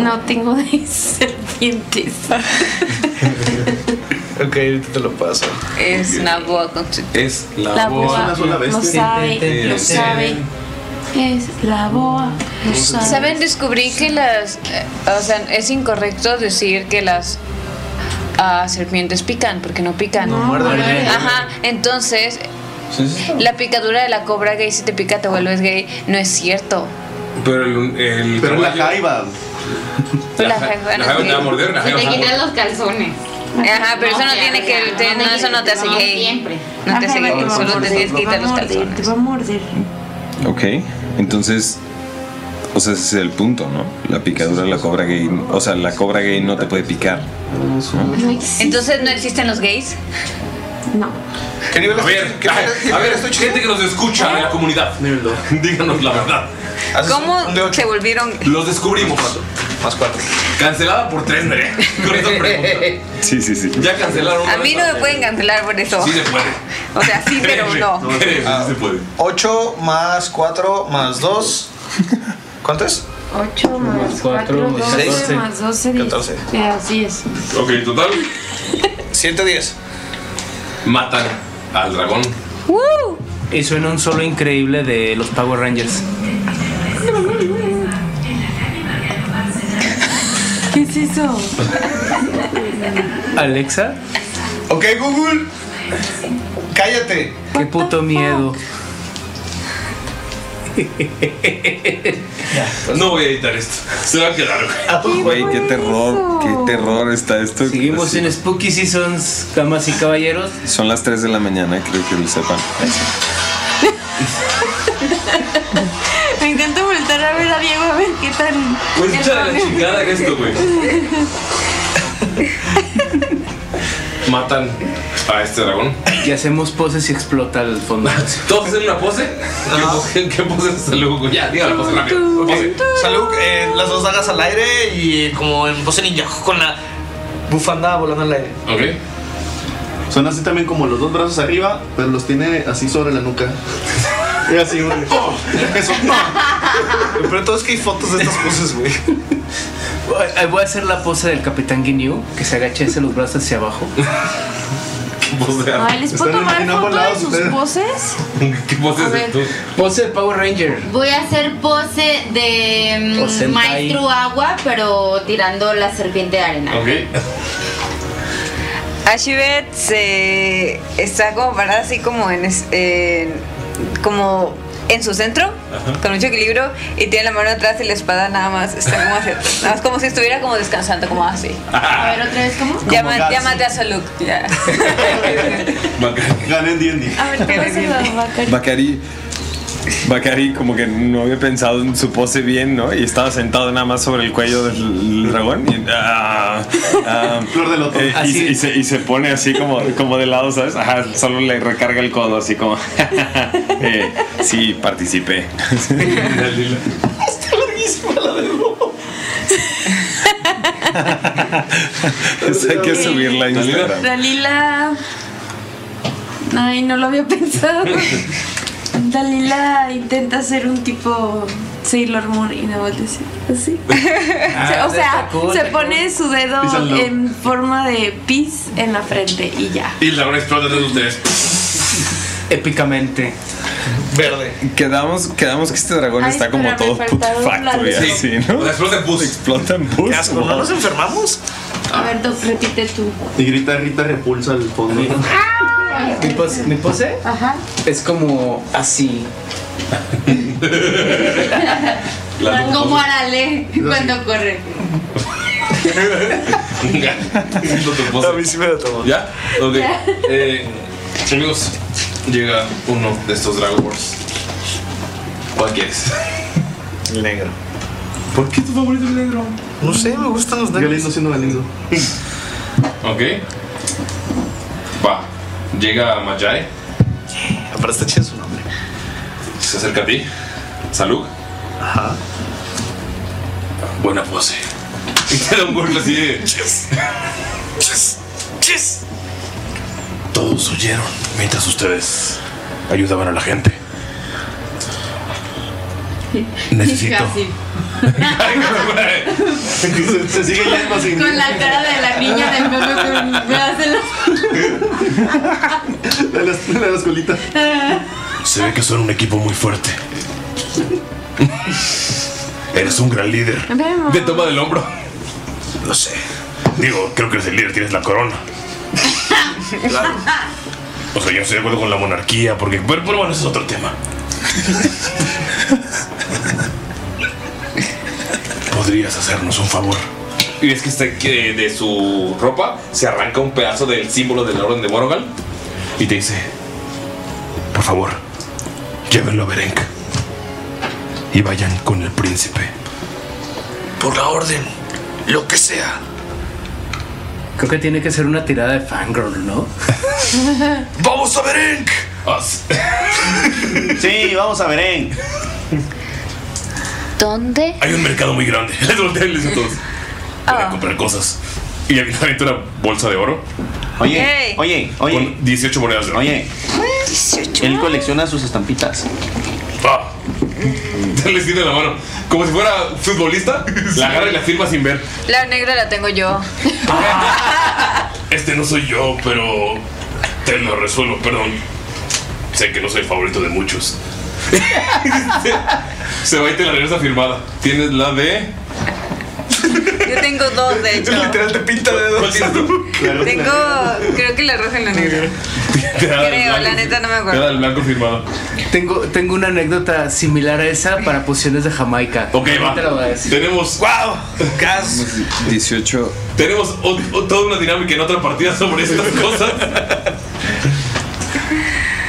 No tengo de serpientes.
Ok, ahorita te lo paso.
Es una boa constrictor.
Es la,
La
voz.
boa. Es una sola bestia. Lo sabe, lo sabe. Es la boa. lo sabe.
Saben, descubrí que las. eh, o sea, es incorrecto decir que las ah, serpientes pican, porque no pican.
No, muerden. Muerden.
Ajá, entonces. La picadura de la cobra gay, si te pica te vuelves gay, no es cierto.
Pero el. el
Pero la jaiba.
La jaiba no es gay.
Si te quitas los calzones.
Ajá, pero eso no
ya,
tiene que.
ya,
te-
no,
no, eso no te hace
no,
gay.
siempre.
No te hace
Ajá,
gay,
va a
solo te
morder,
tienes que
va a
quitar los
morder,
calzones.
Te va a morder.
Ok, entonces. O sea, ese es el punto, ¿no? La picadura de la cobra gay. O sea, la cobra gay no te puede picar. ¿no?
Entonces no existen los gays.
No.
¿Qué nivel a ver, a ver, gente que nos escucha en la comunidad. Díganos la verdad.
¿Cómo se volvieron?
Los descubrimos. Más cuatro. Cancelada por tres, Nerea. Con esa pregunta.
Sí, sí, sí.
Ya cancelaron.
A mí no me pueden cancelar por eso.
Sí se puede.
O sea, sí, pero no.
Ah,
8 más 4 más 2. ¿Cuánto es?
8 más
cuatro,
4, 12
dieciséis.
más 12,
14.
Así es.
Ok, total.
110.
Matan al dragón.
Y suena un solo increíble de los Power Rangers.
¿Qué es eso?
Alexa.
Ok, Google. Cállate.
Qué puto miedo.
No voy a editar esto. Se va a quedar.
Güey, qué terror, qué terror está esto.
Pues
Seguimos en Spooky Seasons, damas y caballeros.
Son las 3 de la mañana, creo que lo sepan.
Me encanta voltar a ver a Diego a ver qué tan.
Pues echa la chingada que esto, güey. Matan a este dragón.
Y hacemos poses y explota el fondo.
¿Todos hacen una pose? ¿Qué pose, qué pose es esa, loco? Ya, diga la pose rápido. Pose.
Salud, eh, las dos dagas al aire y como en pose ninja con la bufanda volando al aire.
Ok.
Son así también como los dos brazos arriba, pero los tiene así sobre la nuca. Y así, un. Eso,
no. Pero todo es que hay fotos de estas poses, güey.
Voy- Voy a hacer la pose del Capitán Guinea, que se agacha hacia los brazos hacia abajo.
Ay, ¿les puedo tomar foto de sus voces?
¿Qué pose
A
es
ver.
tú?
Pose de Power Ranger.
Voy a hacer pose de mm,
O sentai.
maestro agua, pero tirando la serpiente de arena.
Ashibet se está como parada así como en, es- en- como en su centro
Ajá.
con mucho equilibrio y tiene la mano atrás y la espada nada más está como hacia- nada más como si estuviera como descansando como así.
A
ver otra vez cómo?
Llama-
Gatsby.
llámate a Saluk. ya.
Gané en D&D.
A ver, ¿qué pasa?
Bacari. Bacari como que no había pensado en su pose bien, ¿no? Y estaba sentado nada más sobre el cuello del dragón y, ah, ah, eh, y- y se, y se pone así como, como de lado, ¿sabes? Ajá, solo le recarga el codo así como... eh, sí, participé.
Está larguísima la de
Eso Pues hay que subirla a Instagram.
Dalila. Ay, no lo había pensado. Dalila intenta ser un tipo Sailor Moon y nada más decir así.
Ah,
o sea,
está cool,
se
está
pone su dedo
Písalo.
en forma de pis en la frente y ya.
Y el dragón explota detrás de ustedes.
Épicamente.
Verde.
Quedamos, quedamos que este dragón
Ay,
está como
espera,
todo
me faltaron
putrefacto y
las-
así, ¿no?
Explota en pus.
Explota en pus. wow.
enfermamos?
A ver, Doc, repite tú.
Y grita Rita repulsa al fondo.
Ah.
Mi pose, mi pose
Ajá.
es como así.
Como Arale cuando corre.
A mí sí me lo tomó. ¿Ya? Ok. Eh, amigos, llega uno de estos Dragonborns. ¿Cuál quieres?
El negro.
¿Por qué tu favorito es el negro?
No sé, me gustan los negros.
Galindo siendo Galindo.
Ok. Va. Llega Majai.
este
Aparte está chido su nombre. Se acerca a ti. Salud. Ajá. Buena pose. Y te da un golpe así de. Yes. Yes. Yes.
Todos huyeron mientras ustedes ayudaban a la gente. Necesito.
Casi.
se, se sigue yendo así.
Con la cara de la niña del meme que me hace
De las, de las colitas.
los-
Se ve que son un equipo muy fuerte. Eres un gran líder.
Vemos.
Te toma del hombro. No sé. Digo, creo que eres el líder, tienes la corona. Claro. O sea, yo no estoy de acuerdo con la monarquía, porque. Pero, pero bueno, ese es otro tema.
¿Podrías hacernos un favor? Y ves que está que de su ropa se arranca un pedazo del símbolo del orden de Borogal y te dice:
Por favor, llévenlo a Berenk. Y vayan con el príncipe.
Por la orden, lo que sea.
Creo que tiene que ser una tirada de fangirl, ¿no?
¡Vamos a Berenk!
Ah,
Sí, vamos a ¿eh? Berenk.
¿Dónde?
Hay un mercado muy grande. Les voltean y les dicen a todos. Voy a comprar cosas. Y alguien avienta una bolsa de oro.
Oye, Hey. oye, oye.
Con 18 monedas de oro.
Oye, él colecciona sus estampitas.
¡Pa! Le tiende la mano. Como si fuera futbolista, la agarra y la firma sin ver.
La negra la tengo yo.
Este no soy yo, pero te lo resuelvo, perdón. Sé que no soy favorito de muchos.
Se va y te la regresa firmada. Tienes la de.
Yo tengo dos, de hecho.
Literal te pinta de dos.
Tengo, creo que la roja y la negra.
Ah,
Creo, la neta no me acuerdo.
el blanco firmado.
Tengo, tengo una anécdota similar a esa para pociones de Jamaica. Ok,
va. Tenemos. ¡Wow! Gas.
18.
Tenemos o- o- toda una dinámica en otra partida sobre estas cosas.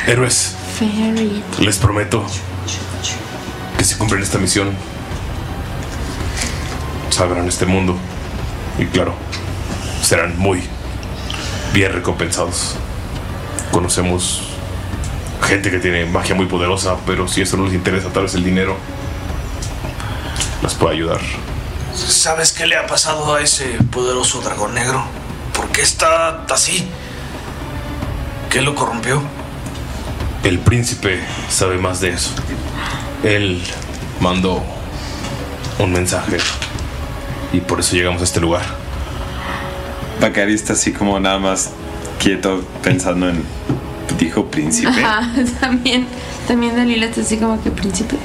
Héroes, les prometo que si cumplen esta misión, salvarán este mundo. Y claro, serán muy bien recompensados. Conocemos gente que tiene magia muy poderosa, pero si eso no les interesa, tal vez el dinero las puede ayudar.
¿Sabes qué le ha pasado a ese poderoso dragón negro? ¿Por qué está así? ¿Qué lo corrompió?
El príncipe sabe más de eso. Él mandó un mensaje y por eso llegamos a este lugar.
Bacari está así como nada más quieto pensando en. Dijo príncipe.
Ajá, también, también Dalila está así como que príncipe.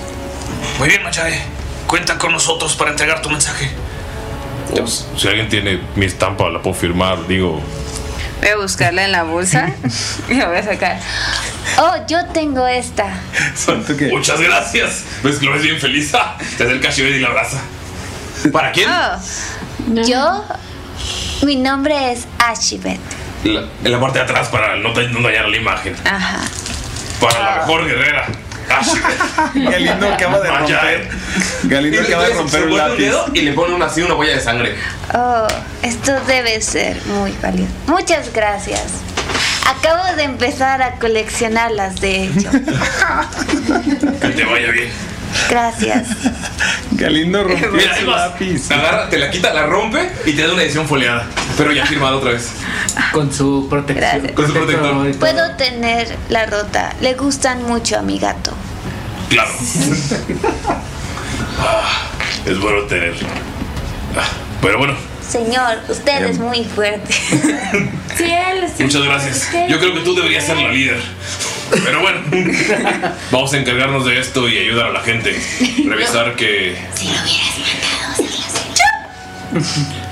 Muy bien, Machae. Cuenta con nosotros para entregar tu mensaje.
Pues, si alguien tiene mi estampa, la puedo firmar. Digo,
Voy a buscarla en la bolsa y la voy a sacar.
Oh, yo tengo esta.
Muchas gracias. Ves que lo ves bien feliz. ¡Ja! Te acerca Shivet y la abraza. ¿Para quién?
Ah. Oh. Yo, mi nombre es Ashibet.
La- en la parte de atrás para no, da- no dañar la imagen.
Ajá.
Para la mejor guerrera.
Galindo acaba de
romper. Galindo
acaba de romper un lápiz.
y le pone una, así una huella de sangre.
Oh, esto debe ser muy valioso. Muchas gracias. Acabo de empezar a coleccionarlas, de hecho.
Que te vaya bien.
Gracias.
Galindo
rompió
Mira,
su
ahí vas. Te agarra, te la quita, la rompe y te da una edición foliada. Pero ya firmada otra vez.
Con su protección.
Con su protector.
Puedo tener la rota. Le gustan mucho a mi gato.
claro. Ah, es bueno tener. Ah, Pero bueno,
Señor, usted es
Em.
muy fuerte. sí,
Muchas gracias. Yo creo que tú deberías ser la líder. Pero bueno, vamos a encargarnos de esto y ayudar a la gente. Revisar que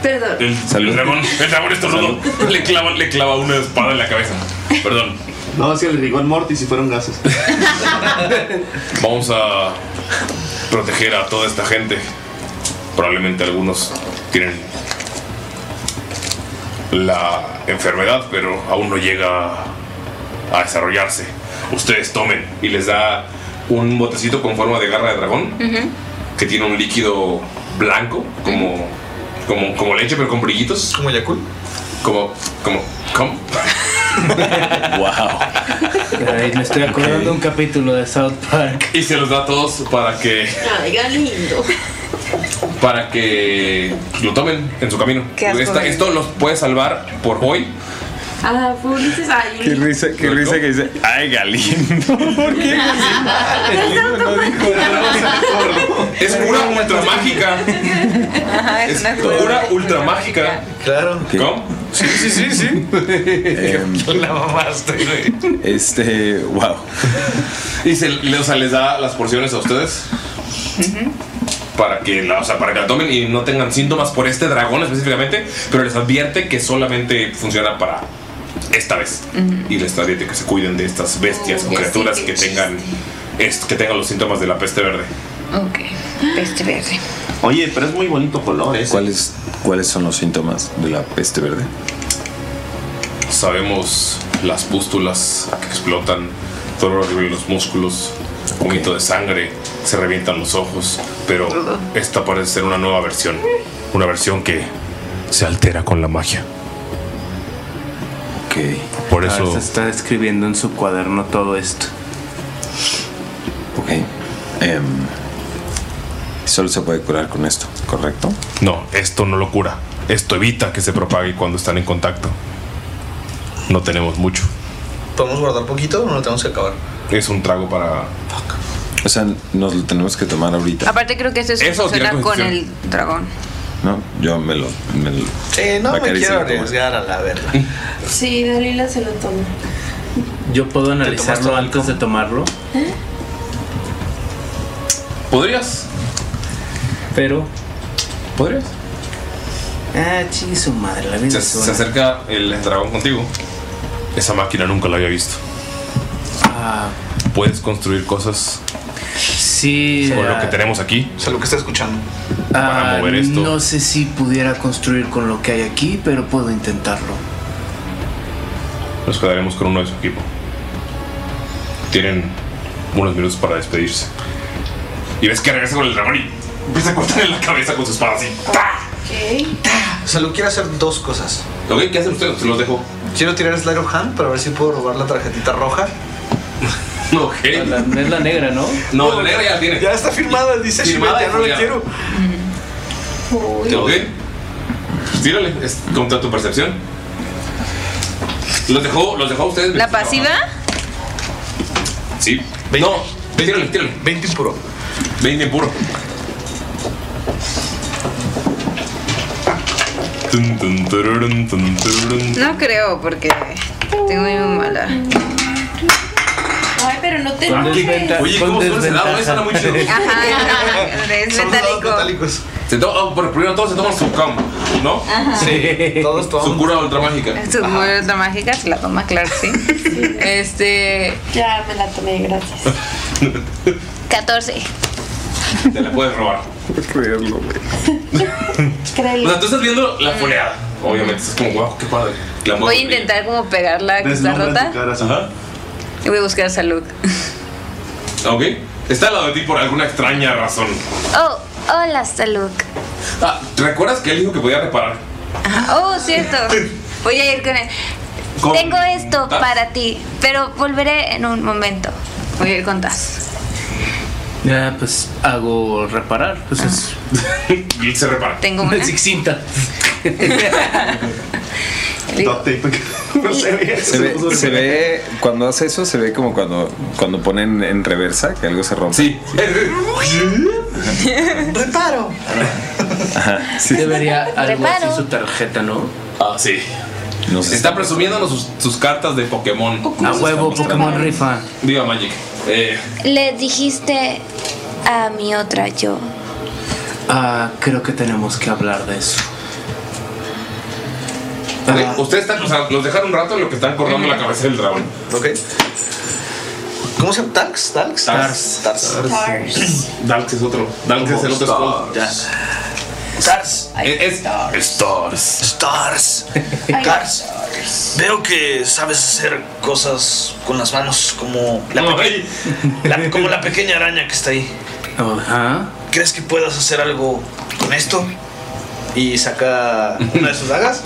Perdón.
el, el dragón, el dragón estornudo, le clava, le clava una espada en la cabeza. Perdón.
No, si el rigor mortis si fueron gases.
Vamos a proteger a toda esta gente. Probablemente algunos tienen la enfermedad, pero aún no llega a desarrollarse. Ustedes tomen y les da un botecito con forma de garra de dragón que tiene un líquido blanco, como, como, como leche, pero con brillitos. Como Yakul. Como, como, ¿cómo? wow.
Ay, me estoy acordando de un capítulo de South Park.
Y se los da a todos para que,
Ay, qué lindo.
para que lo tomen en su camino.
Qué asco,
Esta-
güey.
esto los puede salvar por hoy.
Ah, Ulises, ay,
Qué risa, qué risa que dice, ay, Galindo. ¿Por qué?
Es cura ultra mágica.
Ajá, es,
Es
una
cura ultra mágica. Claro. ¿Cómo? Sí, sí, sí, sí.
La
mamaste,
Este, wow.
Y se, le- o sea, les da las porciones a ustedes para que, la, o sea, para que la tomen y no tengan síntomas por este dragón específicamente, pero les advierte que solamente funciona para esta vez.
Ujú.
Y les advierte que se cuiden de estas bestias o
ya sé
criaturas
qué
que tengan, est- que tengan los síntomas de la peste verde.
Ok, peste verde.
Oye, pero es muy bonito color ¿eh? ¿Cuáles, ¿Cuáles son los síntomas de la peste verde?
Sabemos las pústulas que explotan, dolor horrible en los músculos, vómito de sangre, se revientan los ojos, pero esta parece ser una nueva versión, una versión que se altera con la magia.
Ok.
Por
Ah,
eso-
se está escribiendo en su cuaderno todo esto.
Ok. Em, solo se puede curar con esto, ¿correcto?
No, esto no lo cura, esto evita que se propague cuando están en contacto. No tenemos mucho.
¿Podemos guardar poquito o no lo tenemos que acabar?
Es un trago para...
O sea, nos lo tenemos que tomar ahorita.
Aparte creo que eso es
Eso tiene
funciona con el
constitución.
dragón.
No, yo me lo... Me lo
Sí, no me
Bacari se
quiero
lo toma.
arriesgar a la verdad.
¿Eh?
Sí, Dalila se lo toma.
Yo puedo analizarlo antes de tomarlo.
¿Eh?
¿Podrías?
Pero.
¿Podrías?
Ah, chingue su madre, la vida
Se,
es
se
una.
acerca el dragón contigo. Esa máquina nunca la había visto.
Ah,
Puedes construir cosas
sí.
con lo
ah,
que tenemos aquí. O sea, lo que está escuchando.
ah,
mover esto.
No sé si pudiera construir con lo que hay aquí, pero puedo intentarlo.
Nos quedaremos con uno de su equipo. Tienen unos minutos para despedirse. Y ves que regresa con el dragón y empieza a cortarle la cabeza con su espada así.
Salud quiere hacer dos cosas.
Ok, ¿qué hacen ustedes? Se los dejo.
Quiero tirar Slide of Hand para ver si puedo robar la tarjetita roja.
Ok.
es la negra, ¿no?
No, la negra ya la tiene.
Ya está firmada, dice
Firmada
Shibet, ya
y
no la
foliada.
quiero.
Ok. Tírale, es contra tu percepción. Los dejó, los dejó a ustedes.
¿La pasiva?
Sí. No, tírale, tírale. 20 impuro. 20 impuro. Tun, tun, tururun, tun, tururun.
No creo porque tengo muy mala.
Ay, pero no te
Con desventa- Oye, ¿cómo
con
suena ese lado? Ese suena Ah, muy chido.
Ajá, es metálico.
Se to- ah, pero primero todos se toman su com, ¿no?
Ajá.
Sí. Todos tomamos. Su cura ultramágica.
Su muerta mágica se la toma, claro, sí. Este.
Ya me la tomé, gracias.
14.
Te la puedes robar.
Creerlo, güey.
O sea, tú estás viendo la foleada. Obviamente, estás como, wow, qué padre. La
Voy a intentar como pegarla que está rota
Ajá.
y voy a buscar salud.
Ok. Está al lado de ti por alguna extraña razón.
Oh, hola, Saluk.
Ah, ¿recuerdas que él dijo que podía reparar?
Ajá.
Oh, cierto. Voy a ir con él.
Con-
Tengo esto
Taz.
para ti, pero volveré en un momento.
Voy a ir con Taz.
Ya, pues hago reparar. Pues es.
y se repara.
Tengo una.
Sin cinta.
Se ve, se ve- cuando hace eso, se ve como cuando, cuando ponen en reversa que algo se rompe. Sí.
Reparo.
Debería algo
Reparo.
así su tarjeta, ¿no?
Ah, sí. está presumiéndonos sus, sus cartas de Pokémon.
A huevo, Pokémon rifa.
Diga Magic. Eh,
Le dijiste a mi otra yo.
Ah, creo que tenemos que hablar de eso.
ok, eh, Ustedes están, o sea, los dejaron un rato en lo que están cortando la cabeza del dragón.
Ok. ¿Cómo se llama? ¿Tarks? ¿Tarks?
Tars.
Tars.
Darks es otro. Darks es el otro.
Ya. Stars.
Es, Stars.
Stars.
Ay,
Cars. Veo que sabes hacer cosas con las manos como la, peque- la- como la pequeña araña que está ahí.
Ajá.
¿Crees que puedas hacer algo con esto? Y saca una de sus dagas.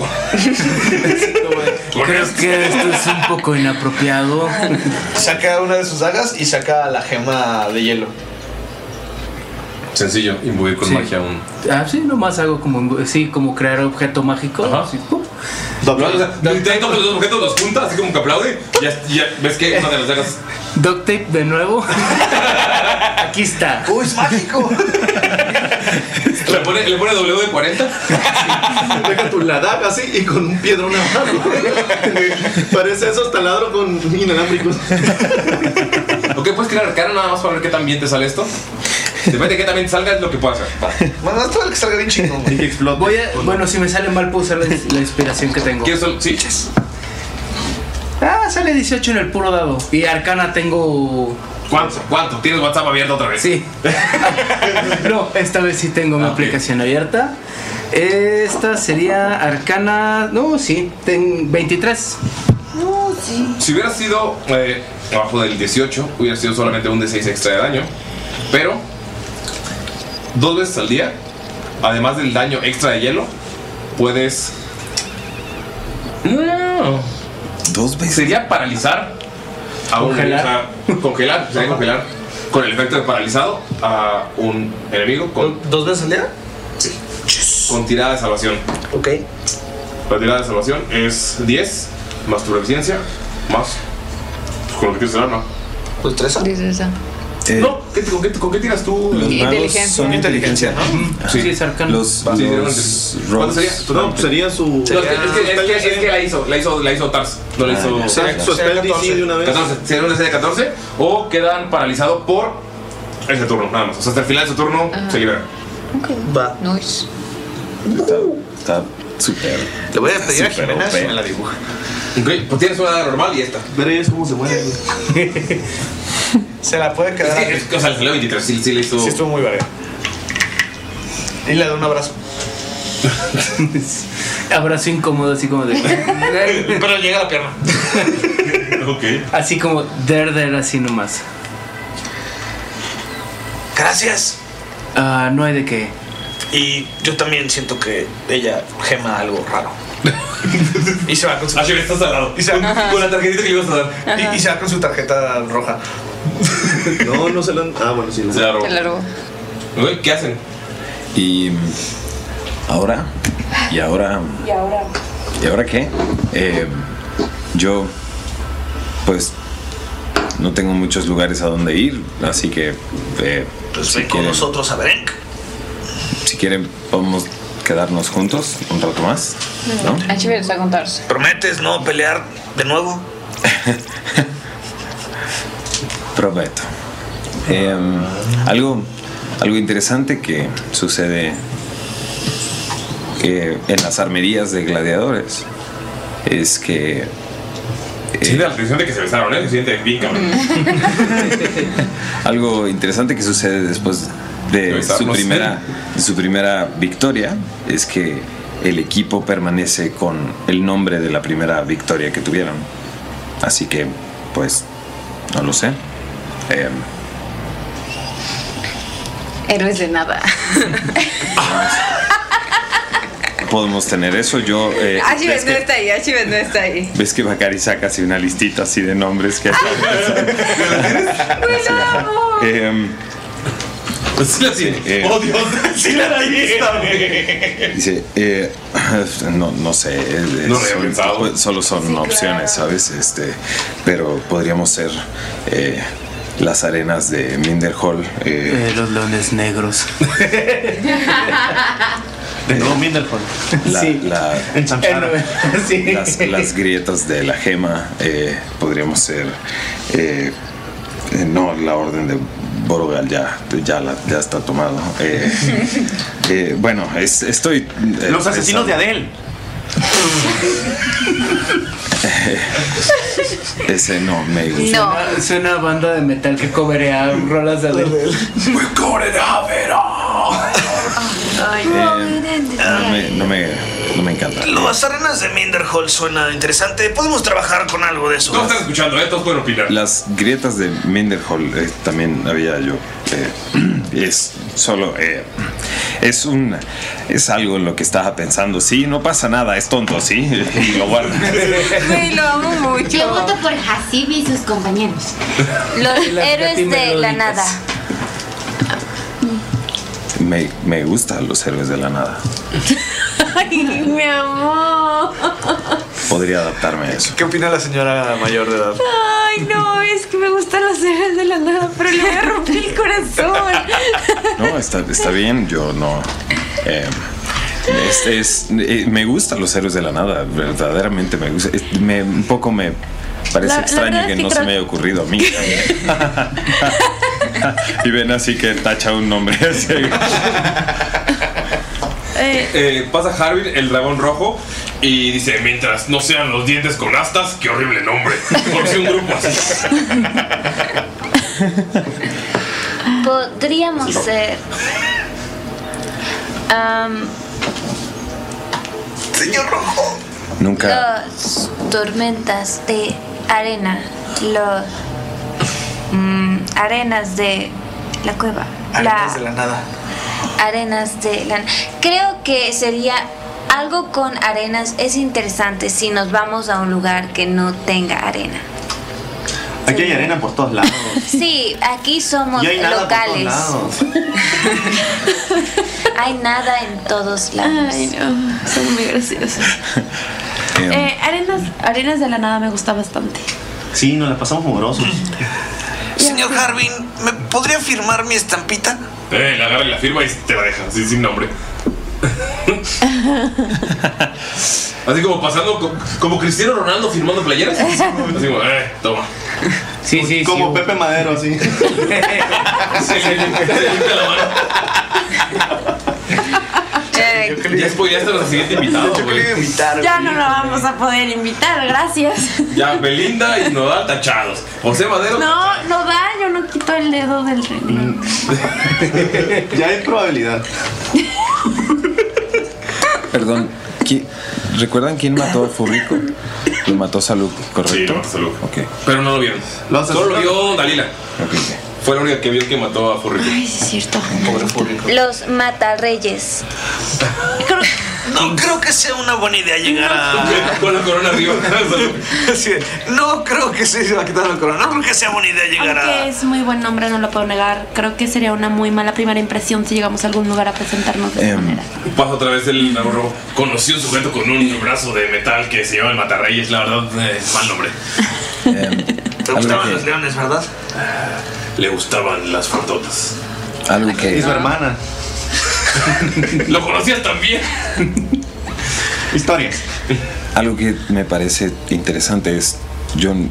Creo que
este
esto es un poco inapropiado.
Saca una de sus dagas y saca la gema de hielo.
Sencillo, imbuir con
Sí.
magia un.
Ah, sí, nomás hago como, sí, como crear objeto mágico. así, pum.
No, o sea, literal, todos los dos objetos los juntas, así como que aplaude. Y ya, ya ves que una de las dagas.
Duct tape de nuevo. Aquí está.
¡Uy, es mágico!
Le pone, le pone W de 40.
Deja tu la daga así y con un piedra una mano. Parece esos taladros con inalámbricos.
Ok, puedes crear arcana nada más para ver qué tan bien te sale esto. Depende de qué tan bien te salga, es lo que puedas hacer.
Bueno, haz todo el que salga bien chingón.
Y que explote.
Voy a, bueno, si me sale mal, puedo usar la, la inspiración que tengo.
¿Quieres sol? Sí.
Ah, sale 18 en el puro dado. Y arcana tengo.
¿Cuánto? ¿Cuánto? ¿Tienes WhatsApp abierto otra vez?
Sí. No, esta vez sí tengo
Ah,
mi aplicación abierta. Esta sería arcana. No, sí, ten 23.
No, sí.
Si hubiera sido eh, abajo del 18, hubiera sido solamente un D6 extra de daño. Pero, dos veces al día, además del daño extra de hielo, puedes. Dos veces. mm, Sería paralizar a un-
Congelar.
o sea, congelar, sería congelar con el efecto de paralizado a un enemigo. Con,
¿Dos veces al día?
Sí. Con tirada de salvación.
Ok.
La tirada de salvación es 10 más tu eficiencia más pues, con lo que tienes el arma.
Pues 3
Dices
No, ¿qué- con, qué, con qué tiras tú?
Eh, Los magos
Inteligencia.
son inteligencia, ¿no?
Sí,
es arcano.
Los, pues,
Sí, sería
los
una-
rolls.
¿Cuánto sería? Total.
su.
No, es que, es, que, es, que, es que la hizo, la hizo, la hizo Tars. No la
Ah,
hizo.
ya. O sea, su
Sería
spell DC
14.
de una vez.
14. Sería una DC de 14 o quedan paralizados por ese turno, nada más. O sea, hasta el final de su turno
Ajá.
se liberan.
Va.
Nice.
Está súper.
Le voy a
pedir a Jimena si me la
dibuja.
Ok, pues tienes una daga normal y esta.
Veréis cómo se muere.
Se la puede
quedar. Es que, o sea, le salió 23, sí, sí le hizo.
Sí, estuvo muy vaga. Y le da un abrazo.
Abrazo incómodo, así como de.
Pero llega a la pierna.
Así como derder, así nomás.
Gracias.
Ah, no hay de qué.
Y yo también siento que ella gema algo raro. y se va con su.
estás al lado.
Y se va
Con la tarjetita que ibas a dar.
Y, y se va con su tarjeta roja.
No, no se la han. Ah, bueno, sí.
Se la robó. ¿Qué hacen?
Y mm, ahora, y ahora,
Y ahora.
y ahora qué? Eh, yo, pues, no tengo muchos lugares a donde ir, así que eh, si
Ven Pues con
quieren-
nosotros a ¿eh? Berenk.
si quieren podemos quedarnos juntos un rato más, ¿no?
Ah, chévere, está a contarse.
¿Prometes no pelear de nuevo?
Prometo. Em, algo, algo interesante que sucede eh, en las armerías de gladiadores es que.
Sí, la impresión de que se besaron, ¿eh? Se siente bien, cabrón.
Algo interesante que sucede después de su
besarnos.
primera, de su primera victoria es que el equipo permanece con el nombre de la primera victoria que tuvieron. Así que, pues, no lo sé. Em,
Héroes de nada.
podemos tener eso. Yo. eh,
Ashibet
ves,
no
que,
está ahí, Ashibet no está ahí.
ves que Bacari saca así una listita así de nombres que. Em, eh,
¡Oh, Dios! ¡Sí la lista, güey!
Dice, eh, no, no sé, eh,
No lo
es-
había pensado.
pues, solo son opciones, ¿sabes? Este, pero podríamos ser eh, las arenas de Minder Hall. eh,
Eh, los leones negros.
eh, la- la- las, las grietas de la gema eh, podríamos ser. eh, eh, no, la orden de Borogal ya, ya, la- ya está tomado. eh, eh, bueno, es- estoy. eh,
Los asesinos
pensando-
de Adel.
Ese no me gusta.
Suena, suena a banda de metal que coberea rolas de Adele.
¡We're
Ah,
No me, no me, Eh, no me encanta.
Las arenas de Minderhall suena interesante. Podemos trabajar con algo de eso.
No están escuchando, ¿eh? Todos pueden opinar.
Las grietas de Minderhall eh, también había yo. eh, es solo. eh, es un. Es algo en lo que estaba pensando. Sí, no pasa nada, es tonto, sí. Y lo guardo.
Güey, lo amo mucho.
Yo voto por Hasib y sus compañeros.
Los
Las
héroes de la
gatimelódicas.
nada.
Me, me gustan los héroes de la nada.
Ay, mi amor.
Podría adaptarme a eso.
¿Qué opina la señora mayor de edad?
Ay, no, es que me gustan los héroes de la nada, pero le voy a romper el corazón.
No, está, está bien, yo no. eh, es- es- eh, me gustan los héroes de la nada, verdaderamente me gusta. es- me- un poco me parece
La- la
extraño
verdad
que
es que
no se
creo-
me haya ocurrido a mí. y ven así que tacha un nombre. así.
Eh, pasa Harvin, el dragón rojo, y dice: Mientras no sean los dientes con astas, qué horrible nombre. Por si un grupo así.
Podríamos ser. am,
Señor Rojo.
Nunca.
Las tormentas de arena. Los. mm, arenas de la cueva.
Arenas
la,
de la nada.
arenas de la. Creo que sería algo con arenas. Es interesante si nos vamos a un lugar que no tenga arena.
Aquí hay arena por todos lados.
Sí, aquí somos
Y hay nada por todos
locales.
lados.
Hay nada en todos lados. Ay, no. Son muy graciosos.
Eh, arenas, arenas de la nada me gusta bastante.
Sí, nos la pasamos mugrosos.
Señor Harvin, ¿me podría firmar mi estampita?
Eh, la agarra y la firma y te la deja, así, sin nombre. Así como pasando, co- como Cristiano Ronaldo firmando playeras. Así como, eh, toma.
Sí, sí,
Como Pepe Madero, así.
Se le- se le limpia la mano. Ya spoileaste a nuestro siguiente invitado, güey.
Ya no la vamos a poder invitar, gracias.
Ya, Belinda y Nodal tachados. José Madero.
No, no va, yo no quito el dedo del reloj.
ya hay probabilidad.
Perdón, ¿qui- ¿recuerdan quién mató a Furrico? Lo mató Salud, ¿correcto? Sí, lo mató
Salud.
Ok.
Pero no lo vieron. Solo lo vio Dalila. Fue la única que vio que mató a Furrico.
Ay, sí es cierto.
Pobre Furrico.
Los matarreyes.
No creo que sea una buena idea llegar a.
Con la corona arriba.
no creo que sea. Se va quitando la corona. No creo que sea buena idea llegar
Aunque es muy buen nombre, no lo puedo negar. Creo que sería una muy mala primera impresión si llegamos a algún lugar a presentarnos.
Em,
de-
Pasa otra vez el dragón rojo. Conocí a un sujeto con un brazo de metal que se llama el Matarreyes. La verdad, eh, mal nombre.
a. Te gustaban los leones, ¿verdad?
Ah, Le gustaban las fantotas.
Algo que.
Es su hermana.
Lo conocías también.
Historias.
Algo que me parece interesante es, yo n-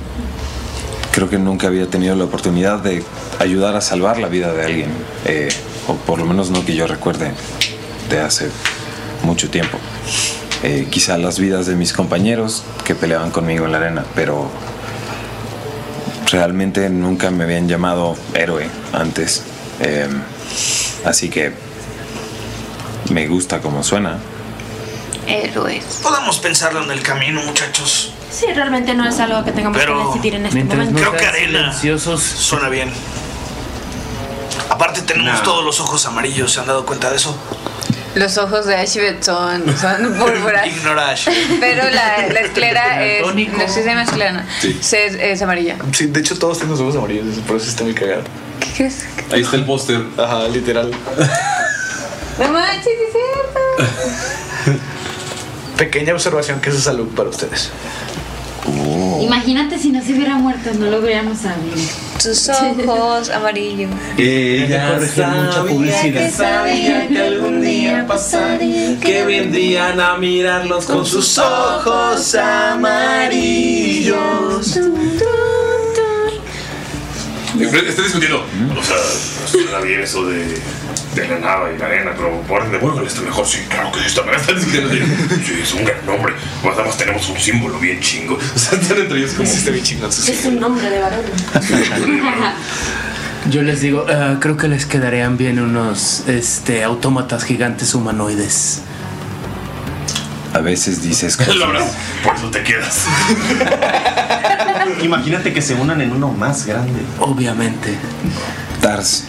creo que nunca había tenido la oportunidad de ayudar a salvar la vida de alguien, eh, o por lo menos no que yo recuerde de hace mucho tiempo. Eh, quizá las vidas de mis compañeros que peleaban conmigo en la arena, pero realmente nunca me habían llamado héroe antes. Eh, así que me gusta como suena.
Héroes. Podemos pensarlo en el camino, muchachos.
Sí, realmente no es algo que tengamos que
Pero-
decidir en este
Mientras no
momento.
Creo que arena. Suena bien. Aparte, tenemos
Nah.
todos los ojos amarillos. ¿Se han dado cuenta de eso?
Los ojos de Ashbet son,
Ah,
son púrpuras.
Ignora Ash.
Pero la, la esclera es.
Daltónico.
No sé si se llama esclera.
Sí.
no. Se- Es, amarilla.
Sí, de hecho, todos tenemos ojos amarillos. Por eso está muy cagado.
¿Qué crees?
Ahí está el póster.
Ajá, literal.
No manches, sí es cierto.
Pequeña observación que es salud para ustedes.
Oh. Imagínate si no se hubiera muerto, no lo hubiéramos sabido.
Sus ojos amarillos.
Ella
mucha
publicidad.
sabía que algún día pasaría.
que vendrían a mirarlos con sus ojos amarillos.
Estoy discutiendo. O sea, suena bien eso de, de la nada y la arena, pero por de acuerdo con esto mejor. Sí, claro que sí, está me están discutiendo. Sí, es un gran nombre. Más además tenemos un símbolo bien chingo. O sea, están entre ellos como. Sí, está bien chingón.
Es un nombre de varón.
Yo les digo, "Ah, creo que les quedarían bien unos este, autómatas gigantes humanoides.
A veces dices
cosas.
Por eso te quedas.
Imagínate que se unan en uno más grande.
Obviamente.
Tars.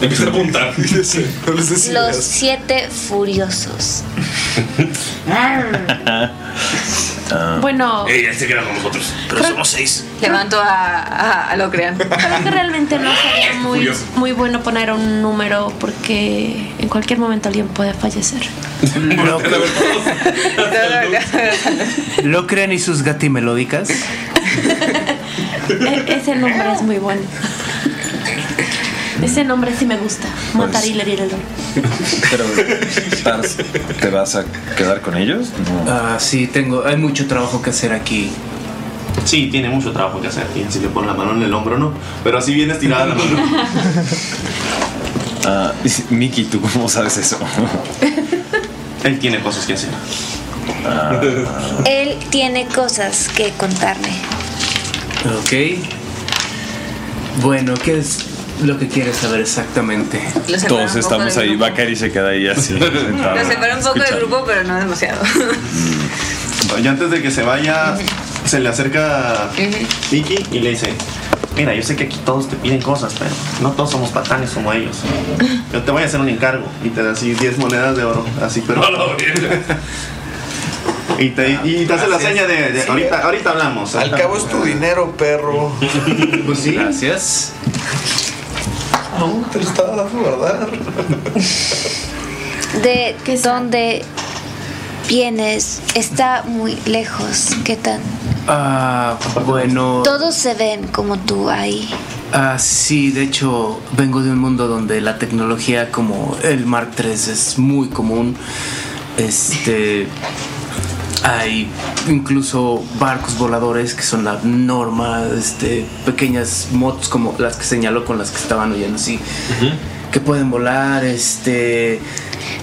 Empieza a apuntar. No les des
Los
ideas.
siete furiosos.
Bueno.
Ella se queda con nosotros.
Pero
somos seis.
Levanto a, a, a lo crean.
Creo que realmente no sería muy,
Curioso.
muy bueno poner un número porque en cualquier momento alguien puede fallecer.
¿Lo crean y sus gatimelódicas?
E- ese nombre es muy bueno. Ese nombre sí me gusta. Matar y
Pero, Tars, ¿te vas a quedar con ellos?
Ah, sí, tengo. Hay mucho trabajo que hacer aquí.
Sí, tiene mucho trabajo que hacer. Fíjense que pon la mano en el hombro, ¿no? Pero así bien estirada la mano.
Ah, Miki, ¿tú cómo sabes eso?
Él tiene cosas que hacer.
Ah,
Ah.
Él tiene cosas que contarme.
Ok. Bueno, ¿qué es lo que quieres saber exactamente?
Lo separo Todos un poco estamos del ahí. grupo.
Bacari se queda ahí así.
Lo separo un poco del grupo, pero no demasiado.
Y antes de que se vaya, se le acerca Vicky y le dice: Mira, yo sé que aquí todos te piden cosas, pero no todos somos patanes como ellos. Yo te voy a hacer un encargo y te da así 10 monedas de oro, así, pero. y te, y te hace la
Gracias.
seña de. de-
Sí.
ahorita, ahorita hablamos.
Al cabo es tu dinero, perro.
Pues sí. Gracias.
No, te lo estaba dando, ¿verdad?
De dónde vienes está muy lejos. ¿Qué tan?
Ah, bueno.
Todos se ven como tú ahí.
Ah, sí, de hecho, vengo de un mundo donde la tecnología como el Mark III es muy común. Este. Hay incluso barcos voladores que son la norma, este, pequeñas motos como las que señaló con las que estaban huyendo así, que pueden volar, este.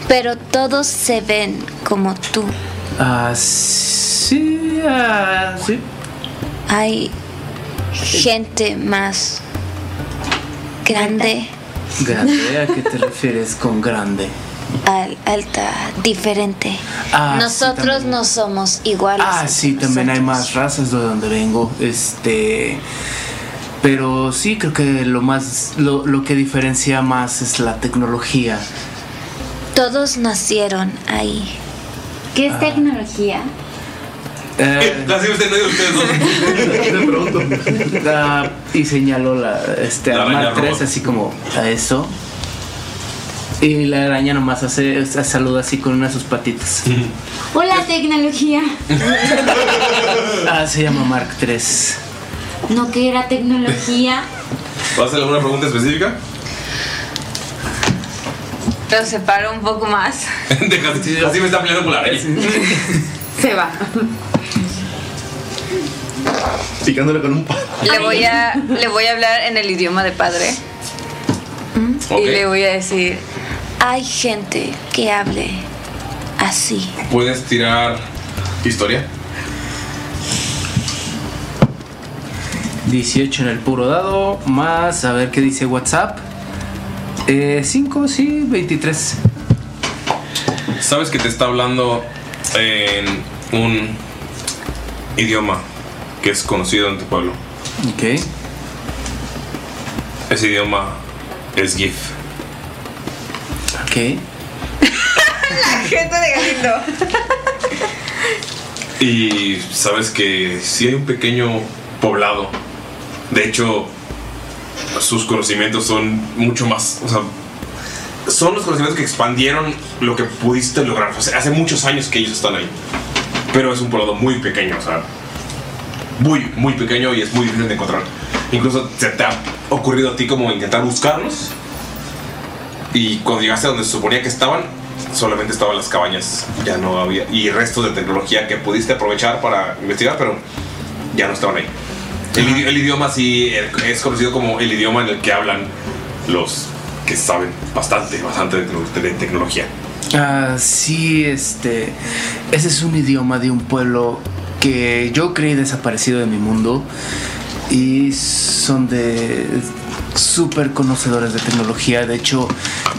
Pero todos se ven como tú.
ah, sí, ah, sí.
Hay gente más grande,
Grande, ¿a qué te refieres con grande?
al- alta, diferente.
Ah, sí,
Nosotros
también.
no somos iguales.
Ah, sí, también hay más razas de donde vengo. Este. Pero sí, creo que lo más. Lo, lo que diferencia más es la tecnología.
Todos nacieron ahí. ¿Qué
Ah.
es tecnología?
Eh,
Así usted no dijo ustedes
ah, y señaló la, este,
La
al
araña
Mark III,
robot.
así como a eso. Y la araña nomás hace, hace- saluda así con una de sus patitas.
Hola, tecnología.
ah, se llama Mark III.
No que era tecnología.
¿Vas a hacer alguna pregunta específica?
Lo separo un poco más.
Deja, así me está peleando con la araña.
Se va.
Picándole con un palo.
Le voy a, le voy a hablar en el idioma de padre.
Ok.
Y le voy a decir.
Hay gente que hable así.
¿Puedes tirar historia?
18 en el puro dado, más a ver qué dice WhatsApp. 5, sí, 23.
Sabes que te está hablando en un idioma que es conocido en tu pueblo.
Ok.
Ese idioma es GIF.
Ok.
La gente de Galindo.
Y sabes que sí hay un pequeño poblado. De hecho, sus conocimientos son mucho más. O sea, son los conocimientos que expandieron lo que pudiste lograr. O sea, hace muchos años que ellos están ahí. Pero es un poblado muy pequeño, o sea, muy, muy pequeño y es muy difícil de encontrar. Incluso se te ha ocurrido a ti como intentar buscarlos. Y cuando llegaste a donde se suponía que estaban, solamente estaban las cabañas. Ya no había. Y restos de tecnología que pudiste aprovechar para investigar, pero ya no estaban ahí. El, idi- el idioma sí el- es conocido como el idioma en el que hablan los que saben bastante, bastante de, tecno- de tecnología.
Ah, sí, este. Ese es un idioma de un pueblo que yo creí desaparecido de mi mundo. Y son de. súper conocedores de tecnología. De hecho,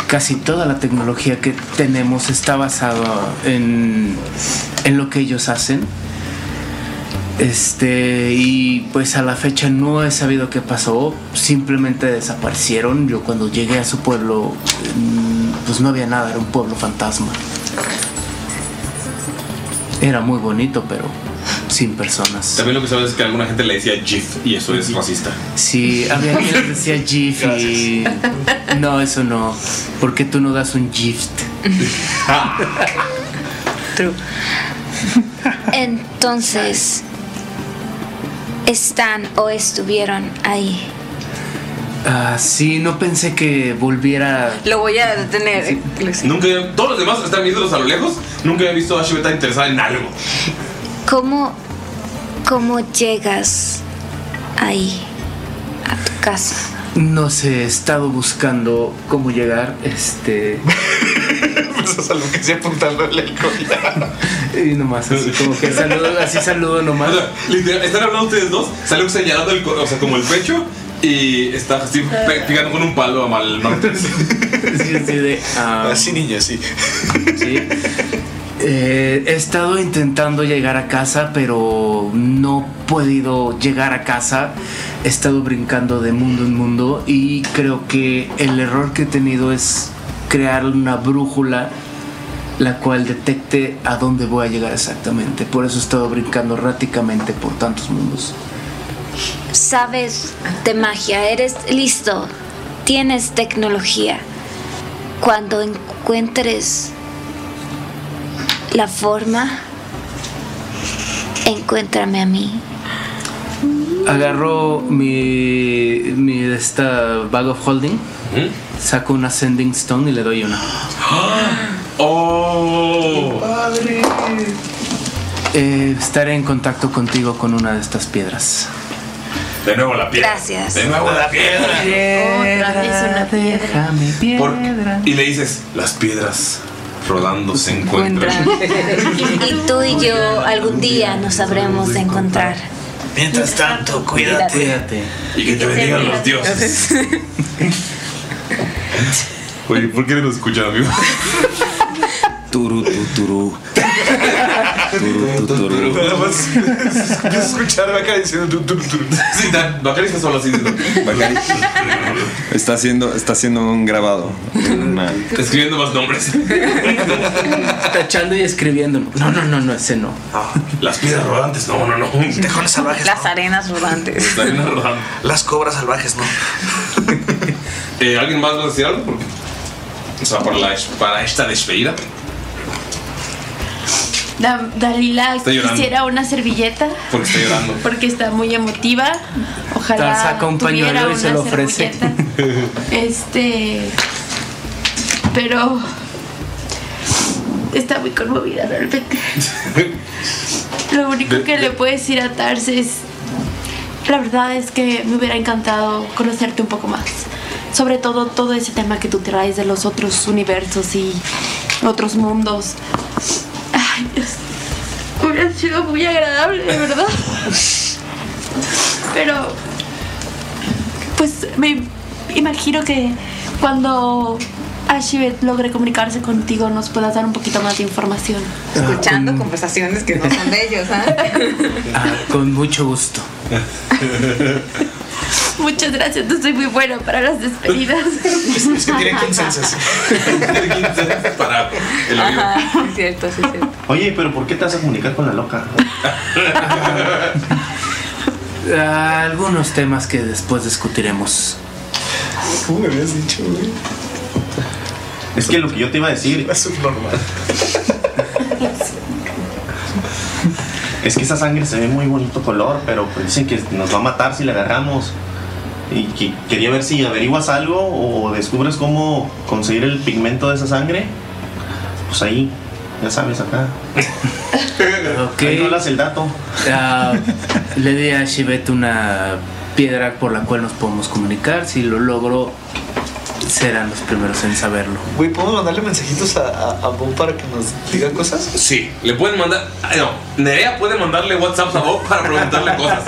casi toda la tecnología que tenemos está basada en, en lo que ellos hacen. Este, y pues a la fecha no he sabido qué pasó, simplemente desaparecieron. Yo cuando llegué a su pueblo, mm, pues no había nada, era un pueblo fantasma. Era muy bonito, pero sin personas.
También lo que sabes es que alguna gente le decía GIF y eso es racista.
Sí, había quien les decía GIF y... No, eso no. ¿Por qué tú no das un gift?
Ah.
Entonces, están o estuvieron ahí.
Ah, sí, no pensé que volviera...
Lo voy a detener.
Nunca, todos los demás están viéndolos a lo lejos. Nunca había visto a Ashibet tan interesada en algo.
¿Cómo, cómo llegas ahí a tu casa?
No sé, he estado buscando cómo llegar, este...
Pues Eso es lo que se apuntándole el collar.
Y nomás así, como que saludo, así saludo nomás.
O sea, literal, están hablando ustedes dos, sale señalando el, co- o sea, como el pecho y está así pe- pegando con un palo a Mal Martes.
así niña, sí.
Eh, he estado intentando llegar a casa, pero no he podido llegar a casa. He estado brincando de mundo en mundo y creo que el error que he tenido es crear una brújula la cual detecte a dónde voy a llegar exactamente. Por eso he estado brincando erráticamente por tantos mundos.
Sabes de magia, eres listo, tienes tecnología. Cuando encuentres la forma, encuéntrame a mí.
Agarro mi, mi esta bag of holding, saco una sending stone y le doy una.
¡Oh!
Padre.
Eh, estaré en contacto contigo con una de estas piedras.
De nuevo la piedra.
Gracias.
De nuevo la piedra.
Otra vez una piedra. Déjame piedra.
Y le dices, las piedras rodando se encuentran.
Y tú y yo algún día nos sabremos de encontrar.
Mientras tanto, cuídate.
Y que te bendigan los dioses. Oye, ¿por qué no lo escuchan, amigo?
Turu, tu, turu. Turu, tu, turu.
Nada más escuchar acá diciendo tu, tu, tu.
Sí, Dan, Bacari está solo así. Bacari.
Está haciendo, está haciendo un grabado. Una-
Escribiendo más nombres.
Tachando y escribiendo. No, no, no, no, ese no.
Ah,
Las piedras rodantes, no, no, no.
Tejones salvajes.
Las arenas rodantes.
Las cobras salvajes, ¿no?
Eh, ¿Alguien más va a decir algo? Porque, o sea, para, la- para esta despedida.
Da- Dalila
Está llorando.
quisiera una servilleta
Porque está llorando.
porque está muy emotiva. Ojalá
Tal saca un
tuviera
pañuelo y
una
se lo ofrece.
servilleta. Este, pero está muy conmovida realmente. Lo único que le puedo decir a Tars es, la verdad es que me hubiera encantado conocerte un poco más. Sobre todo todo ese tema que tú traes de los otros universos y otros mundos. Ay, Dios. Hubiera sido muy agradable, de verdad. Pero, pues me imagino que cuando Ashibet logre comunicarse contigo nos puedas dar un poquito más de información.
Escuchando conversaciones que no son de ellos, ¿ah?
Ah, con mucho gusto.
Muchas gracias, no soy muy buena para las despedidas.
Es que tiene quincenses.
para el oído.
Ajá, es cierto, Ah, sí, es cierto.
Oye, pero ¿por qué te vas a comunicar con la loca?
Ah, Algunos temas que después discutiremos.
¿Cómo me habías dicho, güey?
Es que lo que yo te iba a decir.
Es subnormal.
Es que esa sangre se ve muy bonito color, pero pues dicen que nos va a matar si la agarramos. Y que- quería ver si averiguas algo o descubres cómo conseguir el pigmento de esa sangre. Pues ahí, ya sabes, acá. Ahí no hablas el dato.
Ah, le di a Shibet una piedra por la cual nos podemos comunicar. Si lo logro, serán los primeros en saberlo.
Güey, ¿podemos mandarle mensajitos a, a, a Bob para que nos diga cosas?
Sí, le pueden mandar. ay, No, Nerea puede mandarle WhatsApp a Bob para preguntarle cosas.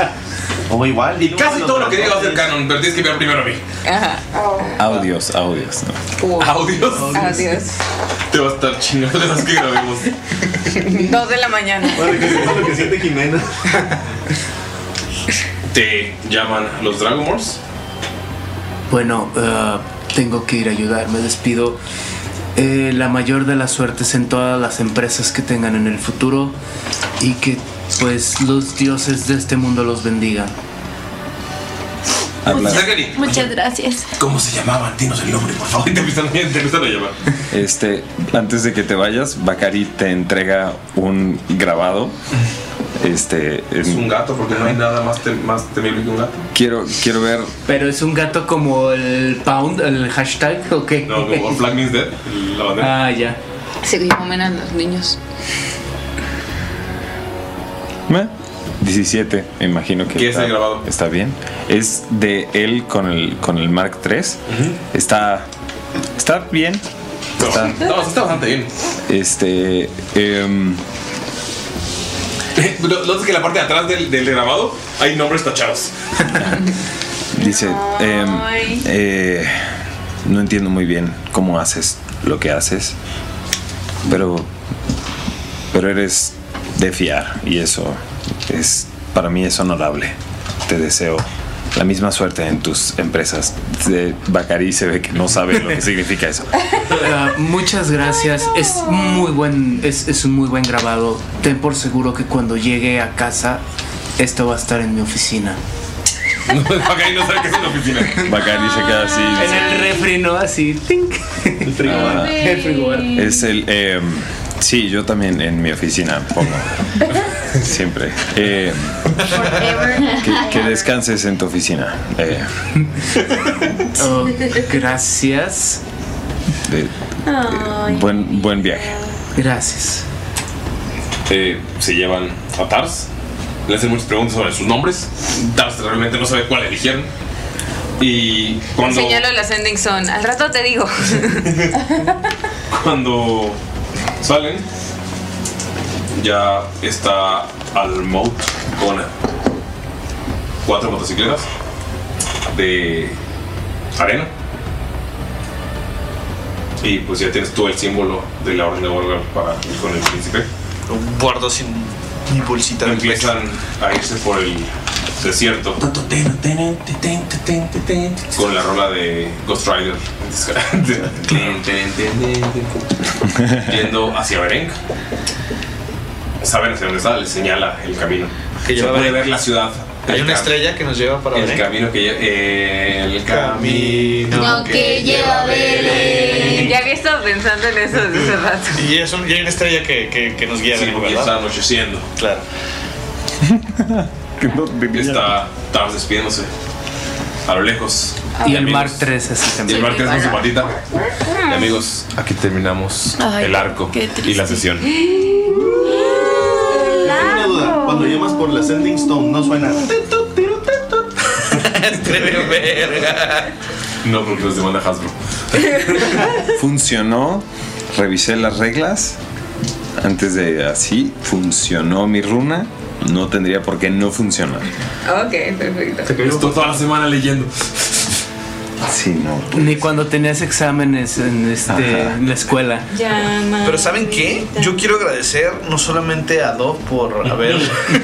Oh,
O igual.
Y casi todo lo que digo va a ser canon, pero tienes que ver primero a mí.
Ajá.
Oh. Audios, audios.
Audios.
Adiós.
Te va a estar chingando de las que grabemos.
Dos de la mañana.
lo que siente Jimena.
Te llaman los Dragomors.
Bueno, eh, tengo que ir a ayudar, me despido. Eh, la mayor de las suertes en todas las empresas que tengan en el futuro y que pues los dioses de este mundo los bendigan.
Pues,
Muchas gracias.
¿Cómo se llamaban? Dinos el nombre, por favor. Te empiezan, te empiezan a llamar.
Este, antes de que te vayas, Bakari te entrega un grabado. Este
Es un gato, porque no hay nada más, te- más temible que un gato.
Quiero, quiero ver.
¿Pero es un gato como el pound, el hashtag o qué?
No, como Black Means Dead, la bandera.
Ah, ya.
Se le comen a los niños.
17, me imagino que.
¿Qué es el
está,
grabado?
Está bien. Es de él con el, con el Mark III. Está. Está bien. Está,
Ah.
No, está bastante bien.
Este. em,
Lo, lo que es que en la parte de atrás del, del grabado hay nombres tachados.
Dice, em, eh, no entiendo muy bien cómo haces lo que haces, pero, pero eres de fiar y eso es, para mí es honorable. Te deseo la misma suerte en tus empresas. De Bacari se ve que no sabe lo que significa eso.
Eh, muchas gracias. Es muy buen, es, es un muy buen grabado. Ten por seguro que cuando llegue a casa, esto va a estar en mi oficina.
Bacari no sabe qué es una oficina.
Bacari se queda así.
En el refri, ¿no? Así. tink.
Ah,
El frigobar.
es el... em, sí, yo también en mi oficina pongo. Siempre. Em, Que, que descanses en tu oficina. Eh,
Oh, gracias.
de- buen, buen viaje.
Gracias.
Eh, se llevan a Tars. Le hacen muchas preguntas sobre sus nombres. Tars realmente no sabe cuál eligieron. Y cuando.
Señalo la Sending Zone. Al rato te digo.
Cuando salen, ya está Almout con cuatro motocicletas de arena. Y pues ya tienes todo el símbolo de la Orden de Borgar para ir con el príncipe.
Guardo sin mi bolsita.
Empiezan a irse por el desierto con la rola de Ghost Rider. Yendo hacia Beren. Saben hacia dónde está, les señala el camino.
Que
Se
lleva
puede
Beren.
ver la ciudad.
Hay
El
una
cam-
estrella que nos lleva para
El
Belén.
camino que lleva. El camino que lleva Belén.
Ya que estaba pensando en eso desde hace rato.
Y, es un- y hay una estrella que, que- que nos guía.
Sí,
Belén,
porque
¿verdad?
está anocheciendo.
Claro.
está Tars despidiéndose. A lo lejos.
Ah, Y el Mark
amigos.
3 así
Y
también.
el Mark III con su patita. Y amigos, aquí terminamos
Ay,
el arco
qué
y la sesión.
Tengo una duda. Cuando llamas por la Sending Stone, no suena.
No, porque los demanda Hasbro.
Funcionó. Revisé las reglas. Antes de así, funcionó mi runa. No tendría por qué no funcionar.
Ok, perfecto.
Esto toda la semana leyendo.
Sí, no.
Ni cuando tenías exámenes en, este, en la escuela.
Pero ¿saben qué? Yo quiero agradecer no solamente a Dov por haber,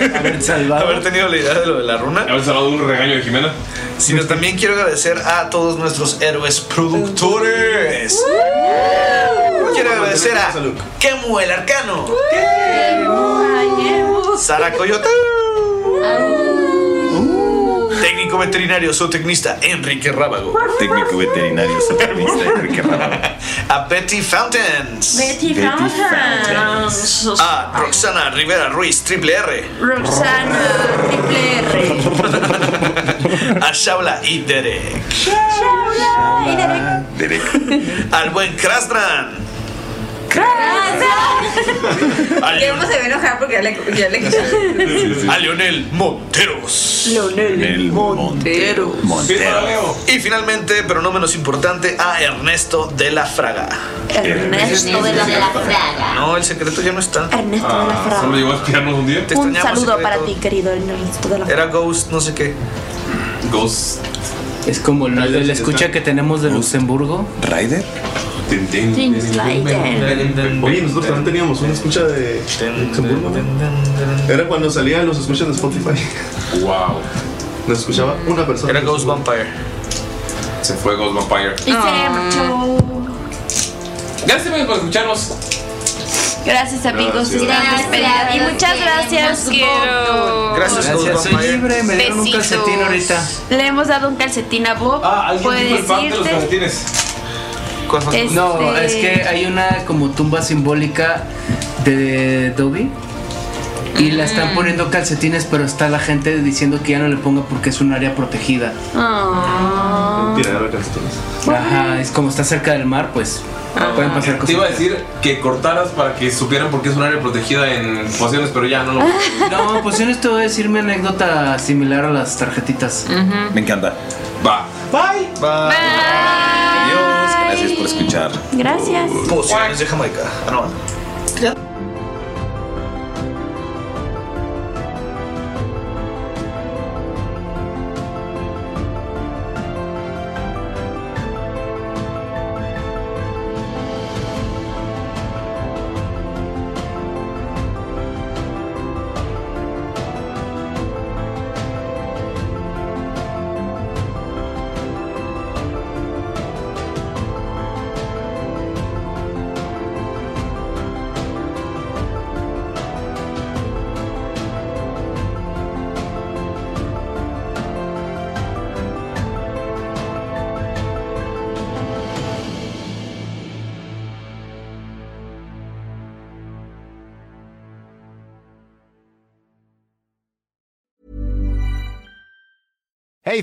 haber tenido la idea de lo de la runa.
Haber salvado un regaño de Jimena.
Sino también quiero agradecer a todos nuestros héroes productores. Quiero agradecer a Kemu el Arcano. Sara Coyote. Técnico veterinario zootecnista Enrique Rábago.
Técnico veterinario zootecnista Enrique Rábago.
A Betty Fountains.
Betty Betty Fountains.
A Roxana Rivera Ruiz, triple R.
Roxana, triple R.
A Shaula y Derek.
Shaula y Derek.
Al buen Krasdran.
Guillermo se va a enojar porque ya le, ya le
A Leonel Monteros.
Leonel Montero.
Firma, Leo.
Y finalmente, pero no menos importante, a Ernesto de la Fraga.
Ernesto de la- de la Fraga.
No, el secreto ya no está.
Ernesto de la Fraga. solo
Ah, llegó a espiarnos un día. Te
Un
extrañamos, Eh,
saludo
secreto.
para ti, querido Ernesto de la
Era Ghost, no sé qué.
Ghost.
Es como el, de la escucha que tenemos de Luxemburgo.
¿Rider?
Oye, nosotros también teníamos una escucha de Luxemburgo. ¿no? Era cuando salían los escuchas de Spotify.
Wow.
Nos escuchaba una persona.
Era Ghost Vampire.
Se fue Ghost Vampire.
Y se
Ah.
marchó.
Gracias amigos, por escucharnos.
Gracias amigos,
Gracias.
gracias, Peri. Y muchas gracias. Quiero.
Gracias, Gracias, soy Vampire. libre, me dieron un
Besitos. Ah,
calcetín ahorita.
Le hemos dado un calcetín a Bob. Puedes irte. Este-
No, es que hay una como tumba simbólica de Dobby. Y la están poniendo calcetines, pero está la gente diciendo que ya no le ponga porque es un área protegida.
Ah.
Tiradero de calcetines.
Ajá, es como está cerca del mar, pues pueden pasar cosas.
Ah, Te iba a decir que cortaras para que supieran por qué es un área protegida en pociones, pero ya no lo.
No, pues yo no te voy a decir mi anécdota similar a las tarjetitas.
Me encanta.
Va.
Bye.
Bye.
Adiós. Gracias por escuchar.
Gracias.
Pociones de Jamaica. Ah, no.
Hey,